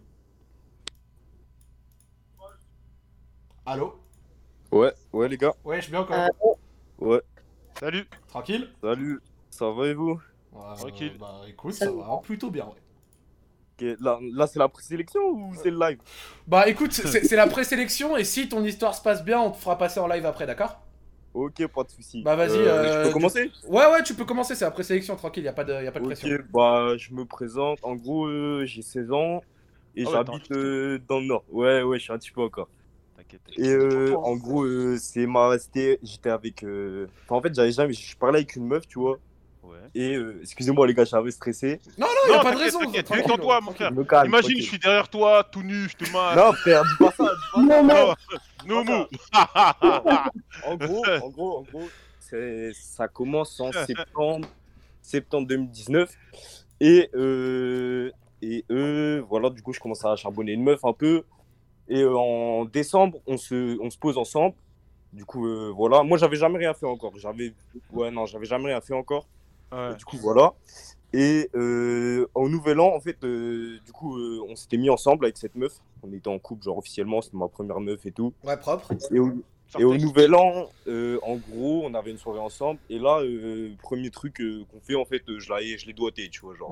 Speaker 1: Allô
Speaker 7: Ouais, ouais, les gars.
Speaker 1: Ouais, je suis bien encore.
Speaker 3: Euh,
Speaker 7: Ouais,
Speaker 2: Salut
Speaker 1: Tranquille
Speaker 7: salut. Ça va et vous
Speaker 1: Ouais,
Speaker 2: Tranquille.
Speaker 1: euh, Bah écoute, ça va hein, plutôt bien, ouais. Euh,
Speaker 7: Ok, Là, là, c'est la présélection ou c'est le live
Speaker 1: Bah écoute, c'est c'est la présélection et si ton histoire se passe bien, on te fera passer en live après, d'accord
Speaker 7: Ok, pas de soucis.
Speaker 1: Bah, vas-y, euh,
Speaker 7: Je
Speaker 1: tu-
Speaker 7: peux commencer
Speaker 1: Ouais, ouais, tu peux commencer, c'est la présélection, tranquille, y a pas de, y a pas de
Speaker 7: Ok,
Speaker 1: pression.
Speaker 7: bah, je me présente. En gros, euh, j'ai 16 ans et
Speaker 2: Ah ouais,
Speaker 7: j'habite
Speaker 2: attends,
Speaker 7: euh, dans le nord. Ouais, ouais, je suis un petit peu encore.
Speaker 2: T'inquiète.
Speaker 7: Et euh, en gros, euh, c'est ma. c'était- J'étais avec. euh, enfin, en fait, j'avais jamais. Je parlais avec une meuf, tu vois.
Speaker 2: Ouais.
Speaker 7: Et euh, excusez-moi, les gars, je suis un peu stressé.
Speaker 1: Non, non, y a
Speaker 2: Non,
Speaker 1: pas de
Speaker 2: t'inquiète,
Speaker 1: raison.
Speaker 2: t'inquiète,
Speaker 1: tranquille,
Speaker 2: détends-toi, mon
Speaker 1: tranquille.
Speaker 2: frère.
Speaker 7: Je me calme.
Speaker 2: Imagine,
Speaker 7: tranquille.
Speaker 2: je suis derrière toi, tout nu, je te masse.
Speaker 7: Non, frère, dis pas ça. dis pas ça.
Speaker 3: Non, non,
Speaker 2: Non, no move.
Speaker 7: en gros, en gros, en gros, c'est- ça commence en septembre, septembre 2019. Et, euh, et euh, voilà, du coup, je commence à charbonner une meuf un peu. Et euh, en décembre, on se, on se pose ensemble. Du coup, euh, voilà. Moi, j'avais jamais rien fait encore. J'avais, ouais, non, j'avais jamais rien fait encore. Et Du coup, voilà. Et euh, au nouvel an, en fait, euh, du coup, euh, on s'était mis ensemble avec cette meuf. On était en couple, genre officiellement, c'était ma première meuf et tout.
Speaker 1: Ouais, propre.
Speaker 7: Et au- et au nouvel an, euh, en gros, on avait une soirée ensemble. Et là, euh, premier truc euh, qu'on fait, en fait, euh, je l'ai, je l'ai doigté, tu vois, genre.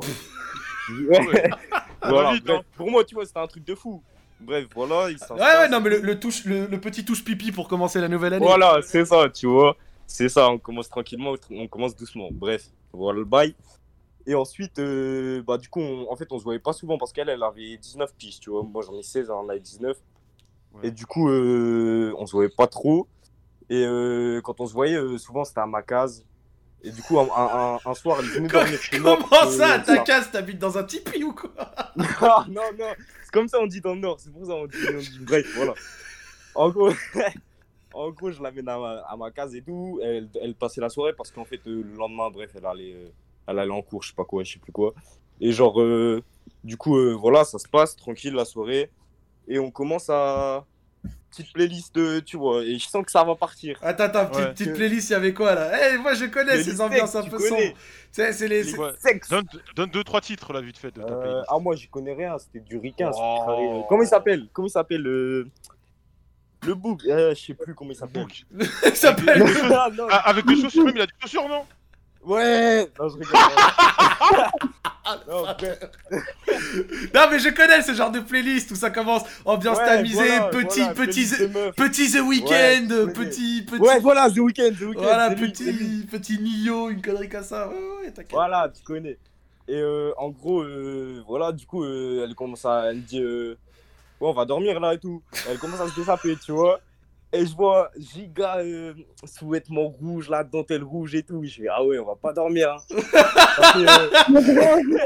Speaker 7: Ouais.
Speaker 2: Ouais.
Speaker 7: Voilà,
Speaker 2: va vite,
Speaker 7: bref.
Speaker 2: hein.
Speaker 7: Pour moi, tu vois, c'était un truc de fou. Bref, voilà, il s'installe.
Speaker 1: Ouais, ouais, non, mais le, le touche, le, le petit touche pipi pour commencer la nouvelle année.
Speaker 7: Voilà, c'est ça, tu vois. C'est ça, on commence tranquillement, on commence doucement. Bref, voilà le bail. Et ensuite, euh, bah, du coup, on- en fait, on se voyait pas souvent parce qu'elle, elle avait 19 piges, tu vois. Moi, j'en ai 16, elle en avait 19.
Speaker 2: Ouais.
Speaker 7: Et du coup, euh, on se voyait pas trop. Et euh, quand on se voyait, euh, souvent, c'était à ma case. Et du coup, un, un- un- un soir, elle est venue dormir chez moi.
Speaker 1: Comment ça, à
Speaker 7: Euh,
Speaker 1: ta casse, t'habites dans un tipi ou quoi
Speaker 7: ah, non, non, c'est comme ça on dit dans le Nord, c'est pour ça on dit, on dit- bref, voilà. En gros, en gros je l'amène à ma, à ma case et tout, elle, elle passait la soirée parce qu'en fait, euh, le lendemain, bref, elle allait, euh, elle allait en cours, je sais pas quoi, je sais plus quoi. Et genre, euh, du coup, euh, voilà, ça se passe, tranquille, la soirée, et on commence à... Petite playlist, euh, tu vois, et je sens que ça va partir.
Speaker 1: Attends, attends, petite,
Speaker 2: Ouais.
Speaker 1: petite playlist, il y avait quoi là Eh, moi je connais
Speaker 7: Les
Speaker 1: ces ambiances un
Speaker 7: tu
Speaker 1: peu
Speaker 7: connais.
Speaker 1: sombres. Tu sais, c'est les. c'est-
Speaker 2: Ouais.
Speaker 7: Sexe
Speaker 2: Donne, donne deux, trois titres là, vite fait, de ta
Speaker 7: Euh,
Speaker 2: playlist.
Speaker 7: ah moi j'y connais rien, c'était du ricain. c'était
Speaker 2: Oh.
Speaker 7: carré, euh, Comment il s'appelle Comment il s'appelle euh, Le bouc euh, Je sais plus comment il s'appelle.
Speaker 2: Book.
Speaker 1: Ça s'appelle.
Speaker 7: Non, non,
Speaker 2: Ah, avec des chaussures, même il a des chaussures, non
Speaker 7: Ouais Non je rigole. non, bref,
Speaker 1: Non, mais je connais ce genre de playlist où ça commence ambiance
Speaker 7: ouais,
Speaker 1: tamisée,
Speaker 7: voilà,
Speaker 1: petit,
Speaker 7: voilà,
Speaker 1: petit,
Speaker 7: playlist de meufs.
Speaker 1: petit The Weeknd,
Speaker 7: Ouais,
Speaker 1: petit, petit.
Speaker 7: Ouais voilà The Weeknd, The Weeknd.
Speaker 1: voilà,
Speaker 7: c'est lui, c'est lui.
Speaker 1: petit, petit Nio, une connerie comme ça. Ouais, ouais, t'inquiète.
Speaker 7: Voilà, tu connais. Et euh, en gros, euh, voilà, du coup, euh, elle commence à. Elle me dit, euh, ouais, on va dormir là et tout. Elle commence à se dessaper, tu vois. Et je vois giga euh, sous-vêtements rouges, la dentelle rouge et tout. Je fais, ah ouais, on va pas dormir. Hein. Après, euh,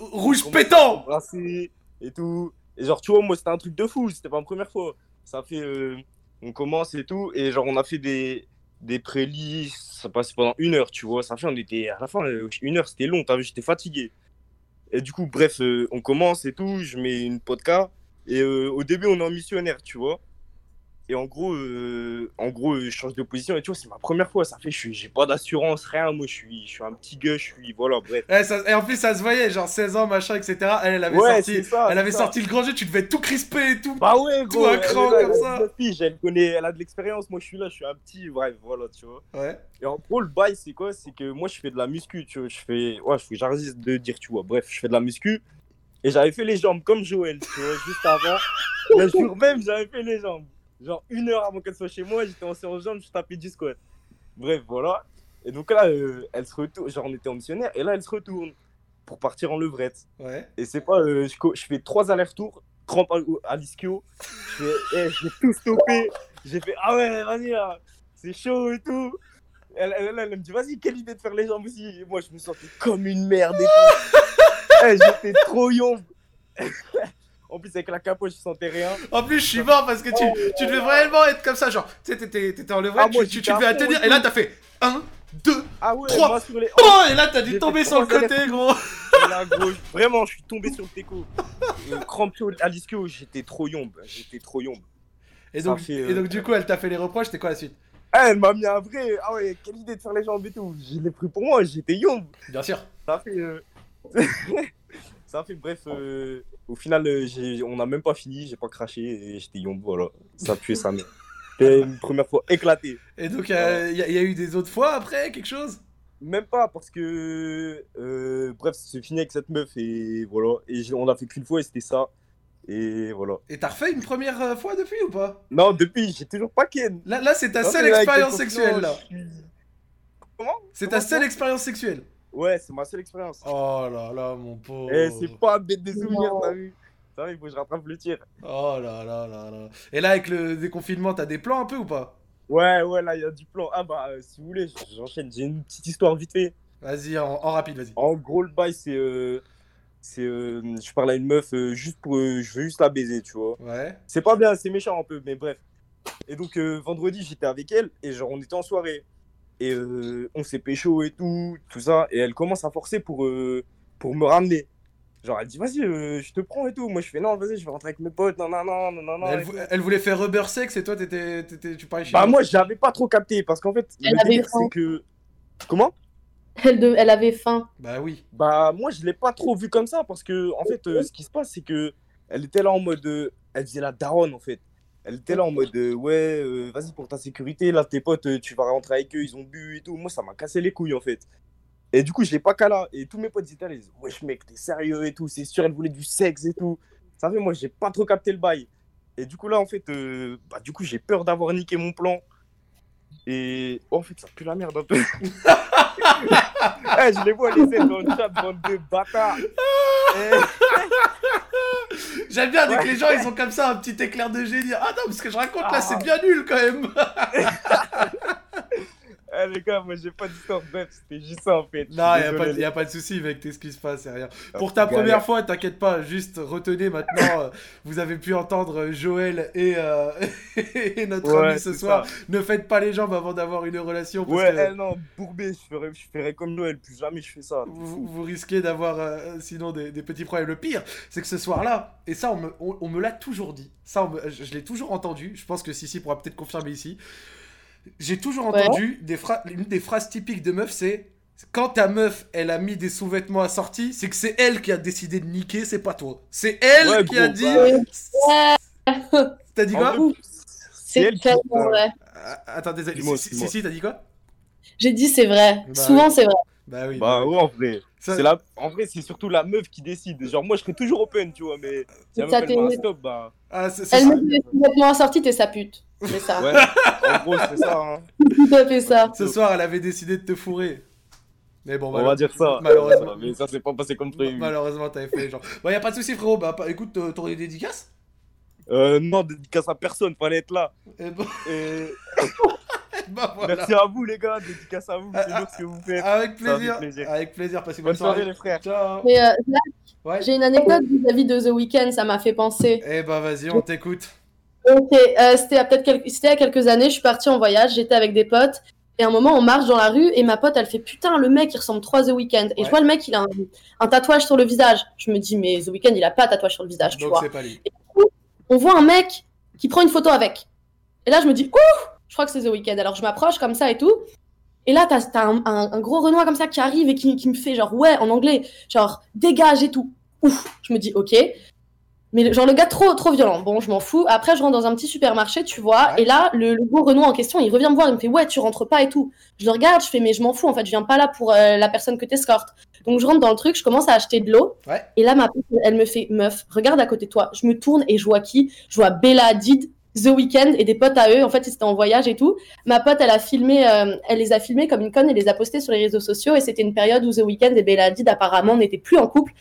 Speaker 1: Rouge
Speaker 7: Comment-
Speaker 1: pétant
Speaker 7: embrasser et tout. Et genre, tu vois, moi, c'était un truc de fou. C'était pas ma première fois. Ça fait. euh, on commence et tout. Et genre, on a fait des, des prélits. Ça passait pendant une heure, tu vois. Ça fait, on était. À la fin, euh, une heure, c'était long. T'as vu, j'étais fatigué. Et du coup, bref, euh, on commence et tout. Je mets une podcast. Et euh, au début, on est en missionnaire, tu vois. Et en gros, euh, en gros, euh, je change de position. Et tu vois, c'est ma première fois. Ça fait, je suis- j'ai pas d'assurance, rien. Moi, je suis, je suis un petit gars. Je suis, voilà, bref.
Speaker 1: Eh, ça- Et en plus, ça se voyait, genre 16 ans, machin, etc. Elle, elle avait
Speaker 7: Ouais,
Speaker 1: sorti.
Speaker 7: c'est ça,
Speaker 1: Elle
Speaker 7: c'est
Speaker 1: avait
Speaker 7: ça.
Speaker 1: sorti le grand jeu, tu devais être tout crispé et tout.
Speaker 7: Bah ouais,
Speaker 1: Tout
Speaker 7: gros.
Speaker 1: un
Speaker 7: elle
Speaker 1: cran
Speaker 7: est là,
Speaker 1: comme
Speaker 7: elle a
Speaker 1: ça.
Speaker 7: 19
Speaker 8: euh,
Speaker 7: piges, elle connaît, elle a de l'expérience. Moi, je suis là, je suis un petit, bref, voilà, tu vois.
Speaker 1: Ouais.
Speaker 7: Et en gros, le bail, c'est quoi C'est que moi, je fais de la muscu, tu vois. Je fais, ouais, je fais, j'arrête de dire, tu vois. Bref, je fais de la muscu. Et j'avais fait les jambes comme Joël, tu vois, juste avant. Le jour même, j'avais fait les jambes. Genre une heure avant qu'elle soit chez moi, j'étais en séance jambes, je tapais du squat. Bref, voilà. Et donc là, euh, elle se retourne. Genre, on était en missionnaire, et là, elle se retourne pour partir en levrette.
Speaker 1: Ouais.
Speaker 7: Et c'est pas, euh, je, co- je fais trois allers-retours, crampe à, à l'ischio. Je fais, eh, j'ai tout stoppé. J'ai fait, ah ouais, vas-y là, c'est chaud et tout. Elle, elle, elle, elle me dit, vas-y, quelle idée de faire les jambes aussi. Et moi, je me sentais comme une merde et tout. Eh, J'étais trop yombe. en plus, avec la capote, je sentais rien.
Speaker 1: En plus, je suis mort parce que tu, tu devais vraiment être comme ça, genre, tu sais, t'étais t'étais en levrette,
Speaker 7: Oh. Ah, moi,
Speaker 1: tu, tu,
Speaker 7: j'étais
Speaker 1: tu devais
Speaker 7: à
Speaker 1: à
Speaker 7: fond
Speaker 1: tenir,
Speaker 7: et
Speaker 1: et là, t'as fait 1, 2,
Speaker 7: Ah ouais,
Speaker 1: Trois.
Speaker 7: moi, sur les. Oh,
Speaker 1: oh, et là, t'as
Speaker 7: J'ai
Speaker 1: dû
Speaker 7: fait
Speaker 1: tomber sur le
Speaker 7: trois
Speaker 1: côté, gros.
Speaker 7: là, gros, je- vraiment, je suis tombé sur le déco. Euh, crampé au- à l'ischio, j'étais trop yombe. J'étais trop yombe.
Speaker 1: Et
Speaker 7: Ça
Speaker 1: donc,
Speaker 7: fait, euh,
Speaker 1: et donc, du coup, elle t'a fait les reproches, c'était quoi la suite
Speaker 7: Ah, elle m'a mis un vrai. Ah ouais, quelle idée de faire les jambes et tout. Je l'ai pris pour moi, j'étais young.
Speaker 1: Bien sûr.
Speaker 7: Ça fait. euh, ça fait, bref. euh, Au final, euh, j'ai- on n'a même pas fini, j'ai pas craché et j'étais young, voilà. Ça puait sa mère. C'était une première fois éclatée.
Speaker 1: Et donc, il y, a- il y a- il y a eu des autres fois après, quelque chose
Speaker 7: Même pas, parce que. euh, bref, c'est fini avec cette meuf et voilà. Et j'ai- on l'a fait qu'une fois et c'était ça. Et voilà.
Speaker 1: Et t'as refait une première euh, fois depuis ou pas
Speaker 7: Non, depuis, j'ai toujours pas Ken.
Speaker 1: Là, là c'est ta
Speaker 7: Non,
Speaker 1: seule
Speaker 7: mais là, avec
Speaker 1: expérience
Speaker 7: les
Speaker 1: sexuelle, là.
Speaker 7: confidences, je suis- Comment
Speaker 1: C'est ta
Speaker 7: Comment
Speaker 1: seule
Speaker 7: ça
Speaker 1: expérience sexuelle.
Speaker 7: Ouais, c'est ma seule expérience.
Speaker 1: Oh là là, mon pauvre.
Speaker 7: Eh, c'est pas bête des souvenirs,
Speaker 3: Non.
Speaker 7: t'as vu Ça va, il faut que je rattrape le tir.
Speaker 1: Oh là là là là. Et là, avec le déconfinement, t'as des plans un peu ou pas
Speaker 7: Ouais, ouais, là, il y a du plan. Ah, bah, euh, si vous voulez, j'enchaîne. J'ai une petite histoire vite fait.
Speaker 1: Vas-y, en, en rapide, vas-y.
Speaker 7: En gros, le bail, c'est. euh, c'est. euh, je parle à une meuf euh, juste pour. euh, je veux juste la baiser, tu vois.
Speaker 1: Ouais.
Speaker 7: C'est pas bien, c'est méchant un peu, mais bref. Et donc, euh, vendredi, j'étais avec elle et genre, on était en soirée. Et euh, on s'est pécho et tout, tout ça. Et elle commence à forcer pour, euh, pour me ramener. Genre, elle dit, vas-y, euh, je te prends et tout. Moi, je fais, non, vas-y, je vais rentrer avec mes potes. Non, non, non, non, non, non.
Speaker 1: Mais elle,
Speaker 7: et
Speaker 1: vou-
Speaker 7: tout.
Speaker 1: elle voulait faire rubber sex et toi, t'étais, t'étais- tu parlais chinois.
Speaker 7: Bah, moi, j'avais pas trop capté parce qu'en fait,
Speaker 3: Elle
Speaker 7: le
Speaker 3: avait
Speaker 7: délire,
Speaker 3: faim.
Speaker 7: c'est que. Comment
Speaker 3: Elle, de- elle avait faim.
Speaker 1: Bah oui.
Speaker 7: Bah moi je l'ai pas trop vu comme ça parce que en fait euh, ce qui se passe c'est que elle était là en mode euh, elle faisait la daronne en fait. Elle était là en mode euh, ouais euh, vas-y pour ta sécurité là tes potes euh, tu vas rentrer avec eux ils ont bu et tout. Moi ça m'a cassé les couilles en fait. Et du coup je l'ai pas cala et tous mes potes ils étaient là ils disaient wesh mec t'es sérieux et tout c'est sûr elle voulait du sexe et tout. Ça fait moi j'ai pas trop capté le bail. Et du coup là en fait euh, bah du coup j'ai peur d'avoir niqué mon plan. Et oh, en fait ça pue la merde un peu. Eh, je les vois les ailes dans le chat, bande de bâtards. Eh,
Speaker 1: J'aime bien dès que les gens ils ont comme ça un petit éclair de génie. Ah non, parce que je raconte là,
Speaker 7: Ah.
Speaker 1: c'est bien nul quand même.
Speaker 7: eh, les gars, moi j'ai pas d'histoire, bref, c'était juste ça en fait. Je suis
Speaker 1: Non, y a,
Speaker 7: désolé,
Speaker 1: pas, de-
Speaker 7: les
Speaker 1: y a pas de souci, mec, t'excuses pas, c'est rien.
Speaker 7: Ah,
Speaker 1: Pour ta première
Speaker 7: galère.
Speaker 1: fois, t'inquiète pas, juste retenez maintenant, euh, vous avez pu entendre euh, Joël et, euh, et notre
Speaker 7: Ouais,
Speaker 1: ami ce
Speaker 7: c'est
Speaker 1: soir.
Speaker 7: ça.
Speaker 1: Ne faites pas les jambes avant d'avoir une relation, parce
Speaker 7: Ouais,
Speaker 1: que
Speaker 7: eh, non, bourbé, je ferais, je ferais comme Noël, plus jamais je fais ça.
Speaker 1: vous, vous risquez d'avoir euh, sinon des, des petits problèmes. Le pire, c'est que ce soir-là, et ça, on me, on, on me l'a toujours dit, ça, on me- je, je l'ai toujours entendu, je pense que Sissi pourra peut-être confirmer ici. J'ai toujours
Speaker 3: Ouais.
Speaker 1: entendu des phra- une des phrases typiques de meuf, c'est quand ta meuf, elle a mis des sous-vêtements assortis, c'est que c'est elle qui a décidé de niquer, c'est pas toi. C'est elle
Speaker 7: Ouais,
Speaker 1: qui
Speaker 7: gros,
Speaker 1: a dit.
Speaker 7: bah,
Speaker 1: T'as dit quoi
Speaker 7: En vrai,
Speaker 3: C'est
Speaker 7: elle qui-
Speaker 3: tellement vrai.
Speaker 1: Ah, Attends, désolé.
Speaker 7: Dis-moi,
Speaker 1: Si,
Speaker 7: dis-moi.
Speaker 1: si, t'as dit quoi
Speaker 3: J'ai dit c'est vrai.
Speaker 1: Bah
Speaker 3: Souvent
Speaker 1: oui.
Speaker 3: c'est vrai.
Speaker 1: Bah oui.
Speaker 7: Bah ouais, en vrai.
Speaker 1: Ça-
Speaker 7: C'est la... En vrai, c'est surtout la meuf qui décide. Genre, moi je serais toujours open, tu vois, mais si la meuf
Speaker 3: Ça
Speaker 7: elle met un
Speaker 3: t'est-
Speaker 7: stop, bah.
Speaker 1: Ah, c'est- c'est
Speaker 3: Elle
Speaker 1: ça.
Speaker 3: met des vêtements assortis, t'es sa pute. C'est ça.
Speaker 7: Ouais, en gros, c'est ça. hein.
Speaker 3: Tout à fait ça.
Speaker 1: Ce soir, elle avait décidé de te fourrer. Mais bon,
Speaker 7: On
Speaker 1: malheureusement-
Speaker 7: va dire ça.
Speaker 1: Malheureusement.
Speaker 7: Mais ça s'est pas passé comme prévu.
Speaker 1: Malheureusement, t'avais fait les gens. Bah, y a pas de soucis, frérot. Bah, pas- écoute, euh, t'aurais des dédicaces
Speaker 7: Euh, non, dédicace à personne, fallait être là.
Speaker 1: Eh ben,
Speaker 7: Et.
Speaker 1: bah, voilà. Euh,
Speaker 7: Merci à vous les gars, dédicace à vous, c'est lourd ce que vous faites.
Speaker 1: Avec
Speaker 7: Ça, avec
Speaker 1: plaisir.
Speaker 7: plaisir.
Speaker 1: Avec plaisir. Passez une
Speaker 7: Bonne
Speaker 1: bonne
Speaker 7: soirée
Speaker 1: soirée.
Speaker 7: les frères.
Speaker 1: Ciao.
Speaker 3: Mais euh, là,
Speaker 1: Ouais.
Speaker 3: j'ai une anecdote vis-à-vis de The Weeknd, ça m'a fait penser.
Speaker 1: Eh ben, vas-y, on t'écoute.
Speaker 3: Ok, euh, c'était à peut-être quel- c'était à quelques années, je suis partie en voyage, j'étais avec des potes. Et à un moment, on marche dans la rue et ma pote, elle fait putain, le mec, il ressemble trop à The Weeknd. Et
Speaker 1: Ouais.
Speaker 3: je vois le mec, il a un, un tatouage sur le visage. Je me dis, mais The Weeknd, il a pas de tatouage sur le visage, tu
Speaker 1: Donc,
Speaker 3: vois.
Speaker 1: c'est pas lui.
Speaker 3: on voit un mec qui prend une photo avec. Et là, je me dis, ouh, je crois que c'est The Weeknd. Alors, je m'approche comme ça et tout. Et là, t'as t'as un, un- un gros Renoir comme ça qui arrive et qui, qui me fait genre, ouais, en anglais, genre, dégage et tout. Ouf, je me dis, ok. Mais le- genre, le gars, trop, trop violent. Bon, je m'en fous. Après, je rentre dans un petit supermarché, tu vois.
Speaker 1: Ouais.
Speaker 3: Et là, le, le gros Renoir en question, il revient me voir, il me fait, ouais, tu rentres pas et tout. Je le regarde, je fais, mais je m'en fous, en fait, je viens pas là pour euh, la personne que t'escortes. Donc, je rentre dans le truc, je commence à acheter de l'eau.
Speaker 1: Ouais.
Speaker 3: Et là, ma pote, elle me fait meuf, regarde à côté de toi. Je me tourne et je vois qui Je vois Bella Hadid, The Weeknd et des potes à eux. En fait, ils étaient en voyage et tout. Ma pote, elle a filmé, euh, elle les a filmés comme une conne et les a postés sur les réseaux sociaux. Et c'était une période où The Weeknd et Bella Hadid apparemment n'étaient plus en couple.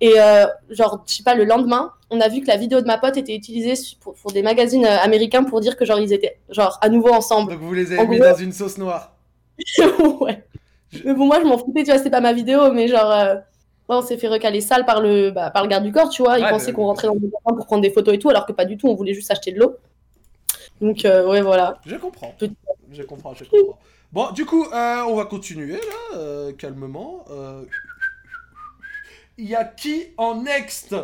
Speaker 3: Et euh, genre, je sais pas, le lendemain, on a vu que la vidéo de ma pote était utilisée su- pour, pour des magazines euh, américains pour dire que genre ils étaient genre à nouveau ensemble.
Speaker 1: Donc, vous les
Speaker 3: En
Speaker 1: avez mis
Speaker 3: gros-
Speaker 1: dans une sauce noire.
Speaker 3: ouais. Mais bon, moi, je m'en foutais, tu vois, c'était pas ma vidéo, mais genre, euh, ouais, on s'est fait recaler sale par le, bah, par le garde du corps, tu vois. Ils
Speaker 1: Ouais,
Speaker 3: pensaient
Speaker 1: bah,
Speaker 3: qu'on rentrait dans le magasin pour prendre des photos et tout, alors que pas du tout, on voulait juste acheter de l'eau. Donc, euh, ouais, voilà.
Speaker 1: Je comprends.
Speaker 3: Petit-
Speaker 1: Je comprends, je comprends. Bon, du coup, euh, on va continuer là, euh, calmement. Euh, Il y a qui en next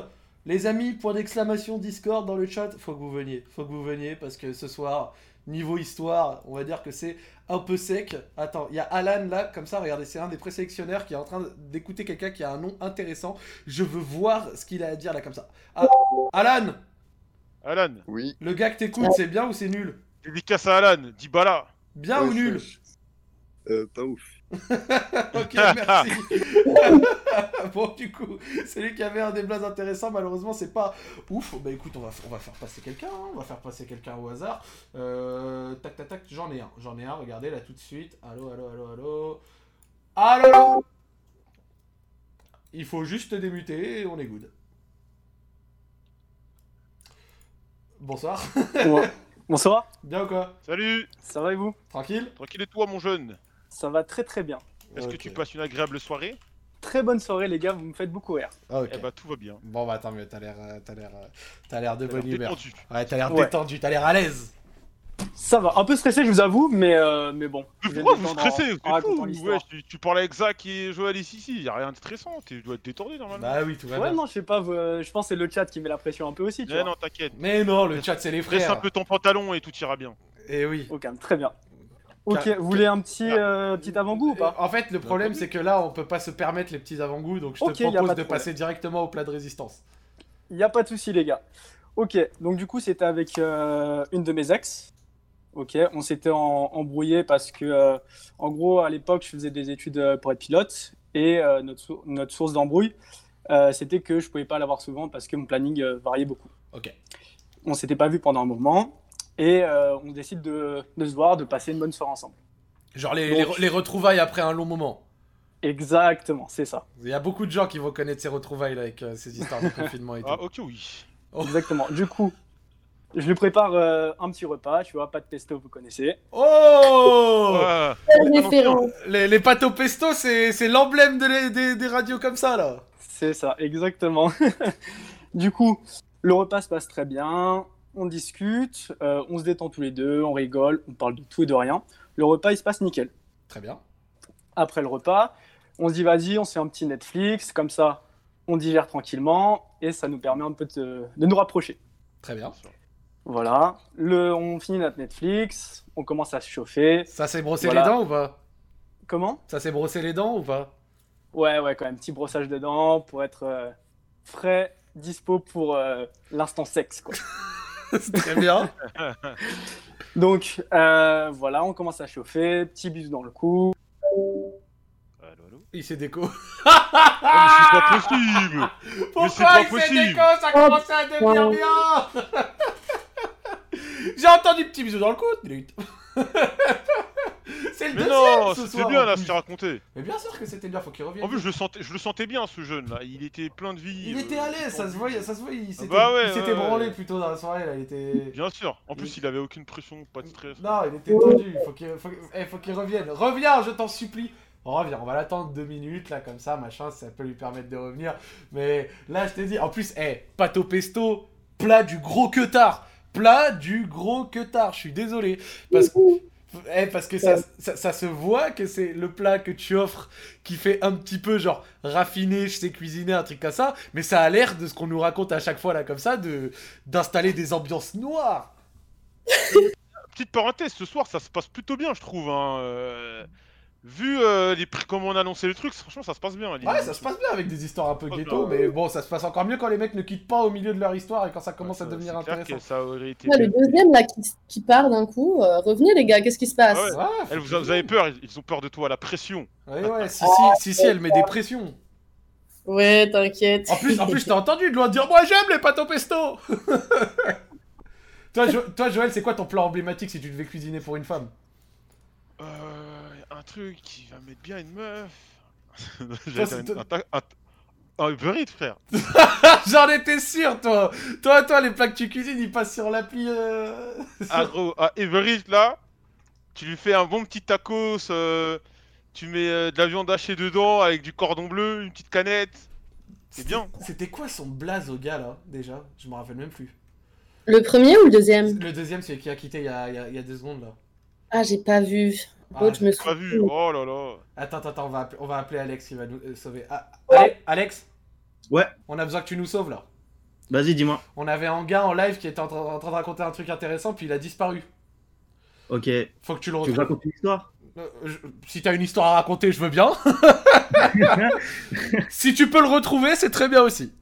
Speaker 1: Les amis, point d'exclamation Discord dans le chat. Faut que vous veniez, faut que vous veniez parce que ce soir, niveau histoire, on va dire que c'est un peu sec. Attends, il y a Alan là, comme ça, regardez, c'est un des présélectionneurs qui est en train d'écouter quelqu'un qui a un nom intéressant. Je veux voir ce qu'il a à dire là, comme ça. Ah, Alan,
Speaker 2: Alan,
Speaker 6: Oui.
Speaker 7: Oh.
Speaker 1: le gars que t'écoutes, c'est bien ou c'est nul
Speaker 2: Dédicace à Alan, Dibala.
Speaker 1: Bien ou nul
Speaker 7: Euh, pas ouf.
Speaker 1: Ok, merci. bon, du coup, c'est lui qui avait un des blazes intéressants. Malheureusement, c'est pas ouf. Bah écoute, on va, on va faire passer quelqu'un. hein. On va faire passer quelqu'un au hasard. Euh, tac, tac, tac. J'en ai un. J'en ai un. Regardez là tout de suite. Allô, allô, allô, allô. Allô, allô. Il faut juste te démuter et on est good. Bonsoir.
Speaker 9: Bonsoir,
Speaker 1: Bien ou quoi
Speaker 2: Salut,
Speaker 9: ça va et vous
Speaker 1: Tranquille
Speaker 2: tranquille et toi, mon jeune.
Speaker 9: Ça va très très bien.
Speaker 2: Est-ce que
Speaker 1: Ok.
Speaker 2: tu passes une agréable soirée
Speaker 9: Très bonne soirée les gars, vous me faites beaucoup rire. ben,
Speaker 1: Ah, ok.
Speaker 2: Eh bah, tout va bien.
Speaker 1: Bon, bah tant mieux. T'as l'air, euh, t'as l'air, euh, t'as l'air de
Speaker 2: T'as l'air
Speaker 1: bonne humeur.
Speaker 2: détendu.
Speaker 1: Ouais, t'as l'air
Speaker 9: Ouais.
Speaker 1: détendu. T'as l'air à l'aise.
Speaker 9: Ça va, un peu stressé je vous avoue, mais, euh, mais bon.
Speaker 2: Mais
Speaker 9: je vais
Speaker 2: pourquoi
Speaker 9: me
Speaker 2: vous
Speaker 9: détendre en-
Speaker 2: stressez
Speaker 9: en
Speaker 2: C'est
Speaker 9: racontant
Speaker 2: fou,
Speaker 9: l'histoire.
Speaker 2: ouais, tu, tu parles avec Zach et Joël ici, ici, y a rien de stressant, tu dois être détendu normalement.
Speaker 1: Bah oui, tout va
Speaker 9: Ouais,
Speaker 1: bien.
Speaker 9: non, je sais pas, vous- euh, je pense que c'est le chat qui met la pression un peu aussi, tu
Speaker 2: Eh
Speaker 9: vois.
Speaker 2: non, t'inquiète.
Speaker 1: Mais non, le chat c'est les
Speaker 2: Dresse un
Speaker 1: frères.
Speaker 2: peu ton pantalon et tout ira bien.
Speaker 1: Et oui.
Speaker 9: Au calme, très bien. Ok,
Speaker 1: Car-
Speaker 9: vous voulez un petit, euh, petit avant-goût ou pas
Speaker 1: En fait, le problème c'est que là, on peut pas se permettre les petits avant-goûts, donc je
Speaker 9: Ok, y
Speaker 1: te
Speaker 9: a
Speaker 1: propose
Speaker 9: pas
Speaker 1: de
Speaker 9: de
Speaker 1: passer directement au plat de résistance.
Speaker 9: Il a pas de souci, les gars. Ok, donc du coup, c'était avec euh, une de mes ex. Ok, on s'était en- embrouillé parce que, euh, en gros, à l'époque, je faisais des études euh, pour être pilote et euh, notre, sou- notre source d'embrouille, euh, c'était que je pouvais pas l'avoir souvent parce que mon planning euh, variait beaucoup.
Speaker 1: Ok.
Speaker 9: On s'était pas vu pendant un moment et euh, on décide de, de se voir, de passer une bonne soirée ensemble.
Speaker 1: Genre les,
Speaker 9: Donc-
Speaker 1: les re- les retrouvailles après un long moment.
Speaker 9: Exactement, c'est ça.
Speaker 1: Il y a beaucoup de gens qui vont connaître ces retrouvailles là, avec euh, ces histoires de confinement et tout.
Speaker 2: Ah, ok, oui.
Speaker 1: Oh.
Speaker 9: Exactement. Du coup, je lui prépare euh, un petit repas, tu vois, pas de pesto, vous connaissez.
Speaker 1: Oh
Speaker 2: Ouais.
Speaker 3: Quelle
Speaker 2: non,
Speaker 3: référence
Speaker 1: Les, les pâtes au pesto, c'est c'est l'emblème de les- des, des radios comme ça là.
Speaker 9: C'est ça, exactement. du coup, le repas se passe très bien, on discute, euh, on se détend tous les deux, on rigole, on parle de tout et de rien. Le repas, il se passe nickel.
Speaker 1: Très bien.
Speaker 9: Après le repas, on se dit vas-y, on se fait un petit Netflix, comme ça, on digère tranquillement et ça nous permet un peu de, de nous rapprocher.
Speaker 1: Très bien.
Speaker 9: Voilà, le, on finit notre Netflix, on commence à se chauffer.
Speaker 1: Ça s'est brossé
Speaker 9: Voilà.
Speaker 1: les dents ou pas
Speaker 9: Comment
Speaker 1: Ça s'est brossé les dents ou pas
Speaker 9: Ouais, ouais, quand même, petit brossage de dents pour être euh, frais, dispo pour euh, l'instant sexe, quoi.
Speaker 1: Très bien.
Speaker 9: Donc euh, voilà, on commence à chauffer, petit bisou dans le cou.
Speaker 2: Allô, allô
Speaker 1: Il s'est déco.
Speaker 2: Ah, mais c'est pas possible Mais c'est
Speaker 1: Pourquoi
Speaker 2: pas
Speaker 1: il s'est
Speaker 2: possible.
Speaker 1: déco Ça commençait à
Speaker 9: Oh.
Speaker 1: devenir bien J'ai entendu petit bisou dans le coude, minute. C'est le
Speaker 2: Mais
Speaker 1: deuxième
Speaker 2: non,
Speaker 1: ce
Speaker 2: c'était
Speaker 1: soir
Speaker 2: bien
Speaker 1: en
Speaker 2: là
Speaker 1: plus.
Speaker 2: ce qu'il racontait.
Speaker 1: Mais bien sûr que c'était bien, faut qu'il revienne.
Speaker 2: En plus, je le sentais, je le sentais bien ce jeune là. Il était plein de vie.
Speaker 1: il
Speaker 2: euh,
Speaker 1: était à l'aise, ça se voyait, ça se voyait. Il s'était
Speaker 2: bah ouais,
Speaker 1: il s'était
Speaker 2: ouais, ouais.
Speaker 1: branlé plutôt dans la soirée là, il était.
Speaker 2: Bien sûr. En
Speaker 1: Il-
Speaker 2: plus, il avait aucune pression, pas de stress.
Speaker 1: Non, il était tendu, faut qu'il faut, eh, faut qu'il revienne. Reviens, je t'en supplie. Reviens, on va l'attendre deux minutes, là, comme ça, machin, ça peut lui permettre de revenir. Mais là, je t'ai dit, en plus, eh, pâte au pesto, plat du gros que tard. Plat du gros que tard, je suis désolé. Parce que. Eh, parce que ça, ça, ça se voit que c'est le plat que tu offres qui fait un petit peu genre raffiné, je sais cuisiner, un truc comme ça, mais ça a l'air de ce qu'on nous raconte à chaque fois là comme ça, de d'installer des ambiances noires.
Speaker 2: Petite parenthèse, ce soir ça se passe plutôt bien, je trouve. Hein. euh, Vu euh, les prix, comment on annonçait le truc, franchement ça se passe bien. les-
Speaker 1: Ouais, ça se passe bien avec des histoires un peu
Speaker 2: Oh,
Speaker 1: ghetto,
Speaker 2: non.
Speaker 1: mais bon, ça se passe encore mieux quand les mecs ne quittent pas au milieu de leur histoire et quand ça commence
Speaker 2: Ouais,
Speaker 1: à
Speaker 2: ça-
Speaker 1: devenir
Speaker 2: c'est clair
Speaker 1: intéressant.
Speaker 2: que ça aurait été.
Speaker 3: Ouais, Le deuxième là qui, qui part d'un coup. euh, revenez les gars, qu'est-ce qui se passe
Speaker 2: Ah ouais.
Speaker 1: Ouais, faut
Speaker 2: Elle, vous, vous avez peur, ils, ils ont peur de toi, la pression.
Speaker 1: Ouais, ouais, si, si, si, si, elle met des pressions.
Speaker 3: Ouais, t'inquiète.
Speaker 1: En plus, en plus, t'as entendu de loin dire Moi j'aime les pâtes au pesto Toi, Jo- toi, Joël, c'est quoi ton plat emblématique si tu devais cuisiner pour une femme
Speaker 2: Euh, un truc qui va mettre bien une meuf.
Speaker 1: Toi,
Speaker 2: J'allais
Speaker 1: c'est
Speaker 2: dire une-
Speaker 1: toi-
Speaker 2: un, ta- un, un Uber Eats, frère.
Speaker 1: Ah, J'en étais sûr, toi Toi, toi, les plats que tu cuisines, ils passent sur l'appli. euh,
Speaker 2: Ah, gros, à Uber Eats, là, tu lui fais un bon petit tacos, euh, tu mets euh, de la viande hachée dedans avec du cordon bleu, une petite canette. C'est bien.
Speaker 1: C'était quoi son blaze au gars là, déjà Je me rappelle même plus.
Speaker 3: Le premier ou le deuxième
Speaker 1: Le deuxième, celui qui a quitté il y a, il y a- il y a deux secondes là.
Speaker 3: Ah, j'ai pas vu.
Speaker 1: Ah,
Speaker 3: L'autre, je me
Speaker 2: Pas
Speaker 3: souviens.
Speaker 2: vu, oh là là.
Speaker 1: Attends, attends, attends, on va appeler, on va appeler Alex, il va nous euh, sauver. Ah, allez, Alex
Speaker 10: Ouais.
Speaker 1: On a besoin que tu nous sauves là.
Speaker 10: Vas-y, dis-moi.
Speaker 1: On avait un gars en live qui était en train, en train de raconter un truc intéressant, puis il a disparu.
Speaker 10: Ok. Tu
Speaker 1: Faut que tu le
Speaker 10: veux
Speaker 1: retrouves.
Speaker 10: raconter l'histoire
Speaker 1: Euh, je- Si t'as une histoire à raconter, je veux bien. si tu peux le retrouver, c'est très bien aussi.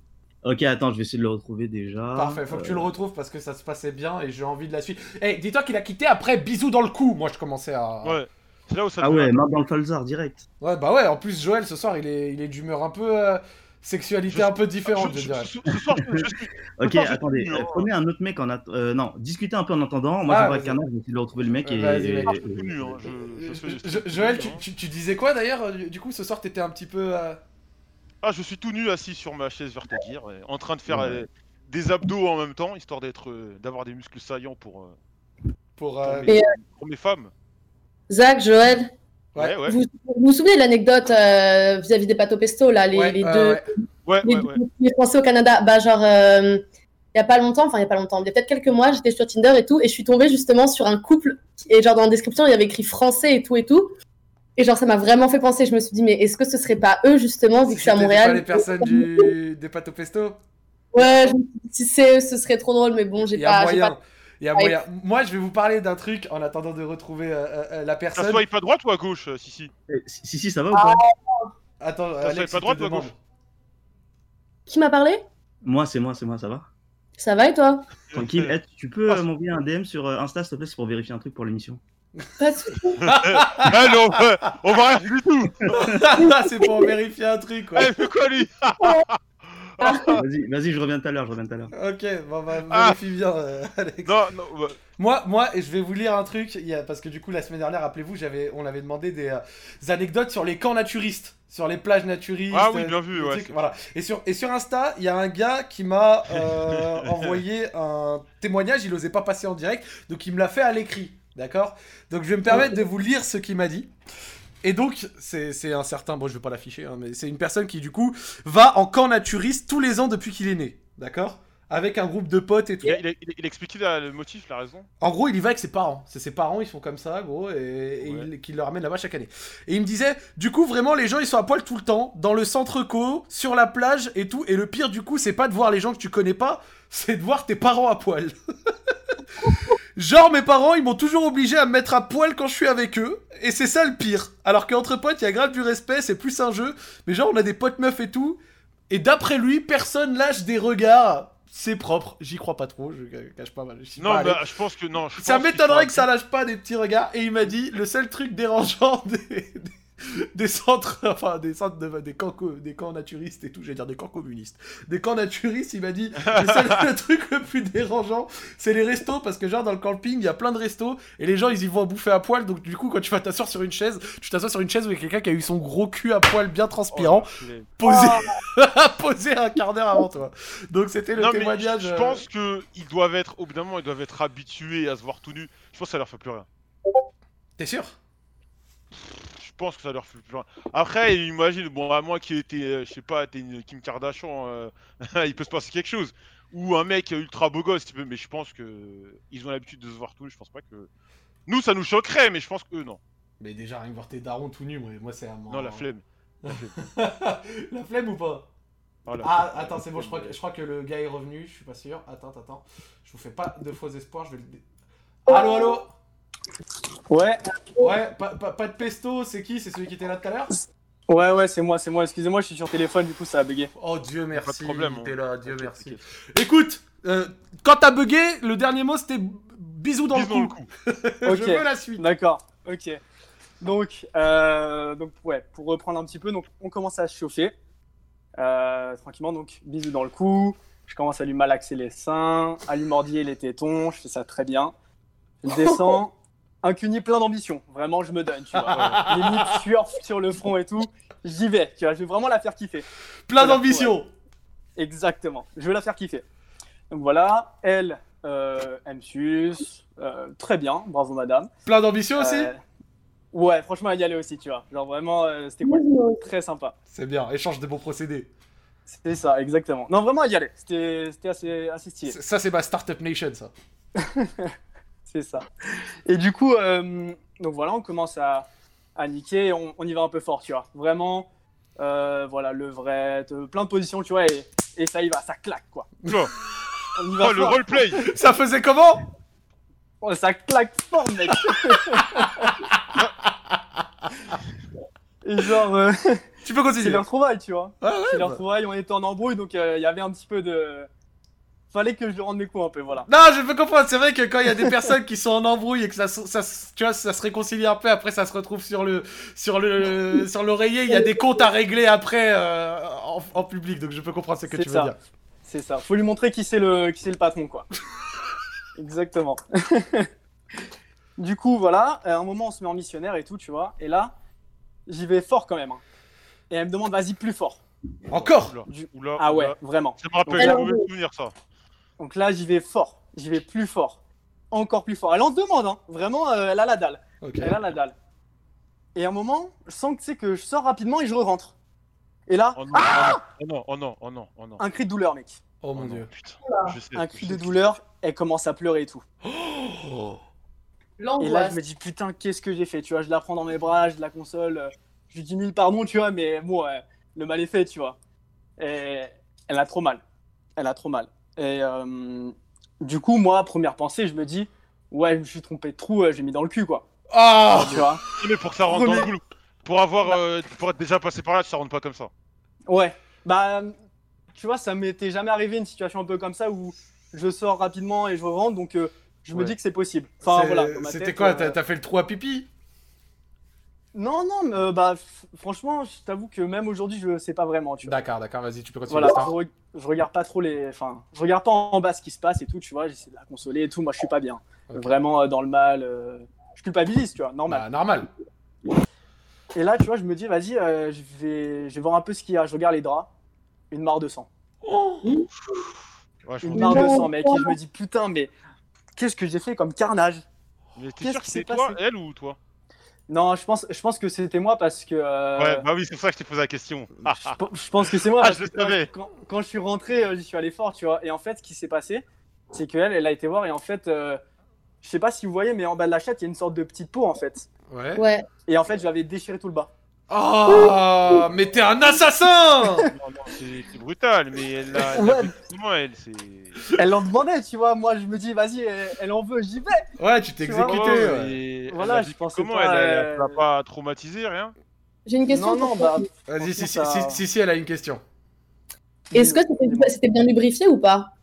Speaker 10: Ok, attends, je vais essayer de le retrouver déjà.
Speaker 1: Parfait, faut que tu
Speaker 10: Euh,
Speaker 1: le retrouves parce que ça se passait bien et j'ai envie de la suite. Eh, dis-toi qu'il a quitté après bisous dans le cou. Moi, je commençais à.
Speaker 2: Ouais. C'est là où ça
Speaker 10: Ah
Speaker 2: devient-
Speaker 10: ouais, main dans le falzar direct.
Speaker 1: Ouais, bah ouais, en plus, Joël, ce soir, il est, il est d'humeur un peu. euh, sexualité
Speaker 2: Je-
Speaker 1: un peu différente,
Speaker 2: Je-
Speaker 1: je,
Speaker 2: je-
Speaker 1: dirais.
Speaker 2: Ce ce soir, je- je suis-
Speaker 10: Ok,
Speaker 2: Attends, je-
Speaker 10: attendez,
Speaker 2: non.
Speaker 10: euh, prenez un autre mec en attendant. non, discutez un peu en attendant. Moi,
Speaker 1: hein. Ah,
Speaker 10: je vois
Speaker 1: vas-y. Euh,
Speaker 10: Canard, je vais essayer de retrouver le mec et.
Speaker 1: Vas-y,
Speaker 10: et-
Speaker 1: vas-y.
Speaker 10: et-
Speaker 2: Connu, hein, je- je hein.
Speaker 1: Je-
Speaker 2: suis-
Speaker 1: je- Joël, tu, tu- tu disais quoi d'ailleurs euh, du- Du coup, ce soir, t'étais un petit peu. euh,
Speaker 2: Ah, je suis tout nu assis sur ma chaise vertébraire, ouais, en train de faire
Speaker 10: Ouais.
Speaker 2: euh, des abdos en même temps, histoire d'être, euh, d'avoir des muscles saillants pour, euh,
Speaker 1: pour.
Speaker 2: pour,
Speaker 1: euh,
Speaker 2: mes, pour mes femmes.
Speaker 3: Zach, Joël,
Speaker 2: Ouais, ouais.
Speaker 3: vous, vous vous souvenez de l'anecdote euh, vis-à-vis des pâteaux pesto, là, les,
Speaker 1: ouais,
Speaker 3: les
Speaker 1: ouais,
Speaker 3: deux,
Speaker 1: ouais.
Speaker 2: Ouais,
Speaker 3: les,
Speaker 2: ouais, ouais.
Speaker 3: les Français au Canada Bah, genre, euh, il y a pas longtemps, enfin, il y a pas longtemps, il y a peut-être quelques mois, j'étais sur Tinder et tout, et je suis tombée justement sur un couple, qui- et genre, dans la description, il y avait écrit français et tout et tout. Et genre, ça m'a vraiment fait penser. Je me suis dit, mais est-ce que ce serait pas eux, justement, vu que
Speaker 1: Si
Speaker 3: c'est à
Speaker 1: c'était Pas
Speaker 3: Ah, Montréal
Speaker 1: les personnes du... des pâteaux pesto
Speaker 3: Ouais, je me suis dit, si c'est eux, ce serait trop drôle, mais bon, j'ai
Speaker 1: Il y a
Speaker 3: pas. j'ai
Speaker 1: moyen.
Speaker 3: pas...
Speaker 1: Il y a
Speaker 3: Ouais.
Speaker 1: moyen. Moi, je vais vous parler d'un truc en attendant de retrouver euh, euh, euh, la
Speaker 2: T'as
Speaker 1: personne.
Speaker 2: swipe à droite ou à gauche, euh, Sissi
Speaker 10: et- Eh, Si, si, ça va ou
Speaker 3: Ah.
Speaker 10: pas
Speaker 1: Attends,
Speaker 2: swipe
Speaker 1: Alex,
Speaker 2: à
Speaker 1: il te
Speaker 2: droite ou à
Speaker 1: demande.
Speaker 2: gauche
Speaker 3: Qui m'a parlé
Speaker 10: Moi, c'est moi, c'est moi, ça va
Speaker 3: Ça va et toi
Speaker 10: Tranquille. Eh, tu peux
Speaker 2: Ah,
Speaker 10: euh, m'envoyer un DM sur euh, Insta, s'il te plaît, c'est pour vérifier un truc pour l'émission.
Speaker 1: Eh,
Speaker 3: Pas de soucis.
Speaker 2: Ah non, euh, on va rien du tout
Speaker 1: c'est pour vérifier un truc, ouais.
Speaker 2: Elle fait Eh, quoi, lui
Speaker 10: vas-y, vas-y, je reviens tout à l'heure, je reviens tout à l'heure.
Speaker 1: Ok, bon, bah,
Speaker 2: Ah.
Speaker 1: vérifie bien, euh, Alex.
Speaker 2: Non, non, bah,
Speaker 1: Moi, moi, et je vais vous lire un truc, il y a- parce que du coup, la semaine dernière, rappelez-vous, j'avais, on avait demandé des, euh, des anecdotes sur les camps naturistes, sur les plages naturistes.
Speaker 2: Ah oui,
Speaker 1: euh,
Speaker 2: bien vu,
Speaker 1: des
Speaker 2: ouais.
Speaker 1: trucs, voilà. Et sur, et sur Insta, il y a un gars qui m'a euh, envoyé un témoignage, il osait pas passer en direct, donc il me l'a fait à l'écrit, d'accord Donc je vais me permettre de vous lire ce qu'il m'a dit. Et donc, c'est c'est un certain, bon, je vais pas l'afficher, hein, mais c'est une personne qui, du coup, va en camp naturiste tous les ans depuis qu'il est né, d'accord Avec un groupe de potes et tout.
Speaker 2: Il, a- il, a- il a- il a expliqué la- le motif, la raison.
Speaker 1: En gros, il y va avec ses parents. C'est ses parents, ils sont comme ça, gros, et, et
Speaker 2: Ouais.
Speaker 1: il- qu'il le ramène là-bas chaque année. Et il me disait, du coup, vraiment, les gens, ils sont à poil tout le temps, dans le centre co, sur la plage et tout. Et le pire, du coup, c'est pas de voir les gens que tu connais pas, c'est de voir tes parents à poil. Genre, mes parents, ils m'ont toujours obligé à me mettre à poil quand je suis avec eux, et c'est ça le pire. Alors qu'entre potes, il y a grave du respect, c'est plus un jeu, mais genre, on a des potes meufs et tout, et d'après lui, personne lâche des regards. C'est propre, j'y crois pas trop, je cache pas mal.
Speaker 2: Non, bah, je pense que non. je
Speaker 1: Ça
Speaker 2: pense qu'il
Speaker 1: m'étonnerait
Speaker 2: sera-
Speaker 1: que ça lâche pas des petits regards. Et il m'a dit le seul truc dérangeant des, des, des centres, enfin des centres de, des camps, co- des camps naturistes et tout, j'allais dire des camps communistes, des camps naturistes. Il m'a dit le seul le truc le plus dérangeant, c'est les restos parce que genre dans le camping, il y a plein de restos et les gens ils y vont à bouffer à poil. Donc du coup, quand tu vas t'asseoir sur une chaise, tu t'assois sur une chaise où il y a quelqu'un qui a eu son gros cul à poil bien
Speaker 2: Oh,
Speaker 1: transpirant,
Speaker 2: l'enculé.
Speaker 1: posé, posé un quart d'heure avant toi. Donc c'était le
Speaker 2: Non, mais je-
Speaker 1: témoignage.
Speaker 2: je
Speaker 1: euh,
Speaker 2: pense que ils doivent être, au bout d'un moment, ils doivent être habitués à se voir tout nu. Je pense que ça leur fait plus rien.
Speaker 1: T'es sûr
Speaker 2: Je pense que ça leur fait plus rien. Après, imagine, bon, à moi qui était, euh, je sais pas, t'es une Kim Kardashian, euh, il peut se passer quelque chose. Ou un mec ultra beau gosse, tu peux, mais je pense que ils ont l'habitude de se voir tout nu. Je pense pas que. Nous, ça nous choquerait, mais je pense que eux, non.
Speaker 1: Mais déjà, rien que voir tes darons tout nus, moi, moi hein. c'est un
Speaker 2: Non, la flemme.
Speaker 1: la flemme ou pas
Speaker 2: Oh, la
Speaker 1: Ah,
Speaker 2: flemme.
Speaker 1: attends, c'est bon, je crois, que, je crois que le gars est revenu, je suis pas sûr. Attends, attends, attends. Je vous fais pas de faux espoirs, je vais le. dé- Allô, allô
Speaker 9: Ouais,
Speaker 1: Ouais, pas, pas- pas de pesto, c'est qui C'est celui qui était là tout à l'heure
Speaker 9: ouais, ouais, c'est moi, c'est moi. Excusez-moi, je suis sur téléphone, du coup, ça a bugué.
Speaker 1: Oh, Dieu merci.
Speaker 2: Pas de problème, hein.
Speaker 1: T'es
Speaker 2: on-
Speaker 1: là, Dieu
Speaker 2: t'inquiète,
Speaker 1: merci.
Speaker 2: t'inquiète.
Speaker 1: Écoute, euh, quand t'as bugué, le dernier mot c'était bisous dans
Speaker 2: Bisous dans
Speaker 1: le
Speaker 2: le
Speaker 1: cou.
Speaker 2: cou.
Speaker 9: Ok.
Speaker 1: je veux la suite.
Speaker 9: D'accord, ok. Donc, euh, donc, ouais, pour reprendre un petit peu, donc, on commence à se chauffer euh, tranquillement. Donc, bisous dans le cou. Je commence à lui malaxer les seins, à lui mordiller les tétons. Je fais ça très bien. Je descends. Un cuni plein d'ambition. Vraiment, je me donne, tu vois. Limite, sueur sur le front et tout. J'y vais, tu vois. Je vais vraiment la faire kiffer.
Speaker 1: Plein d'ambition.
Speaker 9: Exactement. Je vais la faire kiffer. Donc, voilà. Elle, euh, elle me suce. Euh, très bien. Bravo, madame.
Speaker 1: Plein d'ambition aussi
Speaker 9: Euh, Ouais, franchement, à y aller aussi, tu vois. Genre vraiment, euh, c'était cool. Très sympa.
Speaker 1: C'est bien, échange de bons procédés.
Speaker 9: C'était ça,
Speaker 2: Oh,
Speaker 9: exactement. Non, vraiment, à y aller. C'était c'était assez, assez stylé.
Speaker 1: Ça, c'est ma Startup Nation, ça.
Speaker 9: C'est ça. Et du coup, euh, donc voilà, on commence à, à niquer. et On, on y va un peu fort, tu vois. Vraiment, euh, voilà, levrette, euh, plein de positions, tu vois. Et, et ça y va, ça claque, quoi.
Speaker 2: Oula.
Speaker 9: On y va
Speaker 2: Oh, le
Speaker 9: fort.
Speaker 2: roleplay
Speaker 1: Ça faisait comment
Speaker 9: Oh, ça claque fort, mec. et genre, euh,
Speaker 1: Tu peux continuer.
Speaker 9: C'est les retrouvailles, tu vois.
Speaker 1: Ouais, ouais,
Speaker 9: c'est les
Speaker 1: bah.
Speaker 9: retrouvailles, on était en embrouille, donc euh, il y avait un petit peu de. Fallait que je lui rende mes coups un peu, voilà.
Speaker 1: Non, je peux comprendre. C'est vrai que quand il y a des personnes qui sont en embrouille et que ça, se- ça, se- tu vois, ça se réconcilie un peu, après ça se retrouve sur le, sur le, sur l'oreiller. Il y a des comptes à régler après euh, en, en public, donc je peux comprendre ce que
Speaker 9: C'est
Speaker 1: tu veux
Speaker 9: ça.
Speaker 1: dire.
Speaker 9: C'est ça. Faut lui montrer qui c'est le, qui c'est le patron, quoi. Exactement. du coup, voilà. À un moment, on se met en missionnaire et tout, tu vois. Et là, j'y vais fort quand même. hein. Et elle me demande, vas-y, plus fort.
Speaker 1: Encore.
Speaker 2: Oula,
Speaker 9: Du-
Speaker 2: oula,
Speaker 9: Ah ouais,
Speaker 2: oula.
Speaker 9: vraiment.
Speaker 2: Ça me rappelle
Speaker 9: Donc
Speaker 2: un
Speaker 9: là-
Speaker 2: mauvais souvenir, ça.
Speaker 9: Donc là, j'y vais fort. J'y vais plus fort. Encore plus fort. Elle en demande, hein. Vraiment, euh, elle a la dalle.
Speaker 1: Ok.
Speaker 9: Elle a la dalle. Et à un moment, je sens que, tu sais, que je sors rapidement et je rentre. Et là,
Speaker 2: Oh non, oh non, oh non, oh non, oh non.
Speaker 9: un cri de douleur, mec.
Speaker 1: Oh mon
Speaker 2: Oh non,
Speaker 1: dieu.
Speaker 2: putain, je sais,
Speaker 9: Un
Speaker 2: je
Speaker 9: cri
Speaker 2: sais.
Speaker 9: de douleur. Elle commence à pleurer et tout.
Speaker 1: Oh.
Speaker 9: Et là,
Speaker 3: L'angoisse.
Speaker 9: je me dis, putain, qu'est-ce que j'ai fait Tu vois, je la prends dans mes bras, je la console. euh, Je lui dis mille pardons, tu vois, mais bon, euh, le mal est fait, tu vois. Et elle a trop mal. Elle a trop mal. Et euh, du coup, moi, première pensée, je me dis, ouais, je me suis trompé de trou, euh, j'ai mis dans le cul, quoi.
Speaker 1: Ah.
Speaker 9: Tu vois
Speaker 2: Non, mais pour que ça rentre dans le boulot. Pour avoir, euh, pour être déjà passé par là, ça rentre pas comme ça.
Speaker 9: Ouais. Bah, tu vois, ça m'était jamais arrivé une situation un peu comme ça où je sors rapidement et je rentre, donc euh, je me
Speaker 1: Ouais.
Speaker 9: dis que c'est possible. Enfin,
Speaker 1: C'est-
Speaker 9: voilà. dans ma
Speaker 1: C'était
Speaker 9: tête,
Speaker 1: quoi
Speaker 9: euh,
Speaker 1: T'as t'as fait le trou à pipi
Speaker 9: Non, non, mais, euh, bah, f- franchement, je t'avoue que même aujourd'hui, je sais pas vraiment, tu vois.
Speaker 1: D'accord, d'accord. Vas-y, tu peux continuer.
Speaker 9: Voilà, je,
Speaker 1: Star.
Speaker 9: re- je regarde pas trop les. Enfin, je regarde pas en bas ce qui se passe et tout, tu vois, j'essaie de la consoler et tout. Moi, je suis pas bien.
Speaker 1: Ok.
Speaker 9: Vraiment euh, dans le mal. euh, Je culpabilise, tu vois, normal.
Speaker 1: Bah, normal.
Speaker 9: Et là, tu vois, je me dis, vas-y, euh, je, vais... je vais voir un peu ce qu'il y a. Je regarde les draps. Une mare de sang.
Speaker 2: Ouais, je m'en
Speaker 9: Une
Speaker 2: doute.
Speaker 9: mare de
Speaker 3: Non.
Speaker 9: sang, mec. Et je me dis, putain, mais qu'est-ce que j'ai fait comme carnage
Speaker 2: Mais t'es
Speaker 9: Qu'est-ce
Speaker 2: sûr que
Speaker 9: qui
Speaker 2: c'est
Speaker 9: s'est
Speaker 2: toi,
Speaker 9: passé
Speaker 2: elle ou toi
Speaker 9: Non, je pense, je pense que c'était moi parce que. euh,
Speaker 2: Ouais, bah oui, c'est pour ça que je t'ai posé la question. Ah,
Speaker 9: je, pe- je pense que c'est moi.
Speaker 2: Ah,
Speaker 9: parce
Speaker 2: je le
Speaker 9: que quand-
Speaker 2: savais.
Speaker 9: Quand, quand je suis rentré, euh, j'y suis allé fort, tu vois. Et en fait, ce qui s'est passé, c'est qu'elle, elle a été voir et en fait, euh, je sais pas si vous voyez, mais en bas de la chatte, il y a une sorte de petite peau en fait.
Speaker 1: Ouais.
Speaker 3: Ouais.
Speaker 9: Et en fait, j'avais déchiré tout le bas.
Speaker 1: Oh, mais t'es un assassin
Speaker 2: non, non, c'est c'est brutal, mais elle l'a. elle
Speaker 9: Ouais.
Speaker 2: l'a fait Comment elle C'est.
Speaker 9: Elle en demandait, tu vois. Moi, je me dis, vas-y, elle, elle en veut, j'y vais.
Speaker 1: Ouais, tu t'es
Speaker 9: Tu vois, euh,
Speaker 1: exécuté.
Speaker 2: Ouais,
Speaker 1: ouais.
Speaker 2: mais elle
Speaker 9: Voilà,
Speaker 2: l'a
Speaker 9: je
Speaker 2: vécu
Speaker 9: pensais
Speaker 2: Comment
Speaker 9: pas,
Speaker 2: elle elle
Speaker 9: euh,
Speaker 2: l'a pas traumatisé, rien
Speaker 3: J'ai une question.
Speaker 9: Non, non,
Speaker 3: pour
Speaker 9: bah.
Speaker 3: toi.
Speaker 1: Vas-y, si, si,
Speaker 9: franchement,
Speaker 1: si,
Speaker 9: ça-
Speaker 1: si, si, elle a une question.
Speaker 3: Est-ce que c'était- c'était bien lubrifié ou pas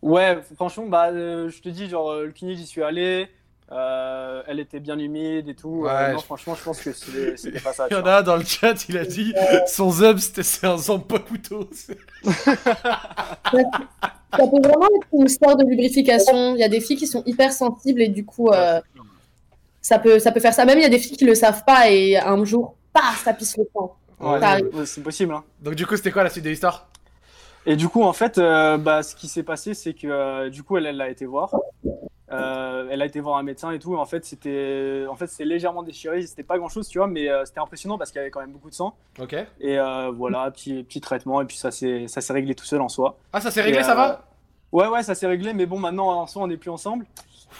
Speaker 9: Ouais, franchement, bah, euh, je te dis, genre, euh, le kiné, j'y suis allé. euh, elle était bien humide et tout. euh,
Speaker 1: Ouais,
Speaker 9: non,
Speaker 1: je-
Speaker 9: franchement, je pense que c'était c'était pas ça. tu
Speaker 1: Il y en
Speaker 9: vois.
Speaker 1: a un dans le chat, il a dit son zub, c'était- c'est un zub pas couteau. C'est-
Speaker 10: Ah.
Speaker 3: Ça peut vraiment être une histoire de lubrification. Il y a des filles qui sont hyper sensibles et du coup, euh, ça, peut, ça peut faire ça. Même il y a des filles qui le savent pas et un jour, paf, ça pisse le sang.
Speaker 9: Ouais,
Speaker 3: T'as-
Speaker 9: ouais, c'est possible. Hein.
Speaker 1: Donc, du coup, c'était quoi la suite de l'histoire
Speaker 9: Et du coup, en fait, euh, bah, ce qui s'est passé, c'est que euh, du coup, elle, elle a été voir. Euh, elle a été voir un médecin et tout. En fait, c'était, en fait, c'est légèrement déchiré. C'était pas grand chose, tu vois, mais euh, c'était impressionnant parce qu'il y avait quand même beaucoup de sang.
Speaker 1: Ok.
Speaker 9: Et euh, voilà, petit, petit traitement. Et puis ça s'est, ça s'est réglé tout seul en soi.
Speaker 1: Ah, ça s'est réglé,
Speaker 9: Et,
Speaker 1: ça
Speaker 9: euh,
Speaker 1: va
Speaker 9: Ouais, ouais, ça s'est réglé. Mais bon, maintenant, en soi, on n'est plus ensemble.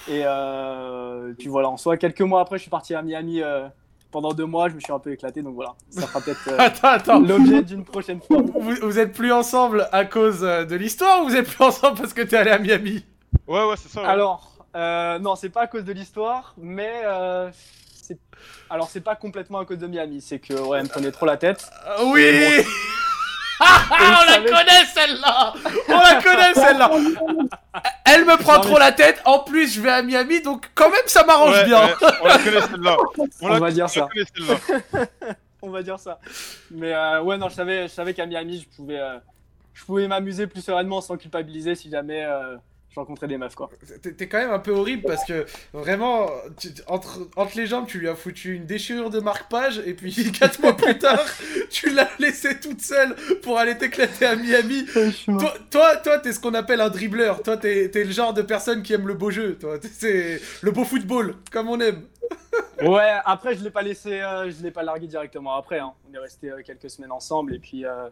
Speaker 9: Et euh, puis voilà, en soi, quelques mois après, je suis parti à Miami euh, pendant deux mois. Je me suis un peu éclaté, donc voilà. Ça fera peut-être euh,
Speaker 1: Attends, attends.
Speaker 9: l'objet d'une prochaine fois.
Speaker 1: Vous, vous êtes plus ensemble à cause euh, de l'histoire ou vous êtes plus ensemble parce que t'es allé à Miami
Speaker 2: Ouais, ouais, c'est ça. ouais.
Speaker 9: Alors, euh, non, c'est pas à cause de l'histoire, mais euh, c'est- alors c'est pas complètement à cause de Miami, c'est que ouais, elle me prenait trop la tête.
Speaker 1: Ah, Oui Ah, on la
Speaker 9: savez-
Speaker 1: connaît celle-là On la connaît celle-là Elle me prend
Speaker 9: Non, mais-
Speaker 1: trop la tête, en plus je vais à Miami, donc quand même ça m'arrange
Speaker 2: Ouais,
Speaker 1: bien.
Speaker 2: ouais, on la connaît celle-là.
Speaker 9: On va dire ça.
Speaker 2: On la connaît celle-là.
Speaker 9: On va dire ça. Mais euh, ouais, non, je savais, je savais qu'à Miami, je pouvais, euh, je pouvais m'amuser plus sereinement sans culpabiliser si jamais euh, je rencontrais des meufs, quoi.
Speaker 1: T'es t'es quand même un peu horrible parce que vraiment, tu- tu- entre, entre les jambes, tu lui as foutu une déchirure de marque-page et puis quatre mois plus tard, tu l'as laissée toute seule pour aller t'éclater à Miami. Toi, toi, toi, t'es ce qu'on appelle un dribbleur. Toi, t'es t'es le genre de personne qui aime le beau jeu. Toi, T'es- c'est le beau football, comme on aime.
Speaker 9: Ouais, après, je l'ai pas laissé, euh, je l'ai pas largué directement après. hein. On est resté quelques semaines ensemble et puis. euh,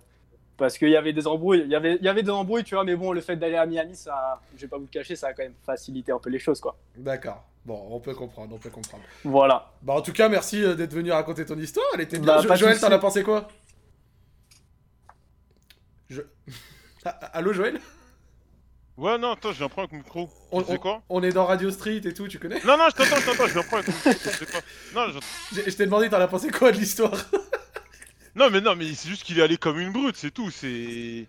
Speaker 9: parce qu'il y avait des embrouilles, il y avait, il y avait des embrouilles, tu vois, mais bon, le fait d'aller à Miami, ça, je vais pas vous le cacher, ça a quand même facilité un peu les choses, quoi.
Speaker 1: D'accord. Bon, on peut comprendre, on peut comprendre.
Speaker 9: Voilà.
Speaker 1: Bah, en tout cas, merci euh, d'être venu raconter ton histoire. Elle était bien.
Speaker 9: Bah,
Speaker 1: Jo-
Speaker 9: pas de
Speaker 1: Joël,
Speaker 9: soucis.
Speaker 1: t'en as pensé quoi Je... Ah, Allô, Joël
Speaker 2: Ouais, non, attends, j'ai un problème avec mon micro.
Speaker 1: On-
Speaker 2: Tu sais quoi
Speaker 1: On est dans Radio Street et tout, tu connais
Speaker 2: Non, non, je t'entends, je t'entends, j'ai un problème avec mon micro. Tu sais quoi Non, j'entends.
Speaker 1: J'ai- Je t'ai demandé, t'en as pensé quoi de l'histoire
Speaker 2: Non, mais non, mais c'est juste qu'il est allé comme une brute, c'est tout. C'est.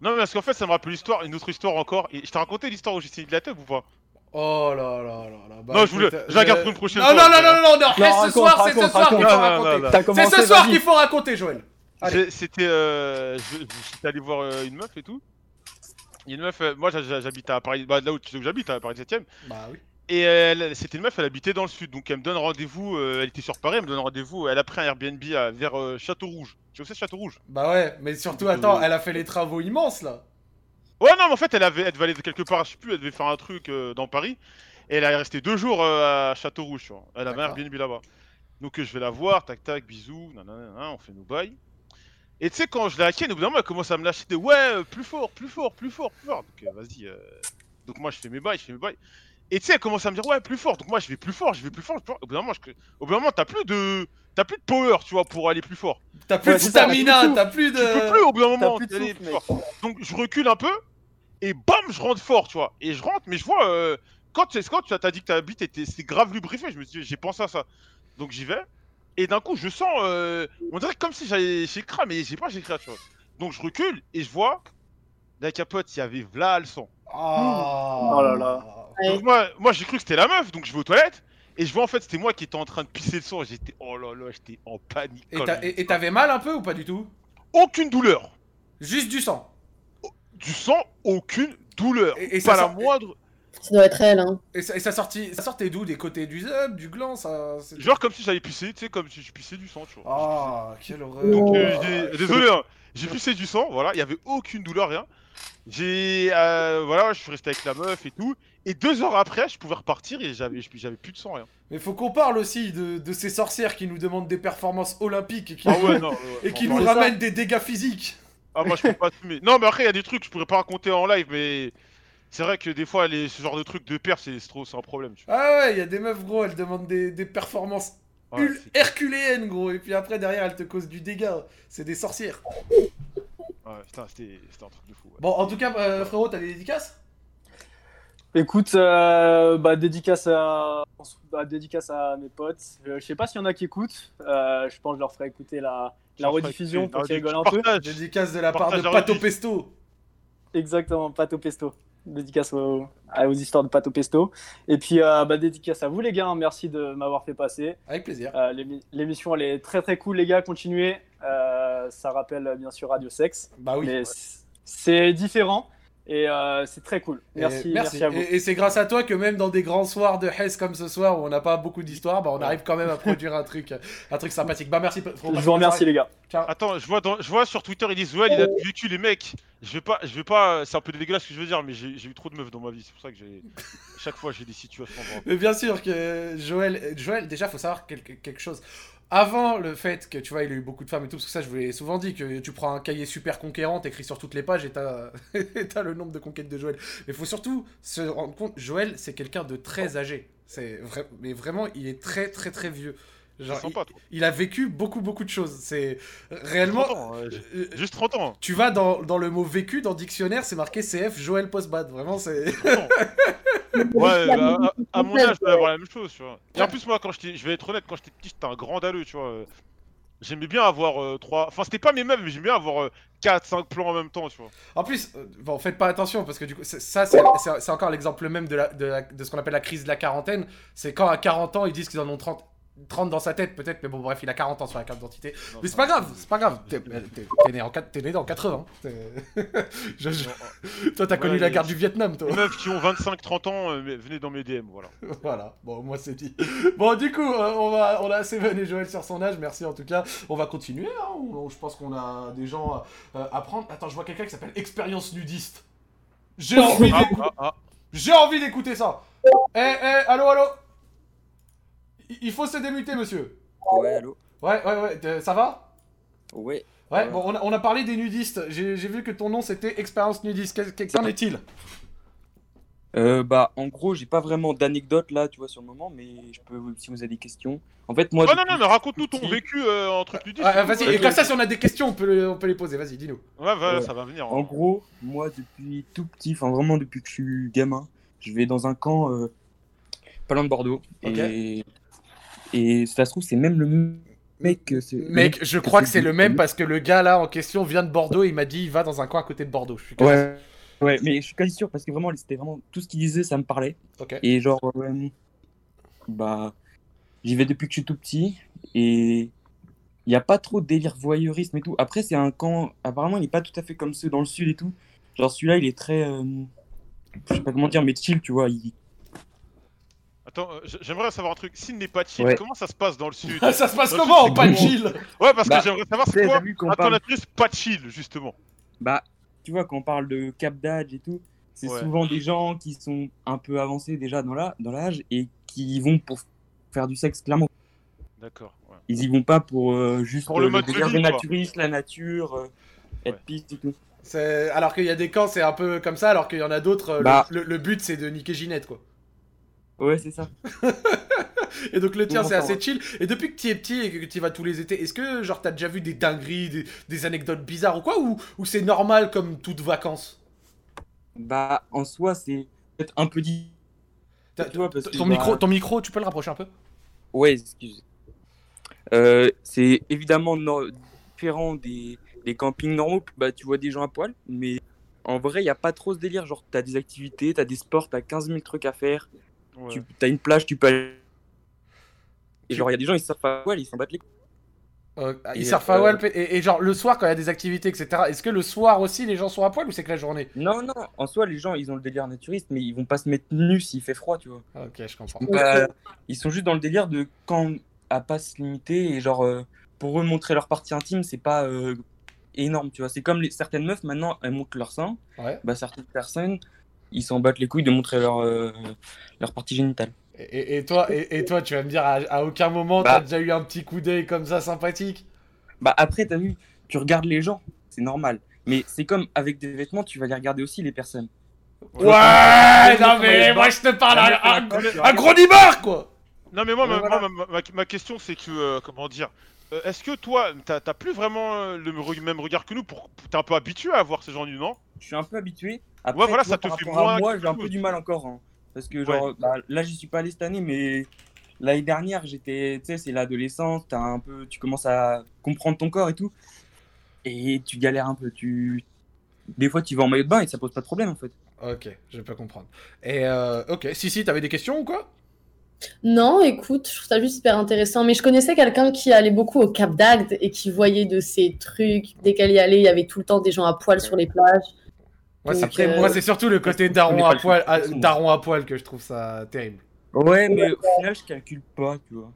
Speaker 2: Non, mais parce qu'en fait, ça me rappelle l'histoire, une autre histoire encore. Et je t'ai raconté l'histoire où j'ai essayé de la teub ou pas
Speaker 1: Oh là là là là. bah,
Speaker 2: Non, je vous le-
Speaker 1: écoute,
Speaker 2: je la garde
Speaker 1: euh,
Speaker 2: pour une prochaine
Speaker 1: non,
Speaker 2: fois,
Speaker 1: Non, non,
Speaker 2: mais-
Speaker 1: non, non, non, non,
Speaker 9: Non,
Speaker 1: reste ce
Speaker 9: raconte,
Speaker 1: soir, c'est ce
Speaker 9: raconte,
Speaker 1: soir qu'il
Speaker 2: raconte.
Speaker 1: faut
Speaker 2: Non, non, non,
Speaker 1: raconter.
Speaker 2: non.
Speaker 9: T'as
Speaker 1: C'est ce
Speaker 9: commencé,
Speaker 1: soir
Speaker 9: vas-y.
Speaker 1: qu'il faut raconter, Joël. Allez.
Speaker 2: C'est- C'était. Euh, je- je- J'étais allé voir euh, une meuf et tout. Il y a une meuf, euh, moi j'ha- j'ha- j'habite à Paris, bah, là où tu sais où j'habite, à Paris 7 e
Speaker 1: Bah oui.
Speaker 2: Et elle- c'était une meuf, elle habitait dans le sud, donc elle me donne rendez-vous, euh, elle était sur Paris, elle me donne rendez-vous, elle a pris un Airbnb à- vers euh, Château Rouge. Tu vois où c'est Château Rouge
Speaker 1: Bah ouais, mais surtout, attends, elle a fait les travaux immenses là.
Speaker 2: Ouais, non, mais en fait, elle, avait, elle devait aller de quelque part, je sais plus, elle devait faire un truc euh, dans Paris. Et elle est restée deux jours euh, à Château Rouge, tu vois. Elle avait un
Speaker 1: D'accord.
Speaker 2: Airbnb là-bas. Donc euh, je vais la voir, tac tac, bisous, nanana, nanana, on fait nos bails. Et tu sais, quand je la hackine, au bout d'un moment, elle commence à me lâcher des ouais, euh, plus fort, plus fort, plus fort, plus fort. Donc euh, vas-y. euh, Donc moi, je fais mes bails, je fais mes bails. Et tu sais, elle commence à me dire ouais, plus fort. Donc moi, je vais plus fort, je vais plus fort. Plus fort. Au bout d'un moment, je- au bout d'un moment, t'as plus de. T'as plus de power, tu vois, pour aller plus fort.
Speaker 1: T'as plus
Speaker 9: Ouais,
Speaker 1: de
Speaker 9: c'est ça, t'as plus de
Speaker 1: stamina,
Speaker 9: souffle.
Speaker 1: t'as plus de.
Speaker 2: Tu peux plus au bout d'un
Speaker 9: T'as
Speaker 2: moment.
Speaker 9: plus de
Speaker 2: d'aller
Speaker 9: souffle,
Speaker 2: plus
Speaker 9: mec.
Speaker 2: fort. Donc je recule un peu et bam, je rentre fort, tu vois. Et je rentre, mais je vois euh, quand tu quand tu as t'as dit que ta bite était c'est grave lubrifiée, je me suis dit, j'ai pensé à ça. Donc j'y vais et d'un coup je sens euh, on dirait comme si j'avais j'ai cramé, mais j'ai pas j'ai cramé, tu vois. Donc je recule et je vois la capote, il y avait v'là le sang.
Speaker 1: Ah.
Speaker 9: Oh là là.
Speaker 2: Donc moi, moi j'ai cru que c'était la meuf, donc je vais aux toilettes et je vois en fait c'était moi qui étais en train de pisser le sang. J'étais oh là là, j'étais en panique.
Speaker 1: Et
Speaker 2: comme
Speaker 1: t'as-
Speaker 2: une
Speaker 1: et- et
Speaker 2: crâne.
Speaker 1: t'avais mal un peu ou pas du tout
Speaker 2: aucune douleur,
Speaker 1: Juste du sang.
Speaker 2: Oh, du sang, aucune douleur,
Speaker 1: Et- et ça
Speaker 2: pas la
Speaker 1: sent-
Speaker 2: moindre
Speaker 3: Ça doit être elle, hein.
Speaker 1: Et ça, et ça sortit- ça sortait d'où Des côtés du zeb, du gland, ça. c'est-
Speaker 2: Genre comme si j'avais pissé, tu sais, comme si je pissais du sang, tu vois.
Speaker 1: Ah, quelle
Speaker 2: Donc,
Speaker 1: horreur. Ah,
Speaker 2: euh, j'ai- désolé, hein. j'ai pissé du sang, voilà, il y avait aucune douleur, rien. J'ai, euh, voilà, je suis resté avec la meuf et tout. Et deux heures après, je pouvais repartir et j'avais, j'avais plus de sang, rien.
Speaker 1: Mais faut qu'on parle aussi de, de ces sorcières qui nous demandent des performances olympiques et qui,
Speaker 2: Ah ouais, non. ouais,
Speaker 1: et qui
Speaker 2: non,
Speaker 1: nous
Speaker 2: non.
Speaker 9: ça.
Speaker 1: ramènent des dégâts physiques.
Speaker 2: Ah moi, je peux pas fumer. Non, mais après, il y a des trucs que je pourrais pas raconter en live, mais c'est vrai que des fois, les, ce genre de truc de père, c'est c'est trop, c'est un problème. Tu
Speaker 1: Ah ouais, il y a des meufs, gros, elles demandent des, des performances
Speaker 2: vois. Ouais,
Speaker 1: hul-
Speaker 2: Ah, c'est-
Speaker 1: herculéennes, gros. Et puis après, derrière, elles te causent du dégât. C'est des sorcières.
Speaker 2: ouais, putain, c'était, c'était un truc de fou. ouais.
Speaker 1: Bon, en tout cas, euh, frérot, t'as des dédicaces
Speaker 9: Écoute, euh, bah, dédicace, à, bah, dédicace à mes potes. Euh, je sais pas s'il y en a qui écoutent. Euh, je pense que je leur ferai écouter la, la
Speaker 2: Genre,
Speaker 9: rediffusion
Speaker 2: écoutez,
Speaker 9: pour qu'ils
Speaker 2: non,
Speaker 9: rigolent
Speaker 2: je
Speaker 9: un peu.
Speaker 2: partage.
Speaker 1: Dédicaces de la part de
Speaker 2: Partage la
Speaker 1: Pato
Speaker 2: rediff.
Speaker 1: Pesto.
Speaker 9: Exactement, Pato Pesto. Dédicace aux, à- aux histoires de Pato Pesto. Et puis, euh, bah, dédicace à vous, les gars. Merci de m'avoir fait passer.
Speaker 1: Avec plaisir.
Speaker 9: Euh, l'émi- L'émission, elle est très très cool, les gars. Continuez. Euh, ça rappelle euh, bien sûr Radio Sex.
Speaker 1: Bah oui.
Speaker 9: mais c- c'est différent et euh, c'est très cool.
Speaker 1: Et
Speaker 9: Merci, merci. à vous.
Speaker 1: Et, et c'est grâce à toi que même dans des grands soirs de Hesse comme ce soir où on n'a pas beaucoup d'histoires, bah on arrive quand même à produire un truc, un truc sympathique. Bah merci. frérot.
Speaker 9: Je vous remercie, les gars.
Speaker 1: Ciao.
Speaker 2: Attends, je vois, dans- je vois sur Twitter, ils disent Joël, il a vécu les mecs. Je vais pas, je vais pas, c'est un peu dégueulasse ce que je veux dire, mais j'ai j'ai eu trop de meufs dans ma vie, c'est pour ça que j'ai, chaque fois j'ai des situations. dans-
Speaker 1: Mais bien sûr que Joël, Joël, déjà faut savoir quel- quelque chose. Avant le fait que tu vois, il a eu beaucoup de femmes et tout, parce que ça je vous l'ai souvent dit, que tu prends un cahier super conquérant, t'écris sur toutes les pages et t'as et t'as le nombre de conquêtes de Joël. Mais faut surtout se rendre compte, Joël c'est quelqu'un de très âgé. C'est vrai, mais vraiment il est très très très vieux.
Speaker 2: C'est
Speaker 1: Genre, il,
Speaker 2: sympa, toi.
Speaker 1: il a vécu beaucoup beaucoup de choses. C'est
Speaker 2: Juste
Speaker 1: réellement.
Speaker 2: 30 ans, hein, j'ai-
Speaker 1: Euh,
Speaker 2: Juste 30 ans.
Speaker 1: Tu vas dans, dans le mot vécu, dans le dictionnaire, c'est marqué CF Joël Postbad. Vraiment, c'est.
Speaker 2: 30 ans. Ouais, bah, à, à mon âge, je dois avoir la même chose, tu vois. Et en plus, moi, quand j'étais, je vais être honnête, quand j'étais petit, j'étais un grand dalleux, tu vois. euh, J'aimais bien avoir euh, trois, enfin, c'était pas mes mêmes, mais j'aimais bien avoir 4-5 plans en même temps, tu vois.
Speaker 1: En plus, euh, bon, faites pas attention, parce que du coup, c'est- ça, c'est c'est- c'est encore l'exemple même de, la- de, la- de ce qu'on appelle la crise de la quarantaine. C'est quand à 40 ans, ils disent qu'ils en ont 30. 30 dans sa tête peut-être mais bon bref il a 40 ans sur la carte d'identité mais c'est pas grave c'est pas grave t'es t'es- t'es né en quatre- t'es né dans 80 t'es- Je- je- toi t'as connu
Speaker 2: Ouais,
Speaker 1: la
Speaker 2: mais-
Speaker 1: guerre du Vietnam toi
Speaker 2: Les meufs qui ont 25-30 ans, euh, mais- venez dans mes DM, voilà.
Speaker 1: Voilà, bon, moi c'est dit. Bon, du coup, euh, on, va, on a Seven et Joël sur son âge, merci en tout cas. On va continuer, hein, on- je pense qu'on a des gens euh, à prendre. Attends, je vois quelqu'un qui s'appelle Expérience Nudiste. J'ai envie
Speaker 2: Ah,
Speaker 1: d'écou-
Speaker 2: ah, ah.
Speaker 1: j'ai envie d'écouter ça. Eh, eh, allô, allô Il- Il faut se démuter, monsieur.
Speaker 8: Ouais, allô
Speaker 1: Ouais, ouais, ouais, euh, ça va
Speaker 8: Ouais.
Speaker 1: Ouais,
Speaker 8: Ouais.
Speaker 1: bon, on a, on a parlé des nudistes. J'ai j'ai vu que ton nom c'était Expérience Nudiste. Qu'est- qu'est- Qu'en est-il
Speaker 8: Euh, bah, en gros, j'ai pas vraiment d'anecdote là, tu vois, sur le moment, mais je peux, vous- si vous avez des questions. En fait, moi.
Speaker 2: Oh non, non, mais raconte-nous ton
Speaker 8: petit.
Speaker 2: vécu euh, en truc nudiste.
Speaker 1: Ouais, Vas-y, et
Speaker 2: Ouais,
Speaker 1: comme ça, si on a des questions, on peut, le- on peut les poser. Vas-y, dis-nous.
Speaker 2: voilà,
Speaker 8: Ouais.
Speaker 2: ça va venir.
Speaker 8: En
Speaker 2: hein.
Speaker 8: gros, moi, depuis tout petit, enfin vraiment depuis que je suis gamin, je vais dans un camp euh, pas loin de Bordeaux.
Speaker 1: Ok.
Speaker 8: Et, et ça se trouve, c'est même le
Speaker 10: Mec, c'est.
Speaker 1: Mec, je crois que c'est le même parce que le gars là en question vient de Bordeaux et il m'a dit il va dans un coin à côté de Bordeaux. Je suis quasi-
Speaker 8: Ouais. Ouais, mais je suis quasi sûr parce que vraiment, c'était vraiment tout ce qu'il disait, ça me parlait.
Speaker 1: Ok.
Speaker 8: Et genre, euh, bah, j'y vais depuis que je suis tout petit et il n'y a pas trop de délire voyeurisme et tout. Après, c'est un camp, apparemment, il n'est pas tout à fait comme ceux dans le sud et tout. Genre, celui-là, il est très, euh, je sais pas comment dire, mais chill, tu vois. Il...
Speaker 2: Attends, euh, j- j'aimerais savoir un truc. S'il n'est pas chill,
Speaker 8: Ouais.
Speaker 2: comment ça se passe dans le sud
Speaker 1: Ça se passe
Speaker 2: Dans le
Speaker 1: comment
Speaker 2: sud,
Speaker 1: pas
Speaker 2: c'est
Speaker 1: chill
Speaker 2: comment Ouais, parce
Speaker 8: Bah,
Speaker 2: que j'aimerais savoir
Speaker 8: tu sais,
Speaker 2: c'est quoi
Speaker 8: t'as vu qu'on
Speaker 2: un
Speaker 8: parle-
Speaker 2: tonatrice pas chill, justement.
Speaker 8: Bah, tu vois, quand on parle de Cap d'âge et tout, c'est
Speaker 2: Ouais.
Speaker 8: souvent des gens qui sont un peu avancés déjà dans la, dans l'âge et qui y vont pour faire du sexe, clairement.
Speaker 2: D'accord. ouais.
Speaker 8: Ils y vont pas pour euh, juste
Speaker 2: Pour le mode de
Speaker 8: délire
Speaker 2: vie,
Speaker 8: des
Speaker 2: quoi.
Speaker 8: naturistes, la nature, euh, être
Speaker 2: Ouais.
Speaker 8: piste et tout.
Speaker 1: C'est- Alors qu'il y a des camps, c'est un peu comme ça, alors qu'il y en a d'autres, euh, le-
Speaker 8: Bah.
Speaker 1: le, le but c'est de niquer Ginette quoi.
Speaker 8: Ouais, c'est ça.
Speaker 1: Et donc le tien
Speaker 8: Bon,
Speaker 1: c'est
Speaker 8: enfin,
Speaker 1: assez chill. Et depuis que tu es petit et que tu vas tous les étés, est-ce que genre t'as déjà vu des dingueries, des, des anecdotes bizarres ou quoi Ou, ou c'est normal comme toute vacances
Speaker 8: Bah, en soi, c'est peut-être un peu dit.
Speaker 1: T'as-
Speaker 8: Tu vois, parce que,
Speaker 1: ton,
Speaker 8: bah,
Speaker 1: micro, ton micro, tu peux le rapprocher un peu
Speaker 8: Ouais, excusez. Euh, c'est évidemment no- différent des, des campings normaux. Bah, tu vois des gens à poil, mais en vrai, il n'y a pas trop ce délire. Genre, t'as des activités, t'as des sports, t'as 15 000 trucs à faire.
Speaker 2: Ouais.
Speaker 8: Tu T'as une plage, tu peux aller. Et genre, il y a des gens, ils surfent à poil, ils s'en battent les couilles.
Speaker 1: Euh,
Speaker 8: Et,
Speaker 1: Ils surfent
Speaker 8: euh,
Speaker 1: à Walp et, et genre le soir quand il y a des activités etc. Est-ce que le soir aussi les gens sont à poil ou c'est que la journée
Speaker 8: Non, non, en soi, les gens, ils ont le délire naturiste, mais ils vont pas se mettre nus s'il fait froid, tu vois.
Speaker 1: Ah, Ok je comprends.
Speaker 8: Bah, ils sont juste dans le délire de quand à pas se limiter et genre euh, pour eux montrer leur partie intime c'est pas euh, énorme tu vois c'est comme les, certaines meufs maintenant elles montrent leur sein
Speaker 1: Ouais.
Speaker 8: bah certaines personnes ils s'en battent les couilles de montrer leur euh, leur partie génitale
Speaker 1: Et, et- et toi, et, et toi tu vas me dire à, à aucun moment
Speaker 8: Bah.
Speaker 1: t'as déjà eu un petit coup d'œil comme ça sympathique
Speaker 8: bah après t'as vu tu regardes les gens c'est normal mais c'est comme avec des vêtements tu vas les regarder aussi les personnes
Speaker 1: Ouais,
Speaker 8: Ouais,
Speaker 1: non
Speaker 8: mais
Speaker 1: mais
Speaker 8: je-
Speaker 1: moi je te parle
Speaker 8: Ah,
Speaker 1: à, à-
Speaker 8: mais c'est la
Speaker 1: à gros dibard quoi
Speaker 2: Non, mais moi,
Speaker 1: Ouais,
Speaker 2: ma,
Speaker 1: voilà.
Speaker 2: moi, ma- ma- ma question, c'est que. euh, comment dire Euh, Est-ce que toi, t'as t'as plus vraiment euh, le re- même regard que nous pour... T'es un peu habitué à voir ces gens du non
Speaker 8: je suis un peu habitué après
Speaker 2: Ouais, Bah, voilà,
Speaker 8: tu vois,
Speaker 2: ça te
Speaker 8: par
Speaker 2: fait
Speaker 8: rapport à
Speaker 2: moins
Speaker 8: moi
Speaker 2: quelque
Speaker 8: j'ai un
Speaker 2: chose.
Speaker 8: peu du mal encore hein. parce que genre bah, là j'y suis pas allé cette année mais l'année dernière j'étais tu sais c'est l'adolescence t'as un peu tu commences à comprendre ton corps et tout et tu galères un peu tu des fois tu vas en maillot de bain et ça pose pas de problème en fait
Speaker 1: Ok, je peux comprendre. Et euh, ok, si si, t'avais des questions ou quoi
Speaker 3: Non, écoute, je trouve ça juste hyper intéressant. Mais je connaissais quelqu'un qui allait beaucoup au Cap d'Agde et qui voyait de ces trucs. Dès qu'elle y allait, il y avait tout le temps des gens à poil sur les plages.
Speaker 1: Moi,
Speaker 3: Donc,
Speaker 1: c'est
Speaker 3: Après, euh,
Speaker 1: moi, c'est surtout le côté
Speaker 8: on
Speaker 1: daron
Speaker 8: connaît pas
Speaker 1: à
Speaker 8: le
Speaker 1: poil, à-
Speaker 8: fonctionnement.
Speaker 1: daron à poil que je trouve ça terrible.
Speaker 8: ouais mais au final je calcule pas tu vois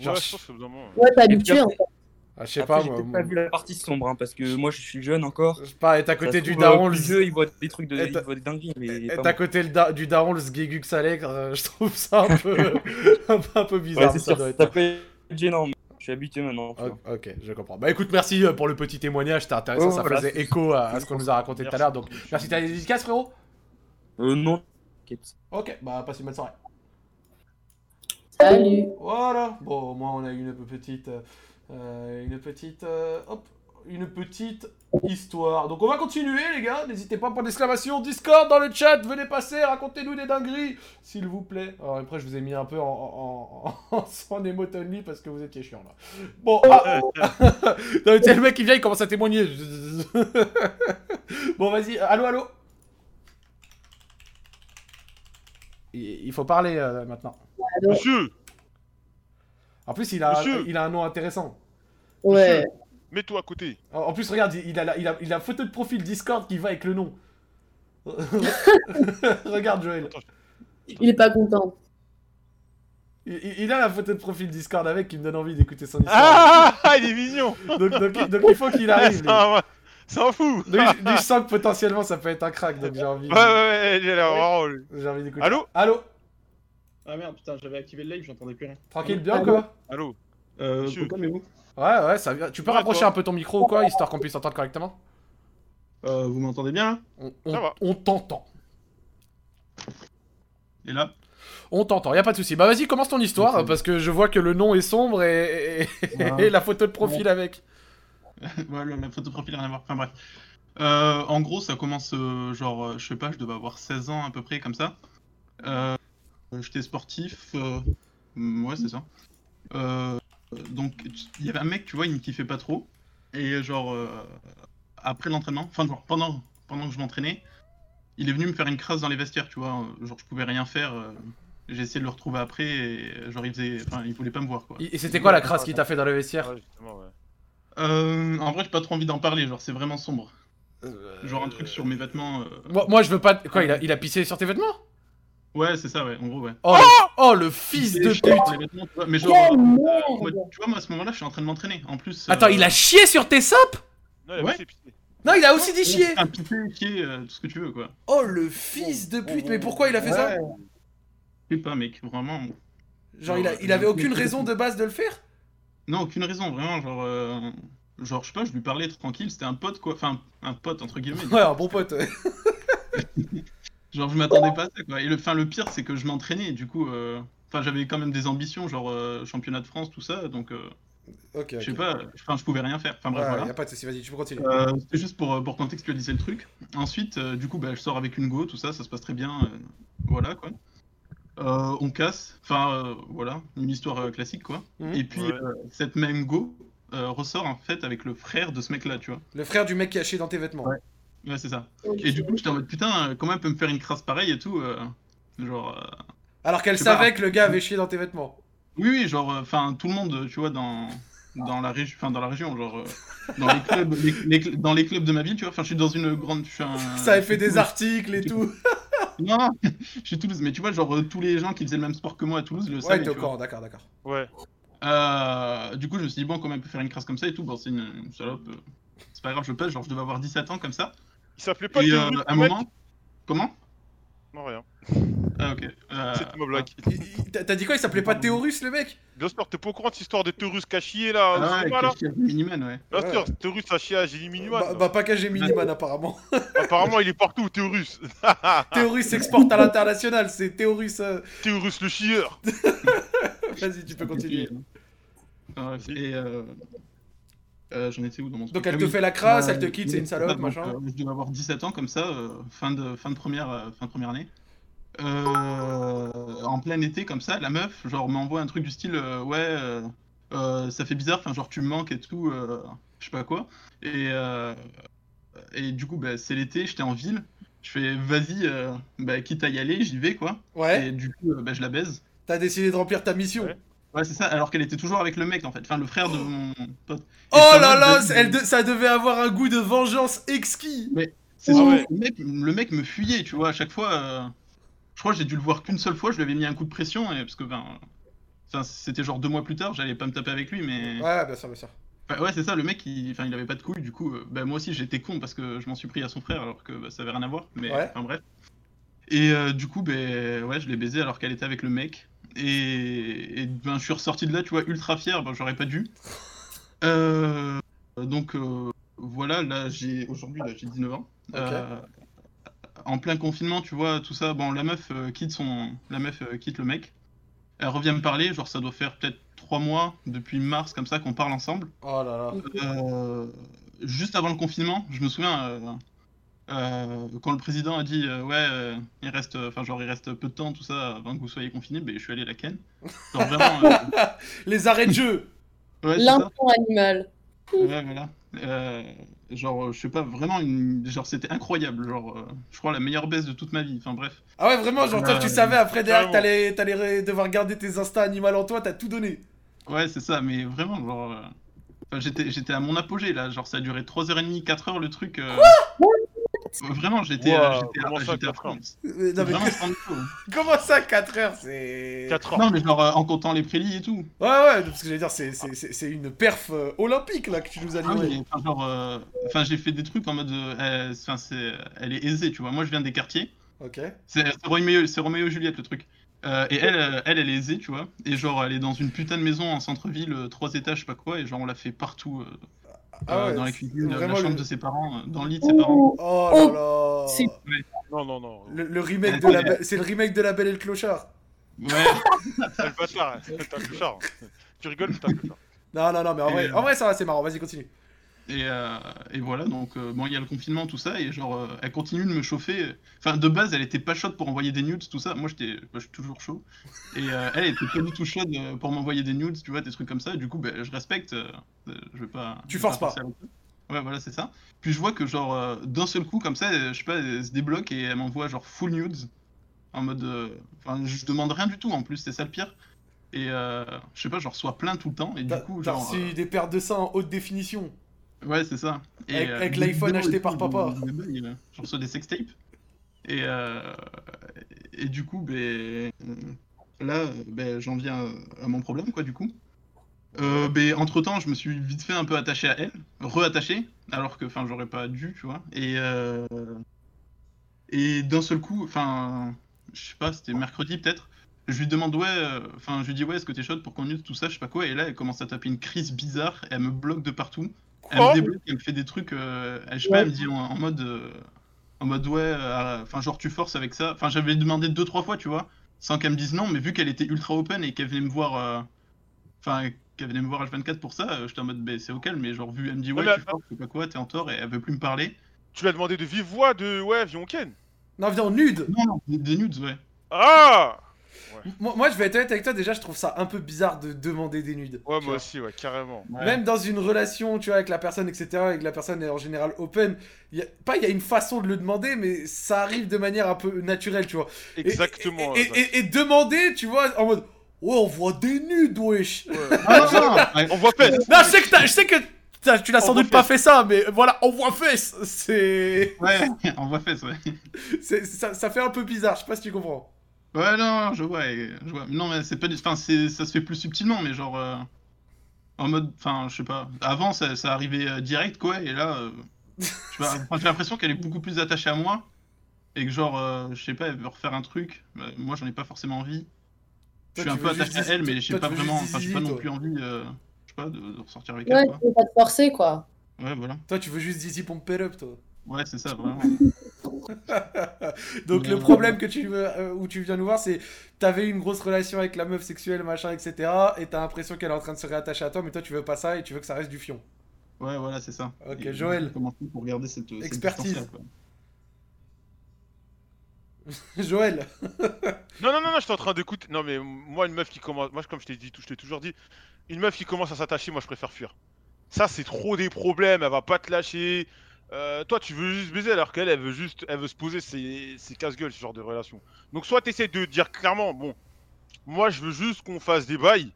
Speaker 2: Genre,
Speaker 1: Genre,
Speaker 2: je pense que dans le moment,
Speaker 3: Ouais, t'es
Speaker 8: Et puis
Speaker 3: habitué.
Speaker 8: après-
Speaker 3: en
Speaker 1: Ah, je sais
Speaker 8: après,
Speaker 1: pas
Speaker 8: j'ai
Speaker 1: moi.
Speaker 8: peut-être pas vu la partie sombre hein, parce que moi je suis jeune encore
Speaker 1: Je sais pas, être à
Speaker 8: Ça
Speaker 1: côté
Speaker 8: se
Speaker 1: du
Speaker 8: trouve, euh,
Speaker 1: daron, le
Speaker 8: plus vieux, ils voient des trucs de
Speaker 1: Et
Speaker 8: ils
Speaker 1: t'as-
Speaker 8: voient des dingueries mais pas
Speaker 1: être
Speaker 8: moi.
Speaker 1: à côté le da- du daron, le sgegux salègre, euh, je trouve ça un peu, un peu- un peu
Speaker 8: Ouais,
Speaker 1: bizarre.
Speaker 8: c'est
Speaker 1: ça
Speaker 8: sûr
Speaker 1: doit
Speaker 8: ça
Speaker 1: être-
Speaker 8: peut être gênant mais je suis habitué maintenant tu vois.
Speaker 1: Ok, ok, je comprends. Bah écoute, merci euh, pour le petit témoignage, c'était intéressant,
Speaker 8: Oh,
Speaker 1: ça
Speaker 8: voilà,
Speaker 1: faisait
Speaker 8: c'est-
Speaker 1: écho à, à ce qu'on nous a raconté tout à
Speaker 2: Merci.
Speaker 1: l'heure. Donc merci, t'as des dédicaces frérot
Speaker 8: Euh, non t'inquiète.
Speaker 1: Ok, bah passe une bonne soirée.
Speaker 3: Salut.
Speaker 1: Voilà. Bon, au moins on a eu une petite, euh, euh, une petite, euh, hop, une petite histoire. Donc on va continuer, les gars. N'hésitez pas pour d'exclamation Discord dans le chat. Venez passer, racontez-nous des dingueries, s'il vous plaît. Alors, après, je vous ai mis un peu en, en, en, en son emote only parce que vous étiez chiant là. Bon,
Speaker 2: Oh,
Speaker 1: ah, non, mais t'sais, le mec qui vient, il commence à témoigner. bon, vas-y. Allô, allô. Il il faut parler euh, maintenant.
Speaker 2: Monsieur,
Speaker 1: En plus, il a,
Speaker 2: Monsieur.
Speaker 1: il a un nom intéressant.
Speaker 3: Ouais.
Speaker 2: mets-toi à côté.
Speaker 1: En- En plus, regarde, il il a, la, il, a, il a photo de profil Discord qui va avec le nom. regarde, Joël.
Speaker 3: Il est pas content.
Speaker 1: Il, il- il a la photo de profil Discord avec qui me donne envie d'écouter son histoire.
Speaker 2: Ah, il est mignon
Speaker 1: donc, donc- donc il faut qu'il
Speaker 2: Ah,
Speaker 1: arrive.
Speaker 2: C'est
Speaker 1: lui.
Speaker 2: un- c'est un fou
Speaker 1: Donc, je- je sens que potentiellement ça peut être un crack, donc j'ai envie,
Speaker 2: Ouais, ouais, ouais, il a l'air marrant, lui.
Speaker 1: j'ai envie d'écouter.
Speaker 2: Allô
Speaker 1: Allô
Speaker 10: Ah merde, putain, j'avais activé le live, j'entendais plus rien.
Speaker 1: Tranquille, bien ou quoi
Speaker 2: Allô
Speaker 10: Euh,
Speaker 2: Monsieur.
Speaker 10: pourquoi, mais vous
Speaker 1: Ouais, ouais, ça vient. Tu peux
Speaker 2: Ouais,
Speaker 1: rapprocher
Speaker 2: toi.
Speaker 1: un peu ton micro ou quoi, histoire qu'on puisse t'entendre correctement
Speaker 10: Euh, Vous m'entendez bien là
Speaker 1: On,
Speaker 2: Ça
Speaker 1: on,
Speaker 2: va.
Speaker 1: on t'entend.
Speaker 10: Et là
Speaker 1: On t'entend, y a pas de souci. Bah vas-y, commence ton histoire, parce que je vois que le nom est sombre et, et- et la photo de profil avec.
Speaker 10: Voilà, la photo de profil, rien à voir. Enfin bref. Euh, en gros, ça commence euh, genre, euh, je sais pas, je devais avoir 16 ans à peu près, comme ça. Euh, J'étais sportif. euh, mm, Ouais, c'est ça. Euh, euh, donc il y avait un mec, tu vois, il me kiffait pas trop. Et genre, euh, après l'entraînement, enfin, genre, pendant, pendant que je m'entraînais, il est venu me faire une crasse dans les vestiaires, tu vois. euh, Genre, je pouvais rien faire. euh, J'ai essayé de le retrouver après et genre, il faisait. Enfin, il voulait pas me voir, quoi.
Speaker 1: Et et c'était quoi la crasse qui t'a fait dans le vestiaire
Speaker 10: Euh, en vrai, j'ai pas trop envie d'en parler, genre, c'est vraiment sombre. Genre, un truc sur mes vêtements. euh,
Speaker 1: moi, moi, je veux pas. Quoi, il a, il a pissé sur tes vêtements
Speaker 10: Ouais, c'est ça, ouais, en gros, ouais.
Speaker 1: oh, le- oh, le fils de
Speaker 10: Sur les
Speaker 1: pute
Speaker 10: vêtements, tu vois, Mais genre,
Speaker 1: Oh,
Speaker 10: euh,
Speaker 1: merde.
Speaker 10: moi, tu vois, moi à ce moment-là, je suis en train de m'entraîner. En plus. euh,
Speaker 1: Attends, il a chié sur tes sapes
Speaker 10: Non, il a
Speaker 1: Non, il a aussi dit chier
Speaker 10: Un petit peu chier, euh, tout ce que tu veux, quoi.
Speaker 1: Oh, le fils de pute Mais pourquoi il a fait ça
Speaker 10: Je sais pas, mec, vraiment.
Speaker 1: Genre, il, a- il avait aucune raison de base de le faire
Speaker 10: Non, aucune raison, vraiment, genre. euh, Genre, je sais pas, je lui parlais tranquille, c'était un pote, quoi. Enfin, un pote, entre guillemets.
Speaker 1: Ouais, un bon pote. ouais.
Speaker 10: Genre, je m'attendais pas à ça, quoi. Et le, enfin, le pire, c'est que je m'entraînais, et du coup. euh, Enfin, j'avais quand même des ambitions, genre euh, championnat de France, tout ça, donc. euh,
Speaker 1: Ok,
Speaker 10: Je sais
Speaker 1: ok.
Speaker 10: pas, enfin, je pouvais rien faire. Enfin, bref,
Speaker 1: Ouais,
Speaker 10: voilà.
Speaker 1: y a pas de soucis, vas-y, tu peux continuer.
Speaker 10: Euh, C'était juste pour, euh, pour contextualiser le truc. Ensuite, euh, du coup, bah, je sors avec une go, tout ça, ça se passe très bien. euh, voilà, quoi. Euh, on casse, enfin, euh, voilà, une histoire euh, classique, quoi.
Speaker 1: Mhm.
Speaker 10: Et puis,
Speaker 1: Ouais.
Speaker 10: euh, cette même go euh, ressort, en fait, avec le frère de ce mec-là, tu vois.
Speaker 1: Le frère du mec qui a chié dans tes vêtements.
Speaker 10: Ouais, c'est ça. Et du coup, j'étais en mode, putain, euh, comment elle peut me faire une crasse pareille et tout euh, Genre... euh,
Speaker 1: Alors qu'elle
Speaker 10: je sais pas.
Speaker 1: savait que le gars avait chié dans tes vêtements.
Speaker 10: Oui, oui, genre, enfin, tout le monde, euh, tu vois, dans, dans, la, régi- 'fin, dans la région, genre, euh, dans, les clubs, les- les cl- dans les clubs de ma ville, tu vois, enfin, je suis dans une grande. je suis un-
Speaker 1: Ça avait fait
Speaker 10: je suis
Speaker 1: des
Speaker 10: Toulouse.
Speaker 1: articles et tout.
Speaker 10: Non, non, je suis Toulouse, mais tu vois, genre, euh, tous les gens qui faisaient le même sport que moi à Toulouse le
Speaker 1: Ouais,
Speaker 10: savaient.
Speaker 1: t'es au
Speaker 10: tu vois.
Speaker 1: courant, d'accord, d'accord.
Speaker 2: Ouais.
Speaker 10: Euh, du coup, je me suis dit, bon, comment elle peut faire une crasse comme ça et tout, bon, c'est une, une salope, euh, c'est pas grave, je passe, genre, je devais avoir 17 ans comme ça.
Speaker 2: Il s'appelait pas
Speaker 10: Et euh,
Speaker 2: Théodore,
Speaker 10: à un
Speaker 2: mec
Speaker 10: moment. Comment
Speaker 2: Non, rien.
Speaker 10: Ah, ok. Euh,
Speaker 2: C'était ma blague.
Speaker 1: T'as t'as dit quoi Il s'appelait pas Théorus, le mec
Speaker 2: Bien sûr, t'es pas au courant de cette histoire de Théorus cachier là
Speaker 10: Ah,
Speaker 2: au
Speaker 10: ouais,
Speaker 2: cinéma,
Speaker 10: avec
Speaker 2: là
Speaker 10: le chef Miniman, ouais.
Speaker 2: Bien
Speaker 1: Ouais.
Speaker 2: sûr, Théorus a chié à Gilly Miniman.
Speaker 1: Bah, bah, pas qu'à
Speaker 10: Ah.
Speaker 1: Geminiman, apparemment.
Speaker 2: Apparemment, il est partout, Théorus.
Speaker 10: Ah.
Speaker 1: Théorus s'exporte à l'international, c'est Théorus. euh,
Speaker 2: Théorus le chieur.
Speaker 1: Vas-y, tu peux continuer.
Speaker 10: Ah, et euh, euh, j'en étais où dans mon truc
Speaker 1: Donc elle
Speaker 10: Ah
Speaker 1: te
Speaker 10: oui.
Speaker 1: fait la crasse,
Speaker 10: Euh,
Speaker 1: elle te quitte, c'est une salope,
Speaker 10: donc,
Speaker 1: machin.
Speaker 10: euh, je devais avoir 17 ans comme ça, euh, fin, de, fin, de première, euh, fin de première année. Euh, en plein été comme ça, la meuf genre m'envoie un truc du style euh, ouais euh, euh, ça fait bizarre, enfin genre tu me manques et tout, euh, je sais pas quoi. Et, euh, et du coup bah, c'est l'été, j'étais en ville, je fais vas-y, euh, bah, quitte à y aller, j'y vais quoi.
Speaker 1: Ouais.
Speaker 10: Et du coup euh, bah, je la baise.
Speaker 1: T'as décidé de remplir ta mission.
Speaker 10: Ouais, c'est ça, alors qu'elle était toujours avec le mec en fait, enfin le frère de mon pote. Et
Speaker 1: Oh
Speaker 10: ça
Speaker 1: là
Speaker 10: m'a
Speaker 1: là,
Speaker 10: donné-
Speaker 1: elle de- ça devait avoir un goût de vengeance exquis.
Speaker 10: C'est sûr,
Speaker 2: Ouais.
Speaker 10: le, mec, le mec me fuyait, tu vois, à chaque fois. euh, Je crois que j'ai dû le voir qu'une seule fois, je lui avais mis un coup de pression, et... parce que ben, enfin, c'était genre deux mois plus tard, j'allais pas me taper avec lui, mais.
Speaker 1: Ouais, bien sûr, bien sûr.
Speaker 10: Enfin, ouais, c'est ça, le mec, il... Enfin, il avait pas de couilles, du coup, euh, ben, moi aussi j'étais con parce que je m'en suis pris à son frère alors que ben, ça avait rien à voir, mais
Speaker 1: Ouais.
Speaker 10: enfin bref. Et euh, du coup, ben, ouais, je l'ai baisé alors qu'elle était avec le mec. Et, et, ben, je suis ressorti de là, tu vois, ultra fier, ben, j'aurais pas dû. Euh, donc euh, voilà, là j'ai aujourd'hui là j'ai 19 ans. Euh, en plein confinement, tu vois, tout ça. Bon, la meuf euh, quitte son, la meuf euh, quitte le mec. Elle revient me parler, genre ça doit faire peut-être trois mois depuis mars comme ça qu'on parle ensemble.
Speaker 1: Oh là là.
Speaker 10: Euh, juste avant le confinement, je me souviens euh, euh, quand le président a dit euh, ouais, euh, il reste, enfin genre il reste peu de temps tout ça avant que vous soyez confinés, ben je suis allé la ken. Genre vraiment. euh,
Speaker 1: Les arrêts de jeu.
Speaker 10: ouais, c'est ça.
Speaker 3: L'implant animal.
Speaker 10: Ouais, voilà. Euh, genre, euh, je sais pas, vraiment, une... genre, c'était incroyable. Genre, euh, je crois la meilleure baisse de toute ma vie. Enfin, bref. Euh,
Speaker 1: Ah ouais, vraiment, genre, toi,
Speaker 10: Ouais,
Speaker 1: tu savais après derrière que
Speaker 2: carrément.
Speaker 1: t'allais- t'allais ré- devoir garder tes instincts animaux en toi, t'as tout donné.
Speaker 10: Ouais, c'est ça, mais vraiment, genre. euh, enfin, j'étais, j'étais à mon apogée là. Genre, ça a duré 3h30, 4h le truc. euh, Vraiment, j'étais, euh,
Speaker 2: Wow,
Speaker 10: j'étais, à-
Speaker 2: comment ça,
Speaker 10: j'étais à
Speaker 2: quatre heures
Speaker 10: fond.
Speaker 1: Euh, Non, mais
Speaker 10: Vraiment, j'étais en dessous.
Speaker 1: comment ça, 4 heures C'est.
Speaker 2: 4
Speaker 10: Non,
Speaker 2: ans.
Speaker 10: mais genre, euh, en comptant les prélis et tout.
Speaker 1: Ouais, ouais, parce que j'allais dire, c'est- c'est c'est- c'est une perf euh, olympique là que tu nous as
Speaker 10: Ah
Speaker 1: livré.
Speaker 10: oui, enfin, genre, euh, enfin, j'ai fait des trucs en mode. euh, euh, Enfin, c'est, elle est aisée, tu vois. Moi, je viens des quartiers.
Speaker 1: Ok.
Speaker 10: C'est c'est Roméo, c'est Roméo et Juliette le truc. Euh, et elle, euh, elle, elle est aisée, tu vois. Et genre, elle est dans une putain de maison en centre-ville, euh, trois étages, je sais pas quoi. Et genre, on l'a fait partout, euh,
Speaker 1: Ah
Speaker 10: euh,
Speaker 1: ouais,
Speaker 10: dans la
Speaker 1: c'est
Speaker 10: cuisine, euh, la
Speaker 1: vraiment
Speaker 10: chambre
Speaker 1: le-
Speaker 10: de ses parents, euh, dans le lit de ses parents.
Speaker 1: Oh là là.
Speaker 3: C'est-
Speaker 2: Non, non, non.
Speaker 1: Le, le remake de la, Be- c'est le remake de la Belle et le Clochard.
Speaker 10: Ouais.
Speaker 2: T'as Ah, le bâtard, hein. t'as le clochard. hein. Tu rigoles, mais t'as le clochard.
Speaker 1: Non, non, non, mais en vrai,
Speaker 10: Euh.
Speaker 1: en vrai ça va, c'est marrant. Vas-y, continue.
Speaker 10: Et, euh, et voilà, donc euh, bon, il y a le confinement, tout ça, et genre, euh, elle continue de me chauffer. Enfin, de base, elle était pas chaude pour envoyer des nudes, tout ça. Moi, j'étais, moi, je suis toujours chaud. Et euh, elle était pas du tout chaude euh, pour m'envoyer des nudes, tu vois, des trucs comme ça. Du coup, ben, je respecte. euh, euh, je vais pas.
Speaker 1: Tu
Speaker 10: je vais
Speaker 1: forces pas.
Speaker 10: forcer à l'autre. Ouais, voilà, c'est ça. Puis je vois que, genre, euh, d'un seul coup, comme ça, euh, je sais pas, elle se débloque et elle m'envoie, genre, full nudes. En mode. euh, Enfin, je demande rien du tout, en plus, c'est ça le pire. Et euh, je sais pas, genre, soit plein tout le temps. Et du
Speaker 1: T'as
Speaker 10: coup,
Speaker 1: t'as
Speaker 10: genre. euh,
Speaker 1: reçu des paires de seins en haute définition.
Speaker 10: Ouais, c'est ça.
Speaker 1: Avec-
Speaker 10: euh,
Speaker 1: avec
Speaker 10: des
Speaker 1: l'iPhone
Speaker 10: vidéos
Speaker 1: acheté
Speaker 10: et
Speaker 1: par
Speaker 10: tout,
Speaker 1: papa.
Speaker 10: des- des bails, euh, J'en reçois des sextapes. Et, euh, et du coup, ben, là, ben, j'en viens à mon problème, quoi, du coup. Euh, ben, entre-temps, je me suis vite fait un peu attaché à elle, reattaché, alors que enfin, j'aurais pas dû, tu vois. Et, euh, et d'un seul coup, enfin, je sais pas, c'était mercredi peut-être, je lui demande, ouais, euh, enfin, je lui dis, ouais, est-ce que t'es chaude pour qu'on use tout ça, je sais pas quoi, et là, elle commence à taper une crise bizarre, elle me bloque de partout. Elle
Speaker 2: Quoi
Speaker 10: me débloque, elle me fait des trucs, euh, elle- je sais pas, elle me dit en, en mode, euh, en mode ouais, euh, enfin genre tu forces avec ça. Enfin j'avais demandé deux trois fois, tu vois, sans qu'elle me dise non, mais vu qu'elle était ultra open et qu'elle venait me voir, euh, enfin qu'elle venait me voir H24 pour ça, euh, j'étais en mode bah, c'est au calme, mais genre vu elle me dit ouais,
Speaker 2: mais-
Speaker 10: tu forces, je sais pas quoi, t'es en tort et elle veut plus me parler.
Speaker 2: Tu l'as demandé de vive voix de ouais, viens on ken.
Speaker 1: Non, viens, nude
Speaker 10: Non, non, des, des nudes, ouais.
Speaker 2: Ah
Speaker 1: Moi, moi, je vais être honnête avec toi, déjà, je trouve ça un peu bizarre de demander des nudes.
Speaker 2: Ouais, moi
Speaker 1: tu vois.
Speaker 2: aussi, ouais, carrément.
Speaker 10: Ouais.
Speaker 1: Même dans une relation, tu vois, avec la personne, etc., et que la personne est en général open, y a- pas il y a une façon de le demander, mais ça arrive de manière un peu naturelle, tu vois. Et-
Speaker 2: Exactement.
Speaker 1: Et, et-
Speaker 2: Zach.
Speaker 1: et- et demander, tu vois, en mode Ouais, on voit des nudes, wesh
Speaker 2: Ouais.
Speaker 10: Ah, non, non, ouais.
Speaker 2: On voit pas.
Speaker 1: Non, je sais que, t'as- je sais que t'as- tu n'as sans
Speaker 2: On voit
Speaker 1: doute pas fait ça, mais voilà, on voit fesses C'est.
Speaker 10: Ouais, on voit fesses, ouais.
Speaker 1: c'est- Ça, ça fait un peu bizarre, je sais pas si tu comprends.
Speaker 10: Ouais, non, je vois, et- je vois. Non, mais c'est pas du... Enfin, c'est... ça se fait plus subtilement, mais genre... euh, En mode... Enfin, je sais pas. Avant, ça, ça arrivait euh, direct, quoi, et là... euh, je sais pas, enfin, j'ai l'impression qu'elle est beaucoup plus attachée à moi, et que genre, euh, je sais pas, elle veut refaire un truc. Euh, moi, j'en ai pas forcément envie. Je
Speaker 1: Toi, tu
Speaker 10: suis un
Speaker 1: veux
Speaker 10: peu attaché
Speaker 1: juste
Speaker 10: à
Speaker 1: zizi-
Speaker 10: elle, mais
Speaker 1: toi,
Speaker 10: j'ai pas
Speaker 1: tu veux
Speaker 10: vraiment...
Speaker 1: juste
Speaker 10: Enfin, j'ai pas
Speaker 1: zizi,
Speaker 10: non
Speaker 1: toi.
Speaker 10: plus envie, euh, je sais pas, de, de ressortir avec
Speaker 3: Ouais,
Speaker 10: elle,
Speaker 3: tu
Speaker 10: quoi.
Speaker 3: veux pas te forcer, quoi.
Speaker 10: Ouais, voilà.
Speaker 1: Toi, tu veux juste Zizi Pump It Up, toi.
Speaker 10: Ouais, c'est ça, vraiment.
Speaker 1: Donc le
Speaker 10: Ouais.
Speaker 1: problème que tu veux- euh, où tu viens nous voir, c'est t'avais une grosse relation avec la meuf sexuelle, machin, etc. Et t'as l'impression qu'elle est en train de se réattacher à toi, mais toi tu veux pas ça et tu veux que ça reste du fion.
Speaker 10: Ouais, voilà, c'est ça.
Speaker 1: Ok,
Speaker 10: Et
Speaker 1: Joël.
Speaker 10: j'ai commencé pour regarder cette... cette
Speaker 1: Expertise.
Speaker 10: distance-là, quoi.
Speaker 1: Joël,
Speaker 2: Non, non, non, non, j'étais en train d'écouter. Non, mais moi, une meuf qui commence. Moi, comme je t'ai dit, je t'ai toujours dit, une meuf qui commence à s'attacher, moi, je préfère fuir. Ça, c'est trop des problèmes. Elle va pas te lâcher. Euh, toi, tu veux juste baiser alors qu'elle, elle veut juste, elle veut se poser. C'est, c'est casse-gueule ce genre de relation. Donc, soit t'essaies de dire clairement, bon, moi, je veux juste qu'on fasse des bails,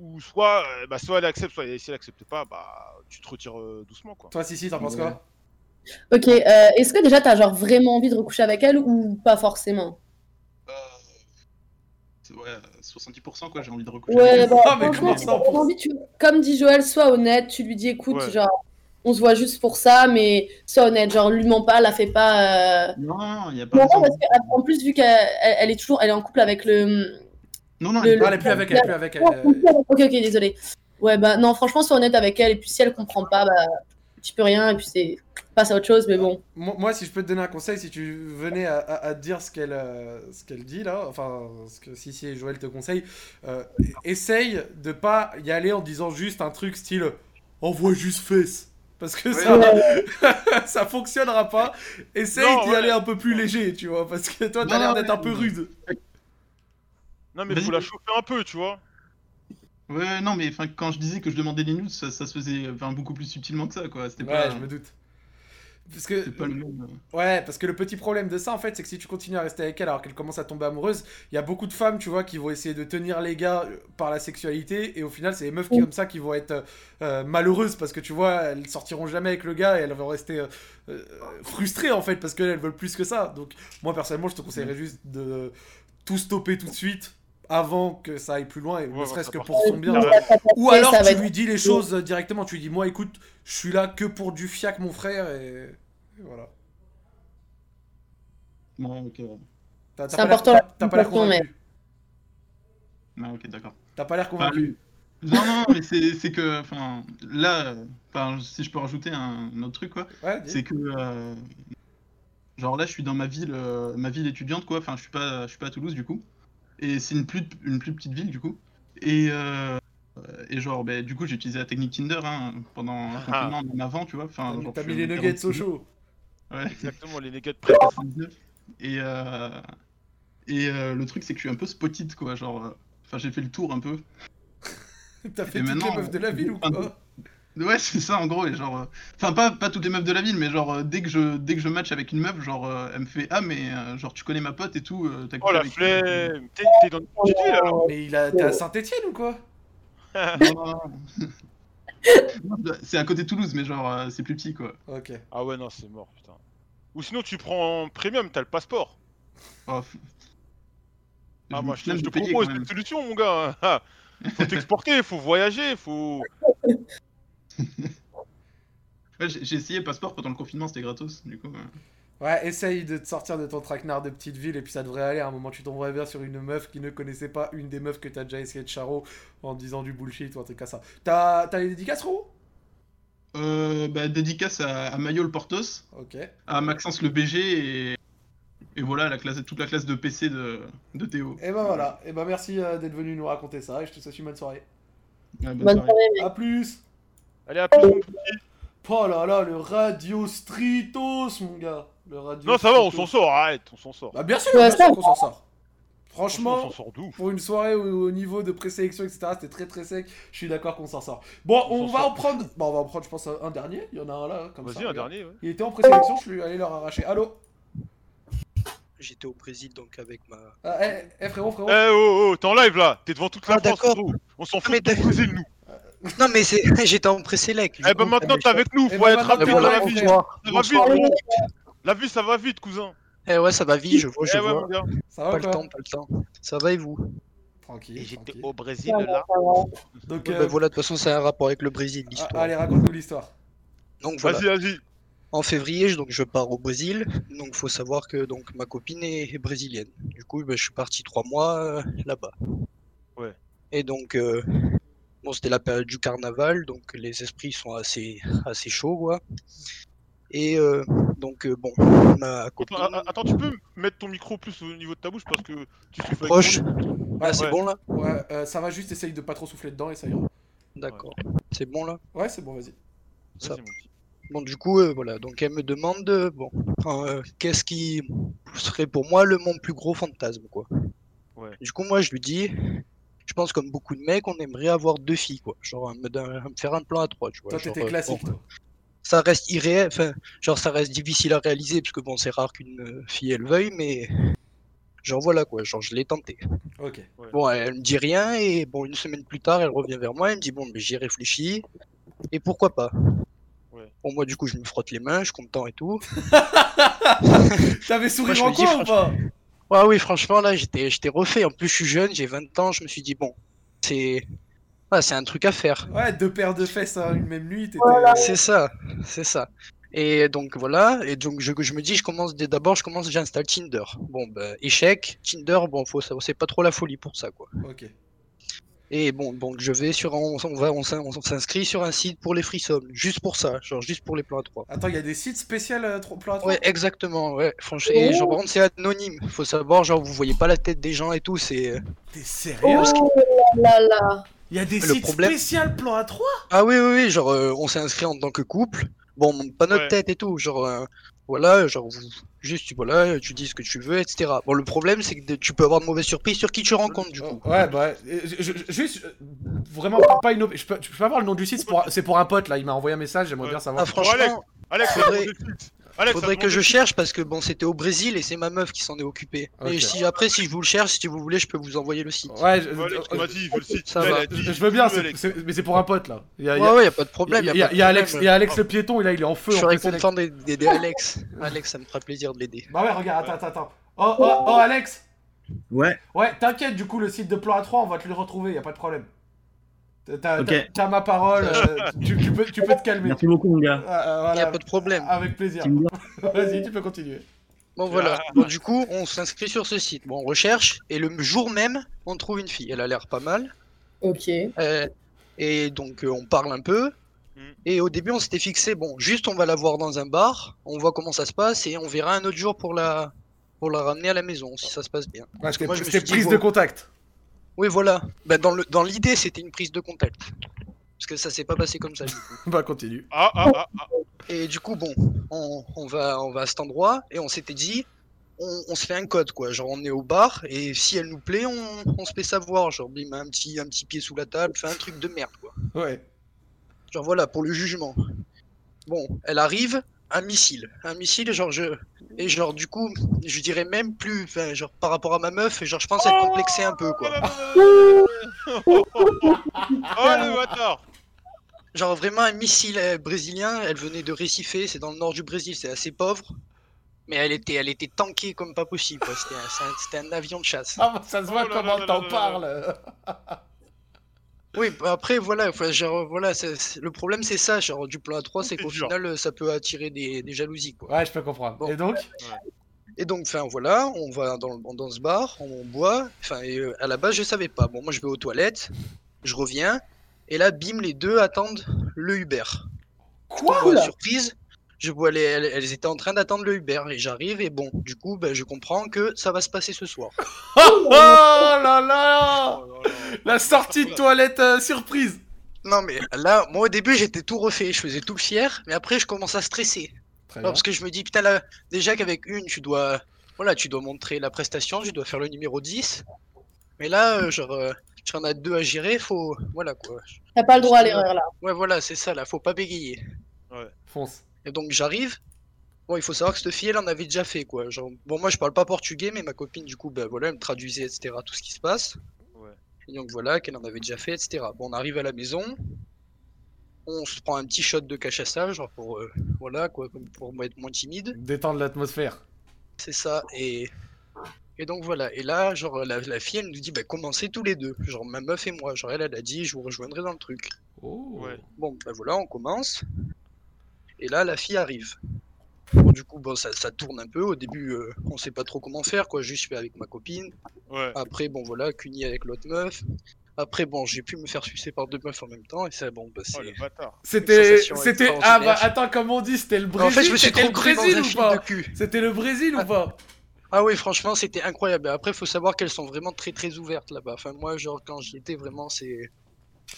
Speaker 2: ou soit, euh, bah, soit elle accepte, soit si elle accepte pas, bah, tu te retires euh, doucement, quoi.
Speaker 1: toi Sissi, t'en penses quoi
Speaker 3: Ok, euh, est-ce que déjà t'as genre vraiment envie de recoucher avec elle ou pas forcément
Speaker 10: Euh, c'est- euh, Ouais, 70% quoi, j'ai envie de recoucher.
Speaker 3: Ouais, bah,
Speaker 1: Ah, mais
Speaker 3: franchement,
Speaker 1: comment
Speaker 3: si
Speaker 1: ça, on
Speaker 3: t'as envie, tu- comme dit Joël, sois honnête, tu lui dis écoute,
Speaker 2: Ouais.
Speaker 3: genre, on se voit juste pour ça, mais sois honnête, genre, lui ment pas, la fais pas. euh,
Speaker 10: Non, il y a pas
Speaker 3: Non,
Speaker 10: raison.
Speaker 3: non, parce qu'en plus, vu qu'elle elle- elle est toujours, elle est en couple avec le.
Speaker 10: Non, non,
Speaker 3: le-
Speaker 10: il y a
Speaker 1: Non,
Speaker 10: pas-
Speaker 1: elle est plus avec elle, elle est plus avec elle. euh,
Speaker 3: Ok, ok, désolé. Ouais, bah non, franchement, sois honnête avec elle, et puis si elle comprend pas, bah, tu peux rien, et puis c'est. Passe à autre chose, mais bon.
Speaker 1: Moi, moi, si je peux te donner un conseil, si tu venais à, à- à te dire ce qu'elle euh, ce qu'elle dit là, enfin, ce que Sissi et Joël te conseillent, euh, essaye de pas y aller en disant juste un truc style envoie juste fesses. Parce que ça, ça fonctionnera pas. Essaye
Speaker 2: Non,
Speaker 1: d'y
Speaker 2: ouais.
Speaker 1: aller un peu plus léger, tu vois, parce que toi, t'as
Speaker 10: Non,
Speaker 1: l'air
Speaker 10: ouais.
Speaker 1: d'être un peu rude.
Speaker 2: Non, mais
Speaker 10: Vas-y.
Speaker 2: faut la chauffer un peu, tu vois.
Speaker 10: Ouais, non, mais enfin, quand je disais que je demandais des news, ça, ça se faisait enfin, beaucoup plus subtilement que ça, quoi. C'était
Speaker 1: Ouais,
Speaker 10: pas,
Speaker 1: je me doute. Parce
Speaker 10: c'était pas
Speaker 1: que
Speaker 10: le même. euh,
Speaker 1: Ouais, parce que le petit problème de ça, en fait, c'est que si tu continues à rester avec elle alors qu'elle commence à tomber amoureuse, il y a beaucoup de femmes, tu vois, qui vont essayer de tenir les gars euh, par la sexualité, et au final, c'est les
Speaker 3: Oh.
Speaker 1: meufs qui, comme ça qui vont être euh, euh, malheureuses parce que tu vois, elles sortiront jamais avec le gars et elles vont rester euh, euh, frustrées en fait parce qu'elles elles veulent plus que ça. Donc, moi personnellement, je te
Speaker 3: Mm.
Speaker 1: conseillerais juste de tout stopper tout de suite avant que ça aille plus loin, et ne
Speaker 2: Ouais,
Speaker 1: serait-ce
Speaker 2: ça
Speaker 1: que
Speaker 2: part.
Speaker 1: pour son bien.
Speaker 2: Ouais.
Speaker 1: Ou alors,
Speaker 3: ça va
Speaker 1: tu
Speaker 3: être-
Speaker 1: lui dis les choses euh, directement, tu lui dis, moi, écoute, je suis là que pour du fiac, mon frère, et, et voilà.
Speaker 10: Ouais, ok, ouais.
Speaker 1: T'as- t'as
Speaker 3: C'est
Speaker 1: pas
Speaker 3: important,
Speaker 1: l'air- T'as t'as pas l'air
Speaker 3: important, mais-
Speaker 1: convaincu.
Speaker 10: Ouais, Ah, ok, d'accord.
Speaker 1: T'as pas l'air
Speaker 10: Enfin,
Speaker 1: convaincu.
Speaker 10: Bah, Non, non, mais c'est c'est que, enfin, là, euh, enfin, si je peux rajouter un, un autre truc, quoi,
Speaker 1: Ouais, dis.
Speaker 10: c'est que, euh, genre là, je suis dans ma ville, euh, ma ville étudiante, quoi. Enfin, je suis pas, je suis pas à Toulouse, du coup. Et c'est une plus, une plus petite ville, du coup. Et euh, Euh, Et genre, ben, du coup, j'ai utilisé la technique Tinder hein, pendant le
Speaker 2: Ah.
Speaker 10: confinement, même avant, tu vois. Enfin, genre,
Speaker 1: T'as
Speaker 10: je
Speaker 1: mis
Speaker 10: suis
Speaker 1: les
Speaker 10: en
Speaker 1: nuggets au
Speaker 10: 49.
Speaker 1: chaud.
Speaker 10: Ouais,
Speaker 2: Exactement, les nuggets prêts.
Speaker 10: 49. Et, euh, et euh, le truc, c'est que je suis un peu spotted, quoi. Genre, euh, enfin, j'ai fait le tour un peu.
Speaker 1: T'as fait
Speaker 10: Et
Speaker 1: toutes les
Speaker 10: maintenant,
Speaker 1: meufs de la ville ou quoi
Speaker 10: Ouais, c'est ça en gros, et genre. euh, Enfin, pas, pas toutes les meufs de la ville, mais genre, euh, dès que je, dès que je match avec une meuf, genre, euh, elle me fait Ah, mais euh, genre, tu connais ma pote et tout, euh, t'as
Speaker 2: Oh
Speaker 10: couché
Speaker 2: la
Speaker 10: avec qui
Speaker 2: flemme T'es t'es dans une petite ville
Speaker 10: hein.
Speaker 2: alors
Speaker 1: Mais il a... t'es à Saint-Etienne ou quoi
Speaker 10: Non, non, non. Non, C'est à côté de Toulouse, mais genre, euh, c'est plus petit, quoi.
Speaker 1: Ok.
Speaker 2: Ah ouais, non, c'est mort, putain. Ou sinon, tu prends premium, t'as le passeport.
Speaker 10: Oh, f-
Speaker 2: Ah,
Speaker 10: me
Speaker 2: moi, je te,
Speaker 10: flemme
Speaker 2: je
Speaker 10: de
Speaker 2: te
Speaker 10: payer,
Speaker 2: propose
Speaker 10: quand même.
Speaker 2: une solution, mon gars. hein. Ah, faut t'exporter, faut voyager, faut.
Speaker 10: Ouais, j'ai j'ai essayé passeport pendant le confinement, c'était gratos, du coup. euh.
Speaker 1: Ouais, essaye de te sortir de ton traquenard de petite ville et puis ça devrait aller. À un moment, tu tomberais bien sur une meuf qui ne connaissait pas une des meufs que t'as déjà essayé de charo en disant du bullshit ou un truc comme ça. T'as t'as les dédicaces, Ro
Speaker 10: Euh, bah, dédicace à, à Mayol Portos,
Speaker 1: Ok.
Speaker 10: à Maxence le BG et, et voilà, la classe, toute la classe de PC de, de Théo.
Speaker 1: Et ben voilà. Et ben merci euh, d'être venu nous raconter ça et je te souhaite une bonne soirée.
Speaker 11: Ah,
Speaker 10: Ouais, bonne
Speaker 3: Bonne
Speaker 10: soirée.
Speaker 3: soirée.
Speaker 1: A plus
Speaker 2: Allez, à plus. mon petit.
Speaker 1: Oh là là, le Radio Stritos, mon gars. Le Radio
Speaker 2: Non, ça va, on
Speaker 1: Stritos.
Speaker 2: s'en sort, hein. arrête, on s'en sort.
Speaker 1: Bah bien sûr,
Speaker 3: Ouais,
Speaker 1: bien
Speaker 3: ça
Speaker 1: sûr
Speaker 3: va.
Speaker 1: qu'on s'en sort.
Speaker 2: Franchement,
Speaker 1: Franchement,
Speaker 2: on s'en sort d'où
Speaker 1: pour une soirée au, au niveau de présélection, etc., c'était très très sec. Je suis d'accord qu'on s'en sort. Bon,
Speaker 2: On
Speaker 1: on
Speaker 2: s'en
Speaker 1: va
Speaker 2: sort.
Speaker 1: en prendre. Bon, on va en prendre, je pense, un dernier. Il y en a un là, comme ça.
Speaker 2: Vas-y, un
Speaker 1: regarde.
Speaker 2: dernier, ouais.
Speaker 1: Il était en présélection, je suis allé leur arracher. Allô
Speaker 11: J'étais au Brésil donc avec ma.
Speaker 1: Ah, Eh eh, frérot, frérot.
Speaker 2: Eh oh, oh, t'es en live là, t'es devant toute la
Speaker 11: Ah,
Speaker 2: France,
Speaker 11: d'accord.
Speaker 2: gros. On s'en
Speaker 11: Ah,
Speaker 2: fout
Speaker 11: mais
Speaker 2: de ton
Speaker 11: d'accord.
Speaker 2: Brésil, nous.
Speaker 11: Non mais c'est j'étais en pré-select.
Speaker 2: Eh ben maintenant, t'es avec nous,
Speaker 1: Eh
Speaker 2: faut
Speaker 1: ben,
Speaker 2: être rapide
Speaker 1: maintenant,
Speaker 2: dans la
Speaker 1: t'es
Speaker 2: vie.
Speaker 1: avec
Speaker 2: Ça va vite, gros. La vie, ça va vite, cousin.
Speaker 11: Eh ouais, ça va vite, je vois, je
Speaker 2: Eh ouais,
Speaker 11: vois.
Speaker 2: mon gars.
Speaker 1: Ça
Speaker 11: Pas
Speaker 1: va
Speaker 11: le temps,
Speaker 1: quoi
Speaker 11: pas le temps. Ça va et vous
Speaker 1: Ah, Tranquille. tranquille.
Speaker 2: Brésil
Speaker 3: Ça va, ça va.
Speaker 1: Donc,
Speaker 11: Ouais,
Speaker 1: euh,
Speaker 11: bah voilà, de toute façon, c'est un rapport avec le Brésil,
Speaker 1: ah,
Speaker 11: l'histoire.
Speaker 1: allez, raconte-nous l'histoire.
Speaker 11: donc voilà.
Speaker 2: Vas-y, vas-y.
Speaker 11: En février, je- donc je pars au Brésil. Donc faut savoir que donc ma copine est est brésilienne. Du coup, bah, je suis parti trois mois euh, là-bas.
Speaker 2: Ouais.
Speaker 11: Et donc euh, bon, c'était la période du carnaval, donc les esprits sont assez assez chauds, quoi. Et euh, donc euh, bon, ma copine.
Speaker 2: Attends, a- a- attends, tu peux mettre ton micro plus au niveau de ta bouche parce que tu souffles avec
Speaker 11: Proche.
Speaker 2: ton nez.
Speaker 11: Ah, c'est
Speaker 2: ouais.
Speaker 11: bon là.
Speaker 1: Ouais, euh, ça va juste, essaye de pas trop souffler dedans et ça ira.
Speaker 11: D'accord. C'est bon là.
Speaker 1: Ouais, c'est bon, vas-y.
Speaker 11: Ça
Speaker 2: Vas-y, mon petit.
Speaker 11: Bon, du coup, euh, voilà. Donc, elle me demande, euh, bon, euh, qu'est-ce qui serait pour moi le mon plus gros fantasme, quoi.
Speaker 9: euh,
Speaker 2: Ouais.
Speaker 11: Du coup, moi, je lui dis, je pense comme beaucoup de mecs, on aimerait avoir deux filles, quoi. Genre, un- me, d'un- me faire un plan à trois, tu vois.
Speaker 1: Toi,
Speaker 11: genre,
Speaker 1: t'étais
Speaker 11: euh,
Speaker 1: classique,
Speaker 11: bon,
Speaker 1: toi.
Speaker 11: ça reste irréel, enfin, genre, ça reste difficile à réaliser, parce que bon, c'est rare qu'une euh, fille elle veuille, mais genre, voilà, quoi. Genre, je l'ai tenté.
Speaker 1: Ok.
Speaker 11: Bon, elle me dit rien, et bon, une semaine plus tard, elle revient vers moi, elle me dit, bon, mais j'y réfléchis, et pourquoi pas.
Speaker 2: Ouais.
Speaker 11: Bon, moi, du coup, je me frotte les mains, je suis content et tout.
Speaker 1: T'avais sourire
Speaker 11: Moi,
Speaker 1: en
Speaker 11: je me dis,
Speaker 1: quoi ou pas
Speaker 11: Ouais, oui, franchement, là, j'étais, j'étais refait. En plus, je suis jeune, j'ai 20 ans. Je me suis dit, bon, c'est, ah, c'est un truc à faire.
Speaker 1: Ouais, deux paires de fesses à une même nuit, t'étais.
Speaker 11: C'est ça, c'est ça. Et donc, voilà. Et donc, je, je me dis, je commence, dès- d'abord, je commence, j'installe Tinder. Bon, ben, échec. Tinder, bon, faut, ça- c'est pas trop la folie pour ça, quoi.
Speaker 1: Ok.
Speaker 11: Et bon, donc, je vais sur, on, on va, on, s'in- on s'inscrit sur un site pour les frissons. Juste pour ça. Genre, juste pour les plans à trois.
Speaker 1: Attends, il y a des sites spéciaux euh, trop plein à trois Oh
Speaker 11: Ouais, exactement, ouais. Franchement, et genre, par contre, c'est anonyme. Faut savoir, genre, vous voyez pas la tête des gens et tout. C'est, euh,
Speaker 1: T'es sérieux
Speaker 11: parce que-
Speaker 3: Oh là là là.
Speaker 1: Il y a des
Speaker 11: Le
Speaker 1: sites
Speaker 11: problème-
Speaker 1: spécial plan à 3
Speaker 11: Ah oui, oui, oui, genre euh, on s'est inscrit en tant que couple. Bon, on- pas notre
Speaker 2: Ouais.
Speaker 11: tête et tout, genre euh, voilà, genre vous, juste tu- voilà, tu dis ce que tu veux, etc. Bon, le problème c'est que tu peux avoir de mauvaises surprises sur qui tu rencontres du coup.
Speaker 1: Ouais, bah, ouais. Euh, je- je- juste, euh, vraiment pas une. op- Je peux, je peux avoir le nom du site, c'est pour, c'est pour un pote là, il m'a envoyé un message, j'aimerais
Speaker 2: Ouais.
Speaker 1: bien savoir.
Speaker 11: Ah, franchement,
Speaker 2: Alex, ça
Speaker 11: Faudrait-
Speaker 2: demande des suites. Alex, ça
Speaker 11: faudrait que
Speaker 2: demande
Speaker 11: je
Speaker 2: des suites.
Speaker 11: cherche parce que bon, c'était au Brésil et c'est ma meuf qui s'en est occupée. Et
Speaker 1: Ok.
Speaker 11: si après, si je vous le cherche, si vous voulez, je peux vous envoyer le site.
Speaker 1: Ouais, je,
Speaker 2: Ouais, Alex,
Speaker 1: euh,
Speaker 2: il m'a dit, il veut le site.
Speaker 11: Ça
Speaker 2: Là, il
Speaker 11: va.
Speaker 2: a dit,
Speaker 1: je- je veux bien,
Speaker 2: il veut,
Speaker 1: c'est-
Speaker 2: Alex.
Speaker 1: c'est- mais c'est pour un pote là. Il y a, il y
Speaker 11: Ouais,
Speaker 1: a-
Speaker 11: ouais, y a pas de problème.
Speaker 1: il y a-
Speaker 11: pas de
Speaker 1: il y a Alex,
Speaker 11: problème.
Speaker 1: il y a Alex le piéton, et là il est en feu.
Speaker 11: Je
Speaker 1: en
Speaker 11: serais
Speaker 1: plus, Alex.
Speaker 11: content d'aider d'aider Alex. Alex, ça me fera plaisir de l'aider.
Speaker 1: Bah ouais, regarde, attends, attends, attends. Oh, oh, oh, Alex
Speaker 12: Ouais.
Speaker 1: Ouais, t'inquiète, du coup, le site de plan A3, on va te le retrouver, y a pas de problème. T'as- T'as
Speaker 12: Ok.
Speaker 1: t'as- t'as ma parole, euh, tu, tu peux, tu peux te calmer.
Speaker 12: Merci beaucoup, mon
Speaker 1: Ah,
Speaker 12: gars.
Speaker 1: ah,
Speaker 11: Y a
Speaker 1: voilà,
Speaker 11: pas de problème.
Speaker 1: avec plaisir.
Speaker 12: Tu me dis-
Speaker 1: Vas-y, tu peux continuer.
Speaker 11: Bon voilà, Bon, du coup on s'inscrit sur ce site, bon on recherche, et le jour même on trouve une fille, elle a l'air pas mal,
Speaker 3: Ok.
Speaker 11: Euh, et donc euh, on parle un peu,
Speaker 2: Mm.
Speaker 11: et au début on s'était fixé, bon juste on va la voir dans un bar, on voit comment ça se passe, et on verra un autre jour pour la, pour la ramener à la maison, si ça se passe bien.
Speaker 1: Ouais, c'était
Speaker 11: moi, je me
Speaker 1: c'était
Speaker 11: suis dit,
Speaker 1: prise
Speaker 11: bon.
Speaker 1: de contact.
Speaker 11: Oui, voilà. Bah, dans le- dans l'idée, c'était une prise de contact. Parce que ça s'est pas passé comme ça. du coup.
Speaker 1: Bah, continue.
Speaker 2: Ah, ah, ah, ah.
Speaker 11: Et du coup, bon, on, on va, on va à cet endroit et on s'était dit, on, on se fait un code, quoi. Genre, on est au bar et si elle nous plaît, on, on se fait savoir. Genre, bim, un petit, un petit pied sous la table, fait un truc de merde, quoi.
Speaker 1: Ouais.
Speaker 11: Genre, voilà, pour le jugement. Bon, elle arrive, un missile. Un missile, genre, je. Et genre, du coup, je dirais même plus, enfin, genre, par rapport à ma meuf, genre, je pense être complexé un peu, quoi.
Speaker 2: Oh le bâtard
Speaker 11: Genre vraiment un missile euh, brésilien, elle venait de Recife, c'est dans le nord du Brésil, c'est assez pauvre. Mais elle était, elle était tankée comme pas possible, quoi. C'était un, c'est un- c'était un avion de chasse.
Speaker 1: Ah, bah, ça se voit
Speaker 2: Oh là là
Speaker 1: comment
Speaker 2: là
Speaker 1: t'en
Speaker 2: là là
Speaker 1: parles.
Speaker 11: Oui, bah après voilà, enfin, genre, voilà c'est- c'est- le problème c'est ça, genre du plan A3, c'est
Speaker 2: Oh, C'est
Speaker 11: qu'au
Speaker 2: dur.
Speaker 11: final euh, ça peut attirer des, des jalousies, quoi.
Speaker 1: Ouais, je peux comprendre.
Speaker 11: Bon.
Speaker 1: Et donc
Speaker 11: Et donc, enfin voilà, on va dans, le- dans ce bar, on boit, enfin et, euh, à la base je savais pas. Bon, moi je vais aux toilettes, je reviens, et là bim, les deux attendent le Uber.
Speaker 1: Quoi
Speaker 11: Pour la surprise, je vois les, elles, elles étaient en train d'attendre le Uber et j'arrive et bon, du coup, ben, je comprends que ça va se passer ce soir.
Speaker 1: Oh là là
Speaker 2: Oh là là.
Speaker 1: La sortie de toilette euh, surprise
Speaker 11: Non mais là, moi au début j'étais tout refait, je faisais tout le fier, mais après je commence à stresser.
Speaker 1: Très
Speaker 11: Non, parce que je me dis, putain là, déjà qu'avec une, tu dois, voilà, tu dois montrer la prestation, tu dois faire le numéro 10. Mais là, euh, genre, euh, tu en as deux à gérer, faut, voilà quoi.
Speaker 3: T'as pas le droit à l'erreur là.
Speaker 11: Ouais, voilà, c'est ça là, faut pas bégayer.
Speaker 1: Fonce.
Speaker 11: Et donc j'arrive. Bon, il faut savoir que cette fille, elle en avait déjà fait, quoi. Genre, bon, moi, je parle pas portugais, mais ma copine, du coup, bah voilà, elle me traduisait, etc., tout ce qui se passe.
Speaker 2: Ouais.
Speaker 11: Et donc voilà, qu'elle en avait déjà fait, etc. Bon, on arrive à la maison. On se prend un petit shot de cachaça, genre pour, euh, voilà, quoi, comme pour être moins timide.
Speaker 1: Détendre l'atmosphère.
Speaker 11: C'est ça, et... Et donc voilà, et là, genre, la, la fille, elle nous dit, bah, commencez tous les deux. Genre, ma meuf et moi. Genre, elle, elle a dit, je vous rejoindrai dans le truc.
Speaker 1: Oh.
Speaker 2: Ouais.
Speaker 11: Bon, ben voilà, on commence. Et là, la fille arrive. Bon, du coup, bon, ça, ça tourne un peu. Au début, euh, on sait pas trop comment faire, quoi. Juste, je suis avec ma copine.
Speaker 2: Ouais.
Speaker 11: Après, bon, voilà, cuny avec l'autre meuf. Après, bon, j'ai pu me faire sucer par deux meufs en même temps. Et ça, bon, bah,
Speaker 2: Oh
Speaker 11: c'est.
Speaker 2: le bâtard.
Speaker 1: C'était,
Speaker 11: sensation
Speaker 1: c'était, ah bah
Speaker 11: extraordinaire.
Speaker 1: attends, comme on dit, c'était le
Speaker 11: en
Speaker 1: Brésil,
Speaker 11: fait, je me suis
Speaker 1: c'était
Speaker 11: trop
Speaker 1: le
Speaker 11: cru dans
Speaker 1: Brésil
Speaker 11: un
Speaker 1: ou
Speaker 11: film
Speaker 1: pas
Speaker 11: de cul.
Speaker 1: C'était le Brésil ou pas
Speaker 11: Ah oui, franchement, c'était incroyable. Après, faut savoir qu'elles sont vraiment très très ouvertes là-bas. Enfin, moi, genre, quand j'y étais, vraiment, c'est.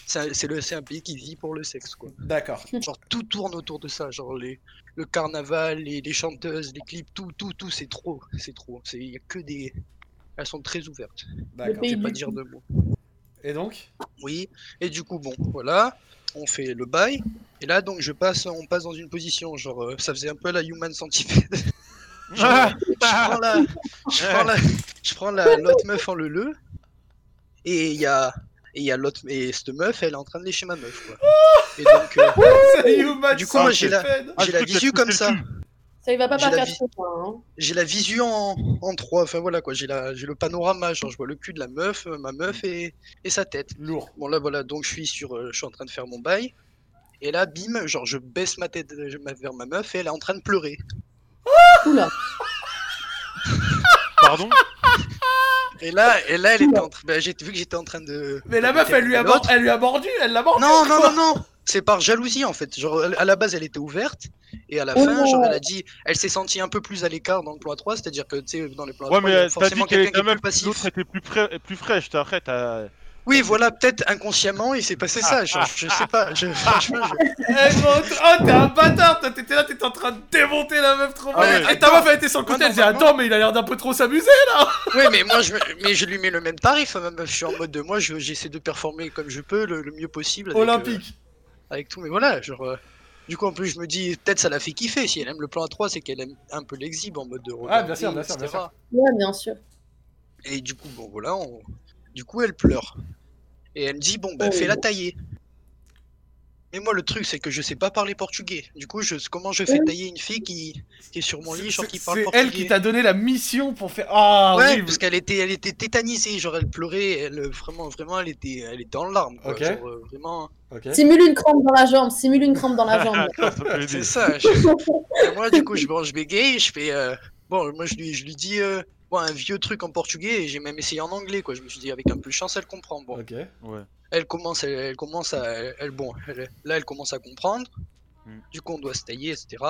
Speaker 11: C'est un- c'est le- c'est un pays qui vit pour le sexe, quoi.
Speaker 1: D'accord.
Speaker 11: Genre tout tourne autour de ça, genre les, le carnaval, les, les chanteuses, les clips, tout, tout, tout, c'est trop, c'est trop. C'est il y a que des, elles sont très ouvertes.
Speaker 1: D'accord.
Speaker 11: Je
Speaker 3: pays
Speaker 11: vais pas
Speaker 3: du-
Speaker 11: dire de mots.
Speaker 1: Et donc
Speaker 11: Oui. Et du coup bon, voilà, on fait le bail. Et là donc je passe, on passe dans une position genre euh, ça faisait un peu la Human Centipede. Genre, je prends la, je prends la, je prends la l'autre meuf en le le. Et il y a, et il y a l'autre, et cette meuf, elle est en train de lécher ma meuf quoi. Et donc euh,
Speaker 1: C'est Human
Speaker 11: Du coup, moi, j'ai la-
Speaker 1: Centipede.
Speaker 2: Ah,
Speaker 11: j'ai
Speaker 2: je
Speaker 11: la
Speaker 2: crois que t'as
Speaker 11: visu comme
Speaker 2: touché
Speaker 11: ça.
Speaker 2: le cul.
Speaker 3: Ça il va pas
Speaker 11: J'ai la
Speaker 3: partir
Speaker 11: vie.
Speaker 3: sur toi. Hein.
Speaker 11: j'ai la visu en, en trois, enfin voilà quoi, j'ai la j'ai le panorama, genre je vois le cul de la meuf, euh, ma meuf et, et sa tête.
Speaker 1: Lourd.
Speaker 11: Bon là voilà, donc je suis sur euh, je suis en train de faire mon bail. Et là bim, genre je baisse ma tête euh, je- ma- vers ma meuf et elle est en train de pleurer.
Speaker 3: Oula.
Speaker 2: Pardon
Speaker 11: Et là et là elle était en train bah, j'ai vu que j'étais en train de
Speaker 1: Mais la meuf, elle lui a, mor-
Speaker 11: l'autre.
Speaker 1: elle lui a mordu, elle l'a mordu.
Speaker 11: Non non non non, c'est par jalousie en fait. Genre elle- à la base elle était ouverte et à la
Speaker 3: Oh
Speaker 11: fin
Speaker 3: non.
Speaker 11: genre elle a dit elle s'est sentie un peu plus à l'écart dans le plan 3, c'est-à-dire que tu sais dans les plans
Speaker 2: Ouais
Speaker 11: 3 Bah, il y a
Speaker 2: mais euh, t'as dit
Speaker 11: forcément
Speaker 2: qu'elle
Speaker 11: quelqu'un
Speaker 2: était
Speaker 11: qui est plus
Speaker 2: même
Speaker 11: passif.
Speaker 2: l'autre était plus, frais, plus fraîche, t'as après t'as...
Speaker 11: Oui, voilà, peut-être inconsciemment, il s'est passé ça. Genre, je sais pas, je, franchement, je-
Speaker 1: Elle m'a- Oh, t'es un bâtard, toi, t'étais là, t'étais en train de démonter la meuf trop
Speaker 2: Ah
Speaker 1: mal.
Speaker 2: ouais.
Speaker 1: Et ta meuf, elle était sur le côté, elle disait Attends, mais il a l'air d'un peu trop s'amuser.
Speaker 11: Oui, mais moi, je, me- mais je lui mets le même tarif. hein, même, je suis en mode de moi, je- j'essaie de performer comme je peux, le, le mieux possible. Avec, euh,
Speaker 1: Olympique.
Speaker 11: avec tout, mais voilà, genre. euh, du coup, en plus, je me dis, peut-être ça l'a fait kiffer. Si elle aime le plan A3, c'est qu'elle aime un peu l'exhibe en mode de
Speaker 1: Ah, bien sûr, bien sûr, bien
Speaker 11: etc..
Speaker 1: sûr.
Speaker 3: Ouais, bien sûr.
Speaker 11: Et du coup, bon, voilà, on- du coup, elle pleure. Et elle me dit, bon, ben,
Speaker 3: Oh.
Speaker 11: fais-la tailler. Mais moi, le truc, c'est que je sais pas parler portugais. Du coup, je, comment je fais tailler une fille qui, qui est sur mon lit, genre
Speaker 1: C'est
Speaker 11: qui parle
Speaker 1: c'est
Speaker 11: portugais
Speaker 1: elle qui t'a donné la mission pour faire. Ah,
Speaker 11: ouais,
Speaker 1: horrible.
Speaker 11: parce qu'elle était, elle était tétanisée, genre elle pleurait, elle vraiment, vraiment, elle était, elle était en larmes. Quoi,
Speaker 1: Ok.
Speaker 11: genre, euh, vraiment.
Speaker 1: Ok.
Speaker 3: Simule une crampe dans la jambe. Simule une crampe dans la jambe.
Speaker 2: Ça, ça peut
Speaker 11: C'est
Speaker 2: aider.
Speaker 11: ça. je- Et moi, du coup, je, bon, je bégaye, je fais. euh, Bon, moi, je lui, je lui dis euh, bon, un vieux truc en portugais et j'ai même essayé en anglais, quoi. Je me suis dit avec un peu de chance, elle comprend. Bon,
Speaker 1: Ok.
Speaker 11: elle commence, elle, elle commence à, elle, elle- bon, elle- là, elle commence à comprendre.
Speaker 2: Mm.
Speaker 11: Du coup, on doit se tailler, etc.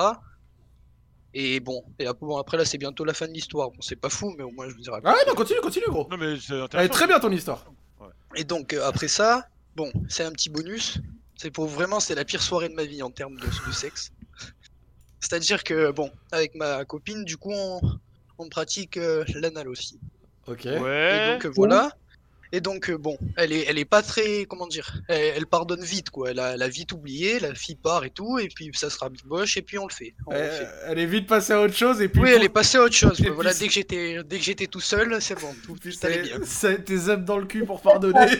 Speaker 11: Et bon, et ap- bon, après là, c'est
Speaker 2: Ah
Speaker 11: bientôt la fin de l'histoire. Bon, c'est pas fou, mais au moins, je vous ai raconté.
Speaker 1: Ah, non, continue, continue, gros.
Speaker 2: Non mais c'est intéressant.
Speaker 1: Elle est très bien ton histoire.
Speaker 2: Ouais.
Speaker 11: Et donc euh, après ça, bon, c'est un petit bonus. C'est pour vraiment, c'est la pire soirée de ma vie en termes de, de sexe. C'est-à-dire que bon, avec ma copine, du coup, on, on pratique euh, l'anal aussi.
Speaker 1: Ok.
Speaker 11: Et donc euh, voilà. Et donc euh, bon, elle est, elle est pas très, comment dire, elle, elle pardonne vite quoi. Elle a, elle a vite oublié, la fille part et tout, et puis ça sera big boche et puis on le fait. On le fait.
Speaker 1: Elle, Euh, elle est vite passée à autre chose et puis.
Speaker 11: Oui, elle est passée à autre chose.
Speaker 1: Et
Speaker 11: quoi. Voilà,
Speaker 1: puis-
Speaker 11: dès que j'étais, dès que j'étais tout seul, c'est bon, tout, tout allait bien.
Speaker 1: Ça a été zap dans le cul pour pardonner.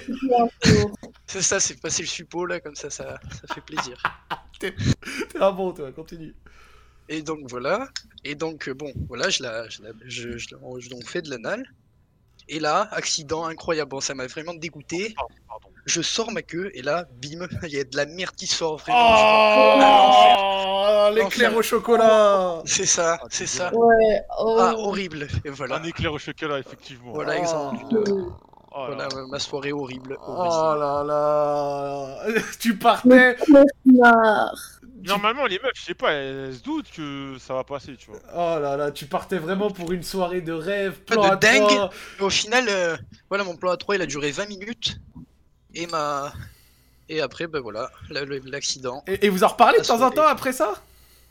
Speaker 11: C'est ça, c'est passé le suppôt là, comme ça, ça, ça fait plaisir.
Speaker 1: T'es un bon, toi, continue.
Speaker 11: Et donc voilà. Et donc euh, bon, voilà, je la, je la- je, je- on- je- on fait de l'anal. Et là, accident incroyable. Bon, ça m'a vraiment dégoûté. Je sors ma queue et là, bim, il y a de la merde qui sort vraiment.
Speaker 1: Oh, l'éclair
Speaker 11: L'enfer.
Speaker 1: au chocolat.
Speaker 11: C'est ça, c'est ça.
Speaker 3: Ouais, oh.
Speaker 11: Ah, horrible. Et voilà.
Speaker 2: Ah, Un éclair au chocolat, effectivement.
Speaker 11: Voilà, exemple.
Speaker 2: Oh là
Speaker 11: Voilà, ma soirée horrible. au
Speaker 1: Oh
Speaker 11: Brésil.
Speaker 1: là là. tu
Speaker 3: Mais
Speaker 1: partais.
Speaker 3: cauchemar.
Speaker 2: Normalement, les meufs, je sais pas, elles se doutent que ça va passer, tu vois.
Speaker 1: Oh là là, tu partais vraiment pour une soirée de rêve,
Speaker 11: Pas
Speaker 1: plan
Speaker 11: de
Speaker 1: à
Speaker 11: dingue.
Speaker 1: trois.
Speaker 11: Mais au final, euh, voilà, mon plan à 3, il a duré 20 minutes. Et ma. Et après, ben voilà, la- le- l'accident.
Speaker 1: Et, et vous en reparlez de temps en
Speaker 11: Soirée.
Speaker 1: temps après ça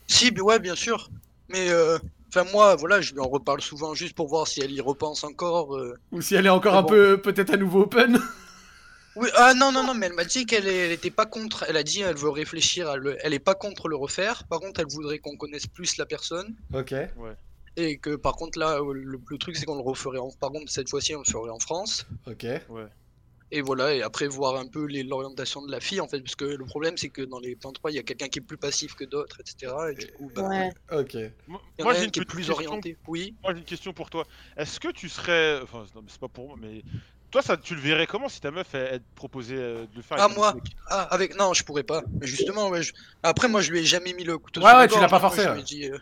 Speaker 11: Si, mais ouais, bien sûr. Mais, euh, enfin, moi, voilà, je lui en reparle souvent juste pour voir si elle y repense encore. euh.
Speaker 1: Ou si elle est encore
Speaker 11: C'est
Speaker 1: un
Speaker 11: bon.
Speaker 1: peu, peut-être à nouveau open
Speaker 11: Oui, ah non, non, non, mais elle m'a dit qu'elle est- elle était pas contre. Elle a dit elle veut réfléchir, à le- elle est pas contre le refaire. Par contre, elle voudrait qu'on connaisse plus la personne.
Speaker 1: Ok.
Speaker 11: Et que par contre, là, euh, le, le truc, c'est qu'on le referait en. Par contre, cette fois-ci, on le ferait en France.
Speaker 1: Ok.
Speaker 11: Et voilà, et après, voir un peu les- l'orientation de la fille, en fait. Parce que le problème, c'est que dans les plans 3, il y a quelqu'un qui est plus passif que d'autres, etc. Et du coup, bah,
Speaker 3: Ouais.
Speaker 2: Moi,
Speaker 1: Ok.
Speaker 11: il y en
Speaker 2: moi,
Speaker 11: a
Speaker 2: j'ai
Speaker 11: un
Speaker 2: une
Speaker 11: qui est
Speaker 2: petite
Speaker 11: plus
Speaker 2: question.
Speaker 11: orienté. Oui.
Speaker 2: Moi, j'ai une question pour toi. Est-ce que tu serais. Enfin, non, mais c'est pas pour moi, mais. Toi, ça, tu le verrais comment si ta meuf, elle, elle te proposait euh, de le faire
Speaker 11: Ah,
Speaker 2: avec un
Speaker 11: moi
Speaker 2: mec
Speaker 11: Ah, avec. Non, je pourrais pas. Mais justement, ouais, je- après, moi, je lui ai jamais mis le couteau
Speaker 1: Ouais,
Speaker 11: sur
Speaker 1: ouais,
Speaker 11: la
Speaker 1: tu
Speaker 11: gorge,
Speaker 1: l'as pas
Speaker 11: du coup,
Speaker 1: forcé,
Speaker 11: je
Speaker 1: ouais.
Speaker 11: lui ai dit, euh,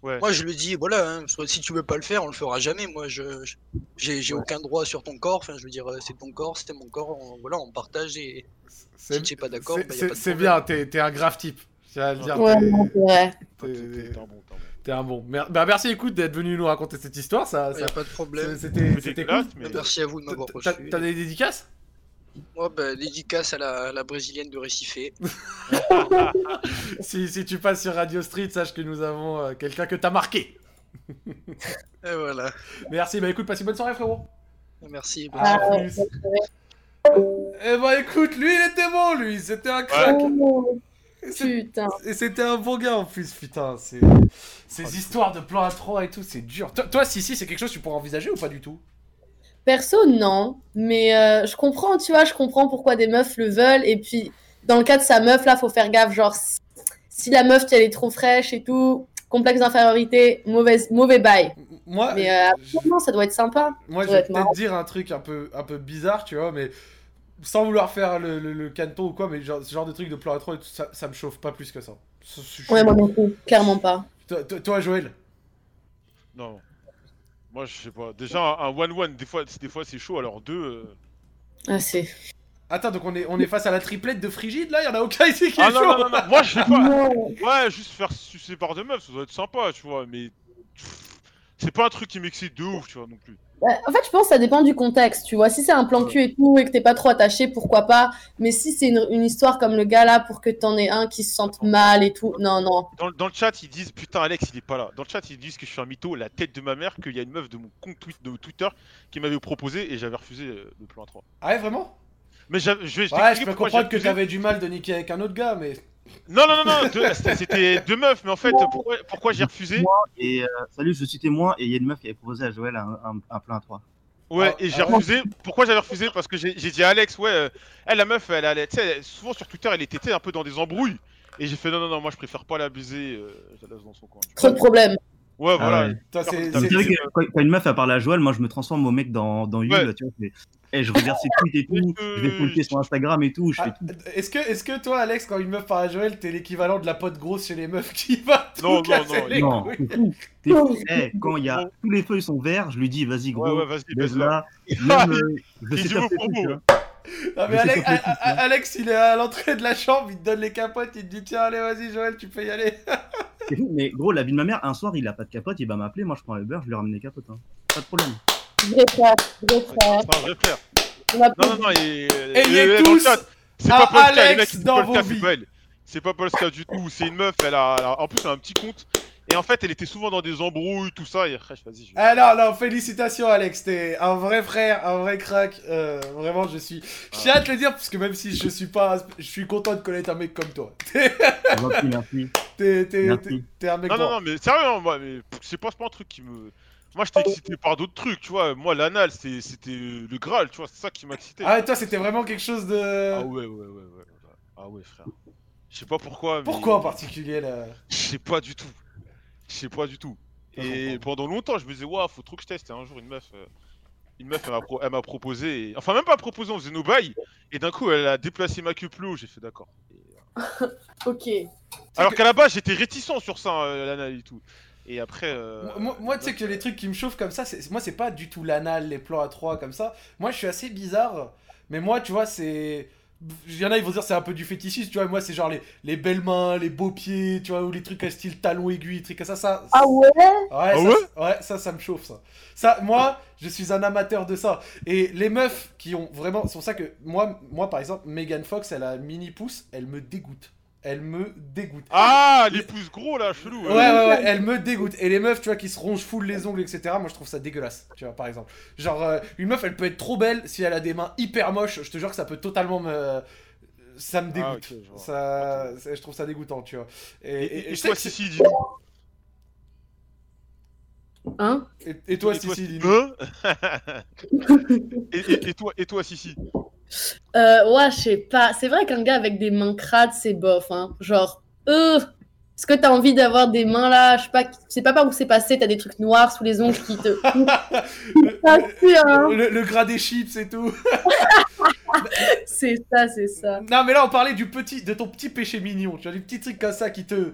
Speaker 2: Ouais.
Speaker 11: Moi, je lui ai dit, voilà, hein, soit- si tu veux pas le faire, on le fera jamais. Moi, je je- j'ai j'ai aucun droit sur ton corps. Enfin, je veux dire, euh, c'est ton corps, c'était mon corps. on- voilà, on partage et si
Speaker 1: C'est
Speaker 11: tu es pas d'accord,
Speaker 1: c'est-
Speaker 11: bah, y a pas
Speaker 1: c'est-
Speaker 11: de
Speaker 1: c'est
Speaker 11: problème.
Speaker 1: bien, t'es t'es un grave type. Je tiens à le dire,
Speaker 3: Ouais,
Speaker 1: t'es-
Speaker 3: non, c'est vrai.
Speaker 2: T'es-
Speaker 1: t'es-
Speaker 2: t'es- t'es un bon, t'es un bon.
Speaker 1: T'es un bon. Mer- bah, merci, écoute, d'être venu nous raconter cette histoire. Ça,
Speaker 11: Y
Speaker 1: ça-
Speaker 11: a pas de
Speaker 1: c'est-
Speaker 11: problème.
Speaker 1: c'était,
Speaker 2: C'était
Speaker 1: c'était cool.
Speaker 2: dégueulasse, mais-
Speaker 11: Merci à vous de
Speaker 1: T'as-
Speaker 11: m'avoir
Speaker 1: t'as-
Speaker 11: reçu.
Speaker 1: T'as des dédicaces
Speaker 11: Moi, bah, dédicace à la, à la brésilienne de Recife.
Speaker 1: si, si tu passes sur Radio Street, sache que nous avons euh, quelqu'un que t'as marqué.
Speaker 11: Et voilà.
Speaker 1: Merci, bah écoute, passe une bonne soirée, frérot.
Speaker 11: Merci. bonne
Speaker 1: À
Speaker 3: Ah, ouais,
Speaker 1: plus. Eh bah écoute, lui il était bon, lui, c'était un crack.
Speaker 3: Oh,
Speaker 1: Et c'est-
Speaker 3: putain.
Speaker 1: Et c'était un bon gars en plus, putain. c'est- Ces histoires de plan à 3 et tout, c'est dur. Toi, toi, si, si, c'est quelque chose que tu pourrais envisager ou pas du tout
Speaker 3: Perso, non. Mais euh, je comprends, tu vois, je comprends pourquoi des meufs le veulent. Et puis, dans le cas de sa meuf, là, faut faire gaffe. Genre, si- si la meuf, elle est trop fraîche et tout, complexe d'infériorité, mauvaise, mauvais bail.
Speaker 1: Moi,
Speaker 3: Mais, euh,
Speaker 1: je-
Speaker 3: Non, ça doit être sympa.
Speaker 1: Moi, je
Speaker 3: doit
Speaker 1: vais
Speaker 3: être marrant.
Speaker 1: peut-être dire un truc un peu, un peu bizarre, tu vois, mais sans vouloir faire le, le, le caneton ou quoi, mais genre, ce genre de truc de plan à 3, ça, ça me chauffe pas plus que ça. Je- je-
Speaker 3: Ouais, moi non plus, clairement pas.
Speaker 1: Toi, toi- toi, Joël
Speaker 2: Non. Moi, je sais pas. Déjà, un 1-1, des fois, des fois c'est chaud, alors deux. euh,
Speaker 3: Ah, c'est.
Speaker 1: Attends, donc on est, on est face à la triplette de Frigide là Il y en a aucun ici qui est
Speaker 2: Ah non,
Speaker 1: chaud
Speaker 2: non, non, non, moi, je sais pas.
Speaker 3: Non.
Speaker 2: Ouais, juste faire sucer par deux meufs, ça doit être sympa, tu vois, mais. pff, C'est pas un truc qui m'excite de ouf, tu vois, non plus.
Speaker 3: Bah, En fait, je pense que ça dépend du contexte, tu vois. Si c'est un plan cul et tout, et que t'es pas trop attaché, pourquoi pas. Mais si c'est une, une histoire comme le gars là, pour que t'en aies un qui se sente mal et tout, non, non.
Speaker 2: Dans, dans le chat, ils disent Putain, Alex, il est pas là. Dans le chat, ils disent que je suis un mytho, la tête de ma mère, qu'il y a une meuf de mon compte tweet- de Twitter qui m'avait proposé et j'avais refusé euh, le plan 3.
Speaker 1: Ah ouais, vraiment
Speaker 2: Mais j'avais- je vais je vais
Speaker 1: Ouais,
Speaker 2: t'expliquer
Speaker 1: je peux
Speaker 2: pourquoi
Speaker 1: comprendre que
Speaker 2: j'ai refusé.
Speaker 1: t'avais du mal de niquer avec un autre gars, mais.
Speaker 2: Non, non, non, non, deux- c'était- c'était deux meufs, mais en fait, pourquoi, pourquoi j'ai refusé
Speaker 12: Et euh, salut, je suis témoin. Et il y a une meuf qui avait proposé à Joël un, un, un plein à trois.
Speaker 2: Ouais,
Speaker 1: Ah,
Speaker 2: et j'ai
Speaker 1: ah.
Speaker 2: refusé. Pourquoi j'avais refusé Parce que j'ai j'ai dit à Alex, ouais, euh, elle, la meuf, elle allait, tu sais, elle- souvent sur Twitter, elle était tu sais, un peu dans des embrouilles. Et j'ai fait, non, non, non, moi je préfère pas l'abuser, euh, je la laisse dans son coin. tu vois.
Speaker 3: Trop de problèmes.
Speaker 2: Ouais, voilà.
Speaker 12: Ah ouais.
Speaker 1: Toi, c'est.
Speaker 12: Comme
Speaker 1: c'est-
Speaker 12: c'est vrai
Speaker 1: c'est-
Speaker 12: que quand, quand une meuf elle parle à Joël, moi je me transforme au mec dans, dans Yule,
Speaker 2: Ouais. euh,
Speaker 12: tu vois. c'est- Eh, je regarde ses tweets et tout, je vais follower sur Instagram et tout, je fais
Speaker 1: Ah, est-ce que, est-ce que toi, Alex, quand une meuf parle à Joël, t'es l'équivalent de la pote grosse chez les meufs qui va tout
Speaker 2: Non, non,
Speaker 1: casser
Speaker 2: non,
Speaker 1: les
Speaker 12: non,
Speaker 1: couilles
Speaker 12: c'est fou. T'es fou. Eh, quand il y a tous les feux ils sont verts, je lui dis vas-y
Speaker 2: Ouais,
Speaker 12: gros,
Speaker 2: ouais, vas-y, baisse là.
Speaker 12: baise-la. Même, euh, je
Speaker 2: Il
Speaker 12: sais
Speaker 2: dit hein.
Speaker 12: taper
Speaker 2: mot pour
Speaker 12: tout,
Speaker 2: mot.
Speaker 12: tu vois.
Speaker 1: Non, Ah, mais
Speaker 12: Je sais
Speaker 1: Alex,
Speaker 12: pas pourquoi
Speaker 1: A- A- Alex, il est à l'entrée de la chambre, il te donne les capotes, il te dit tiens, allez, vas-y, Joël, tu peux y aller.
Speaker 12: C'est fou, Mais gros, la vie de ma mère, un soir il a pas de capote, il va m'appeler, moi je prends un Uber, je lui ramène les capotes. hein. Pas de problème.
Speaker 3: Vrai frère, vrai frère.
Speaker 2: C'est un vrai frère.
Speaker 3: On a
Speaker 2: Non, non, non, et,
Speaker 1: Ayez
Speaker 2: et- et dans le
Speaker 1: tous
Speaker 2: chat, c'est
Speaker 1: un
Speaker 2: pas Polska, les
Speaker 1: Alex
Speaker 2: mecs, c'est
Speaker 1: dans
Speaker 2: Polska,
Speaker 1: vos
Speaker 2: c'est
Speaker 1: vies.
Speaker 2: pas elle. C'est pas Polska du tout, c'est une meuf, elle a, elle a- en plus elle a un petit compte. Et en fait, elle était souvent dans des embrouilles, tout ça, et après, vas-y, je...
Speaker 1: Ah non, non, félicitations Alex, t'es un vrai frère, un vrai crack. euh, vraiment, je suis. J'ai hâte de le dire parce que même si je suis pas. un- Je suis content de connaître un mec comme toi. T'es-
Speaker 12: merci.
Speaker 1: T'es t'es-
Speaker 12: Merci.
Speaker 1: t'es- t'es un mec
Speaker 2: Non, non,
Speaker 1: droit.
Speaker 2: non, mais sérieux, hein, moi, mais pff, c'est pas, c'est pas un truc qui me. Moi, j'étais excité par d'autres trucs, tu vois. Moi, l'anal, c'est- c'était le Graal, tu vois, c'est ça qui m'excitait.
Speaker 1: Ah, toi, c'était vraiment quelque chose de.
Speaker 2: Ah ouais, ouais, ouais, ouais. ouais. Ah ouais, frère. Je sais pas pourquoi. mais-
Speaker 1: Pourquoi en particulier là
Speaker 2: Je sais pas du tout. Je sais pas du tout. Et pendant longtemps, je me disais, waouh, faut trop que je teste. Et un jour, une meuf, euh, une meuf elle m'a pro- elle m'a proposé. et- Enfin, même pas proposé, on faisait nos bails. Et d'un coup, elle a déplacé ma queue plus haut. J'ai fait d'accord.
Speaker 3: Ok.
Speaker 2: Alors qu'à la base, j'étais réticent sur ça, euh, l'anal et tout. Et après. euh,
Speaker 1: Moi, moi, tu sais que les trucs qui me chauffent comme ça, c'est moi, c'est pas du tout l'anal, les plans à trois comme ça. Moi, je suis assez bizarre, mais moi, tu vois, c'est. Il y en a, ils vont dire c'est un peu du fétichisme, tu vois. Moi, c'est genre les, les belles mains, les beaux pieds, tu vois, ou les trucs à style talon aiguille, trucs comme ça. ça
Speaker 3: Ah ouais
Speaker 1: Ouais, ça, ouais, ça, ça me chauffe, ça. Ça, moi, je suis un amateur de ça. Et les meufs qui ont vraiment. C'est pour ça que moi, moi par exemple, Megan Fox, elle a un mini pouce, elle me dégoûte. Elle me dégoûte.
Speaker 2: Ah, les pouces gros hein. là, chelou.
Speaker 1: Ouais, ouais, ouais, elle me dégoûte. Et les meufs, tu vois, qui se rongent full les ongles, etc. Moi, je trouve ça dégueulasse, tu vois, par exemple. Genre, euh, une meuf, elle peut être trop belle si elle a des mains hyper moches. Je te jure que ça peut totalement me. Ça me
Speaker 2: Ah,
Speaker 1: dégoûte.
Speaker 2: ok, je vois.
Speaker 1: ça... c'est- Je trouve ça dégoûtant, tu vois. Et, et-
Speaker 2: Et
Speaker 1: et je sais
Speaker 2: toi,
Speaker 1: que c'est-
Speaker 2: Sissi, dis-nous.
Speaker 3: Hein
Speaker 1: Et, et toi,
Speaker 2: Et toi,
Speaker 1: Sissi, dis
Speaker 2: Hein et, et- et toi, et toi, Sissi.
Speaker 3: Euh, ouais, je sais pas. C'est vrai qu'un gars avec des mains crades, c'est bof. Hein. Genre, euh, est-ce que t'as envie d'avoir des mains là Je sais pas, qui- c'est pas par où c'est passé. T'as des trucs noirs sous les ongles qui te. Ça, c'est, hein.
Speaker 1: Le, le gras des chips et tout.
Speaker 3: c'est ça, c'est ça.
Speaker 1: non, mais là, on parlait du petit, de ton petit péché mignon. Tu vois, des petits trucs comme ça qui te.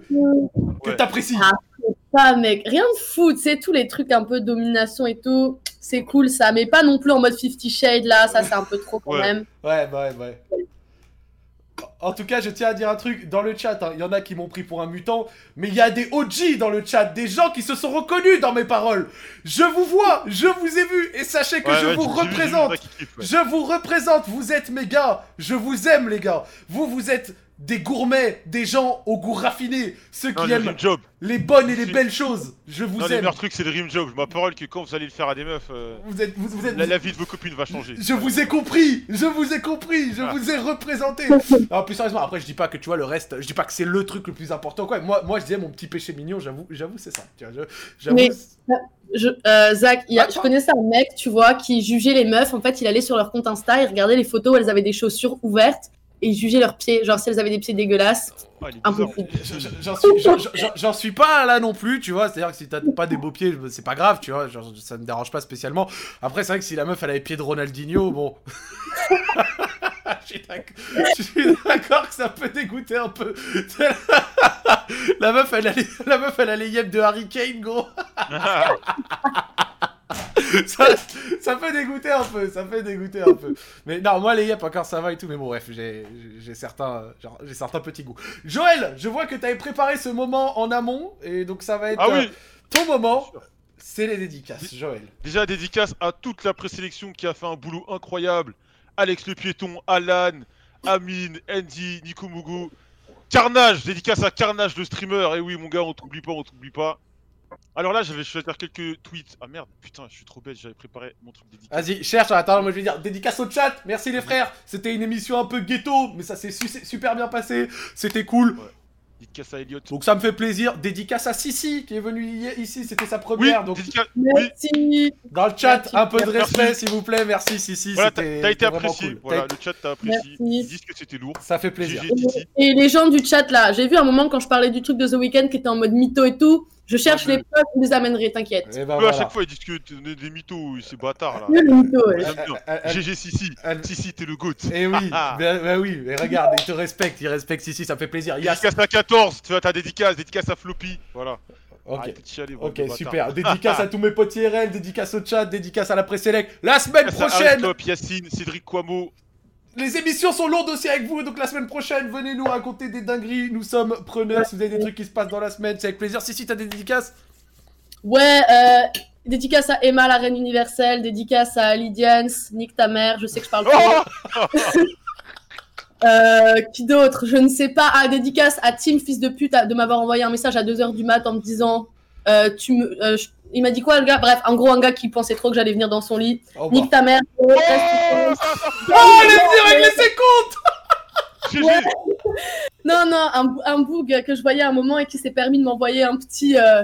Speaker 1: que t'apprécies.
Speaker 3: Ah, c'est ça, mec. Rien de fou, tu sais, tous les trucs un peu domination et tout. C'est cool ça, mais pas non plus en mode 50 Shades là. Ça, c'est un peu trop quand
Speaker 1: Ouais.
Speaker 3: même.
Speaker 1: Ouais, bah ouais, bah ouais. En tout cas, je tiens à dire un truc dans le chat. hein, Il y en a qui m'ont pris pour un mutant, mais il y a des OG dans le chat, des gens qui se sont reconnus dans mes paroles. Je vous vois, je vous ai vu, et sachez que
Speaker 2: Ouais,
Speaker 1: je
Speaker 2: ouais,
Speaker 1: vous
Speaker 2: j'ai- j'ai vu- j'ai vu,
Speaker 1: représente.
Speaker 2: t'as kiffé, ouais.
Speaker 1: Je vous représente, vous êtes mes gars, je vous aime les gars. Vous, vous êtes des gourmets, des gens au goût raffiné, ceux
Speaker 2: Non,
Speaker 1: qui
Speaker 2: le
Speaker 1: aiment
Speaker 2: dream job.
Speaker 1: les bonnes et les belles choses. Je vous
Speaker 2: non, le
Speaker 1: aime.
Speaker 2: meilleur truc, c'est le dream job. Je parole que quand vous allez le faire à des meufs, euh,
Speaker 1: Vous êtes, vous, vous êtes,
Speaker 2: la, la vie de vos copines va changer.
Speaker 1: Je vous ai compris, je vous ai compris, je
Speaker 2: Ah.
Speaker 1: vous ai représenté. Non, plus sérieusement, après je dis pas que tu vois le reste, je dis pas que c'est le truc le plus important quoi. Moi, moi je disais mon petit péché mignon, j'avoue, j'avoue c'est ça. Tu vois, je- j'avoue.
Speaker 3: Mais je, euh, Zach, il y
Speaker 1: Ah,
Speaker 3: a- je connaissais un mec, tu vois, qui jugeait les meufs. En fait, il allait sur leur compte Insta, il regardait les photos où elles avaient des chaussures ouvertes et il jugeait leurs pieds. Genre, si elles avaient des pieds dégueulasses, impossible.
Speaker 1: Je- je- J'en suis, j'en- j'en- j'en suis pas là non plus, tu vois. C'est-à-dire que si t'as pas des beaux pieds, je- c'est pas grave, tu vois. Genre, ça me dérange pas spécialement. Après, c'est vrai que si la meuf elle a les pieds de Ronaldinho, bon. Je suis d'ac- je suis d'accord que ça peut dégoûter un peu. la meuf, elle a les, la meuf, elle a les yeux de Harry Kane, gros. ça, ça peut dégoûter un peu, ça peut dégoûter un peu. Mais non, moi les yep encore ça va et tout, mais bon bref, j'ai j'ai certains, euh, genre, j'ai certains petits goûts. Joël, je vois que t'avais préparé ce moment en amont et donc ça va être euh,
Speaker 2: Ah oui.
Speaker 1: ton moment. C'est les dédicaces, Joël.
Speaker 2: Déjà, dédicace à toute la présélection qui a fait un boulot incroyable. Alex le piéton, Alan, Amine, Andy, Nico Mugo. Carnage, dédicace à Carnage le streamer. Et oui, mon gars, on t'oublie pas, on t'oublie pas. Alors là, j'avais- je vais faire quelques tweets. Ah merde, putain, je suis trop bête, j'avais préparé mon truc dédicace.
Speaker 1: Vas-y, cherche, attends, moi je vais dire dédicace au chat, merci les frères, c'était une émission un peu ghetto, mais ça s'est su- super bien passé, c'était cool.
Speaker 2: Dédicace à Elliot.
Speaker 1: Donc ça me fait plaisir, dédicace à Sissi qui est venue hier- ici, c'était sa première. donc...
Speaker 3: Merci.
Speaker 1: Dans le chat,
Speaker 3: Merci.
Speaker 1: un peu de
Speaker 2: Merci.
Speaker 1: respect s'il vous plaît, merci Sissi.
Speaker 2: Voilà, t'as
Speaker 1: c'était-
Speaker 2: t'as été
Speaker 1: c'était vraiment
Speaker 2: apprécié.
Speaker 1: cool.
Speaker 2: Voilà,
Speaker 1: T'as-
Speaker 2: le chat t'a apprécié.
Speaker 3: Merci.
Speaker 2: Ils disent que c'était lourd.
Speaker 1: Ça fait plaisir.
Speaker 2: GG, Titi.
Speaker 3: Et les gens du chat là, j'ai vu un moment quand je parlais du truc de The Weeknd qui était en mode mytho et tout. Je cherche les preuves, je vous les amènerai, t'inquiète.
Speaker 1: Eh
Speaker 2: Eux,
Speaker 1: ben
Speaker 2: à
Speaker 1: voilà.
Speaker 2: chaque fois, ils disent que t'es des mythos, ces bâtards là.
Speaker 3: Oui, les mythos, ouais.
Speaker 2: J'aime bien.
Speaker 1: elle- elle-
Speaker 2: GG Sissi, Sissi, t'es le goat. Ah,
Speaker 1: Eh oui, bah, bah oui, mais regarde, il te respecte, il respecte Sissi, ça fait plaisir. Il y a-
Speaker 2: Dédicace à 14, tu vois, ta dédicace, dédicace à Floppy, voilà.
Speaker 1: Ok.
Speaker 2: Arrêtez de chialer, bande
Speaker 1: Ok,
Speaker 2: de bâtards.
Speaker 1: super. Dédicace à tous mes potes IRL, dédicace au chat, dédicace à la pré-sélect. La semaine
Speaker 2: Dédicace à Harry
Speaker 1: prochaine,
Speaker 2: Cop, Yacine, Cédric Quamo.
Speaker 1: les émissions sont lourdes aussi avec vous, donc la semaine prochaine, venez nous raconter des dingueries. Nous sommes preneurs. Si vous avez des trucs qui se passent dans la semaine, c'est avec plaisir. Sissi, t'as des dédicaces
Speaker 3: Ouais, euh, Dédicace à Emma, la reine universelle. Dédicace à Lydians, Nick ta mère. Je sais que je parle pas. Euh, qui d'autre Je ne sais pas. Ah, dédicace à Tim, fils de pute, à- de m'avoir envoyé un message à 2h du mat en me disant euh, tu me, euh, je- Il m'a dit quoi, le gars Bref, en gros, un gars qui pensait trop que j'allais venir dans son lit.
Speaker 1: Au revoir.
Speaker 3: Nique ta mère. Oh,
Speaker 1: Oh, elle est venue régler ses
Speaker 3: comptes Non, non, un, bou- un boug que je voyais à un moment et qui s'est permis de m'envoyer un petit. euh,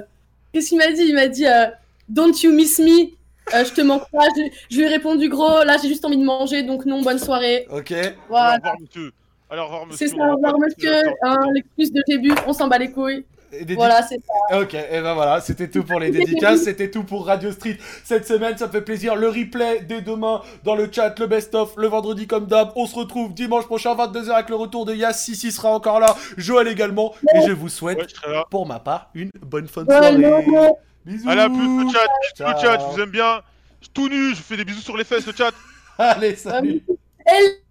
Speaker 3: Qu'est-ce qu'il m'a dit Il m'a dit euh, Don't you miss me Euh, Je te manque pas. Je, je lui ai répondu Gros, là, j'ai juste envie de manger, donc non, bonne soirée.
Speaker 1: Ok.
Speaker 3: Voilà.
Speaker 2: Au revoir, monsieur. Alors, au revoir, monsieur.
Speaker 3: C'est ça, au revoir monsieur, hein, l'excuse de début, on s'en bat les couilles.
Speaker 1: dédic-
Speaker 3: Voilà, c'est ça.
Speaker 1: Ok, et ben voilà, c'était tout pour les dédicaces, c'était tout pour Radio Street cette semaine, ça me fait plaisir. Le replay dès demain dans le chat, le best-of, le vendredi comme d'hab. On se retrouve dimanche prochain, 22h avec le retour de Yass. Sissi sera encore là, Joël également. Et je vous souhaite, pour ma part, une bonne fin de soirée. Bisous.
Speaker 2: Allez, à plus le chat. Bisous, le chat,
Speaker 1: Ciao.
Speaker 2: je vous aime bien. Je suis Tout nu, je vous fais des bisous sur les fesses, le chat.
Speaker 1: Allez, salut.
Speaker 3: Et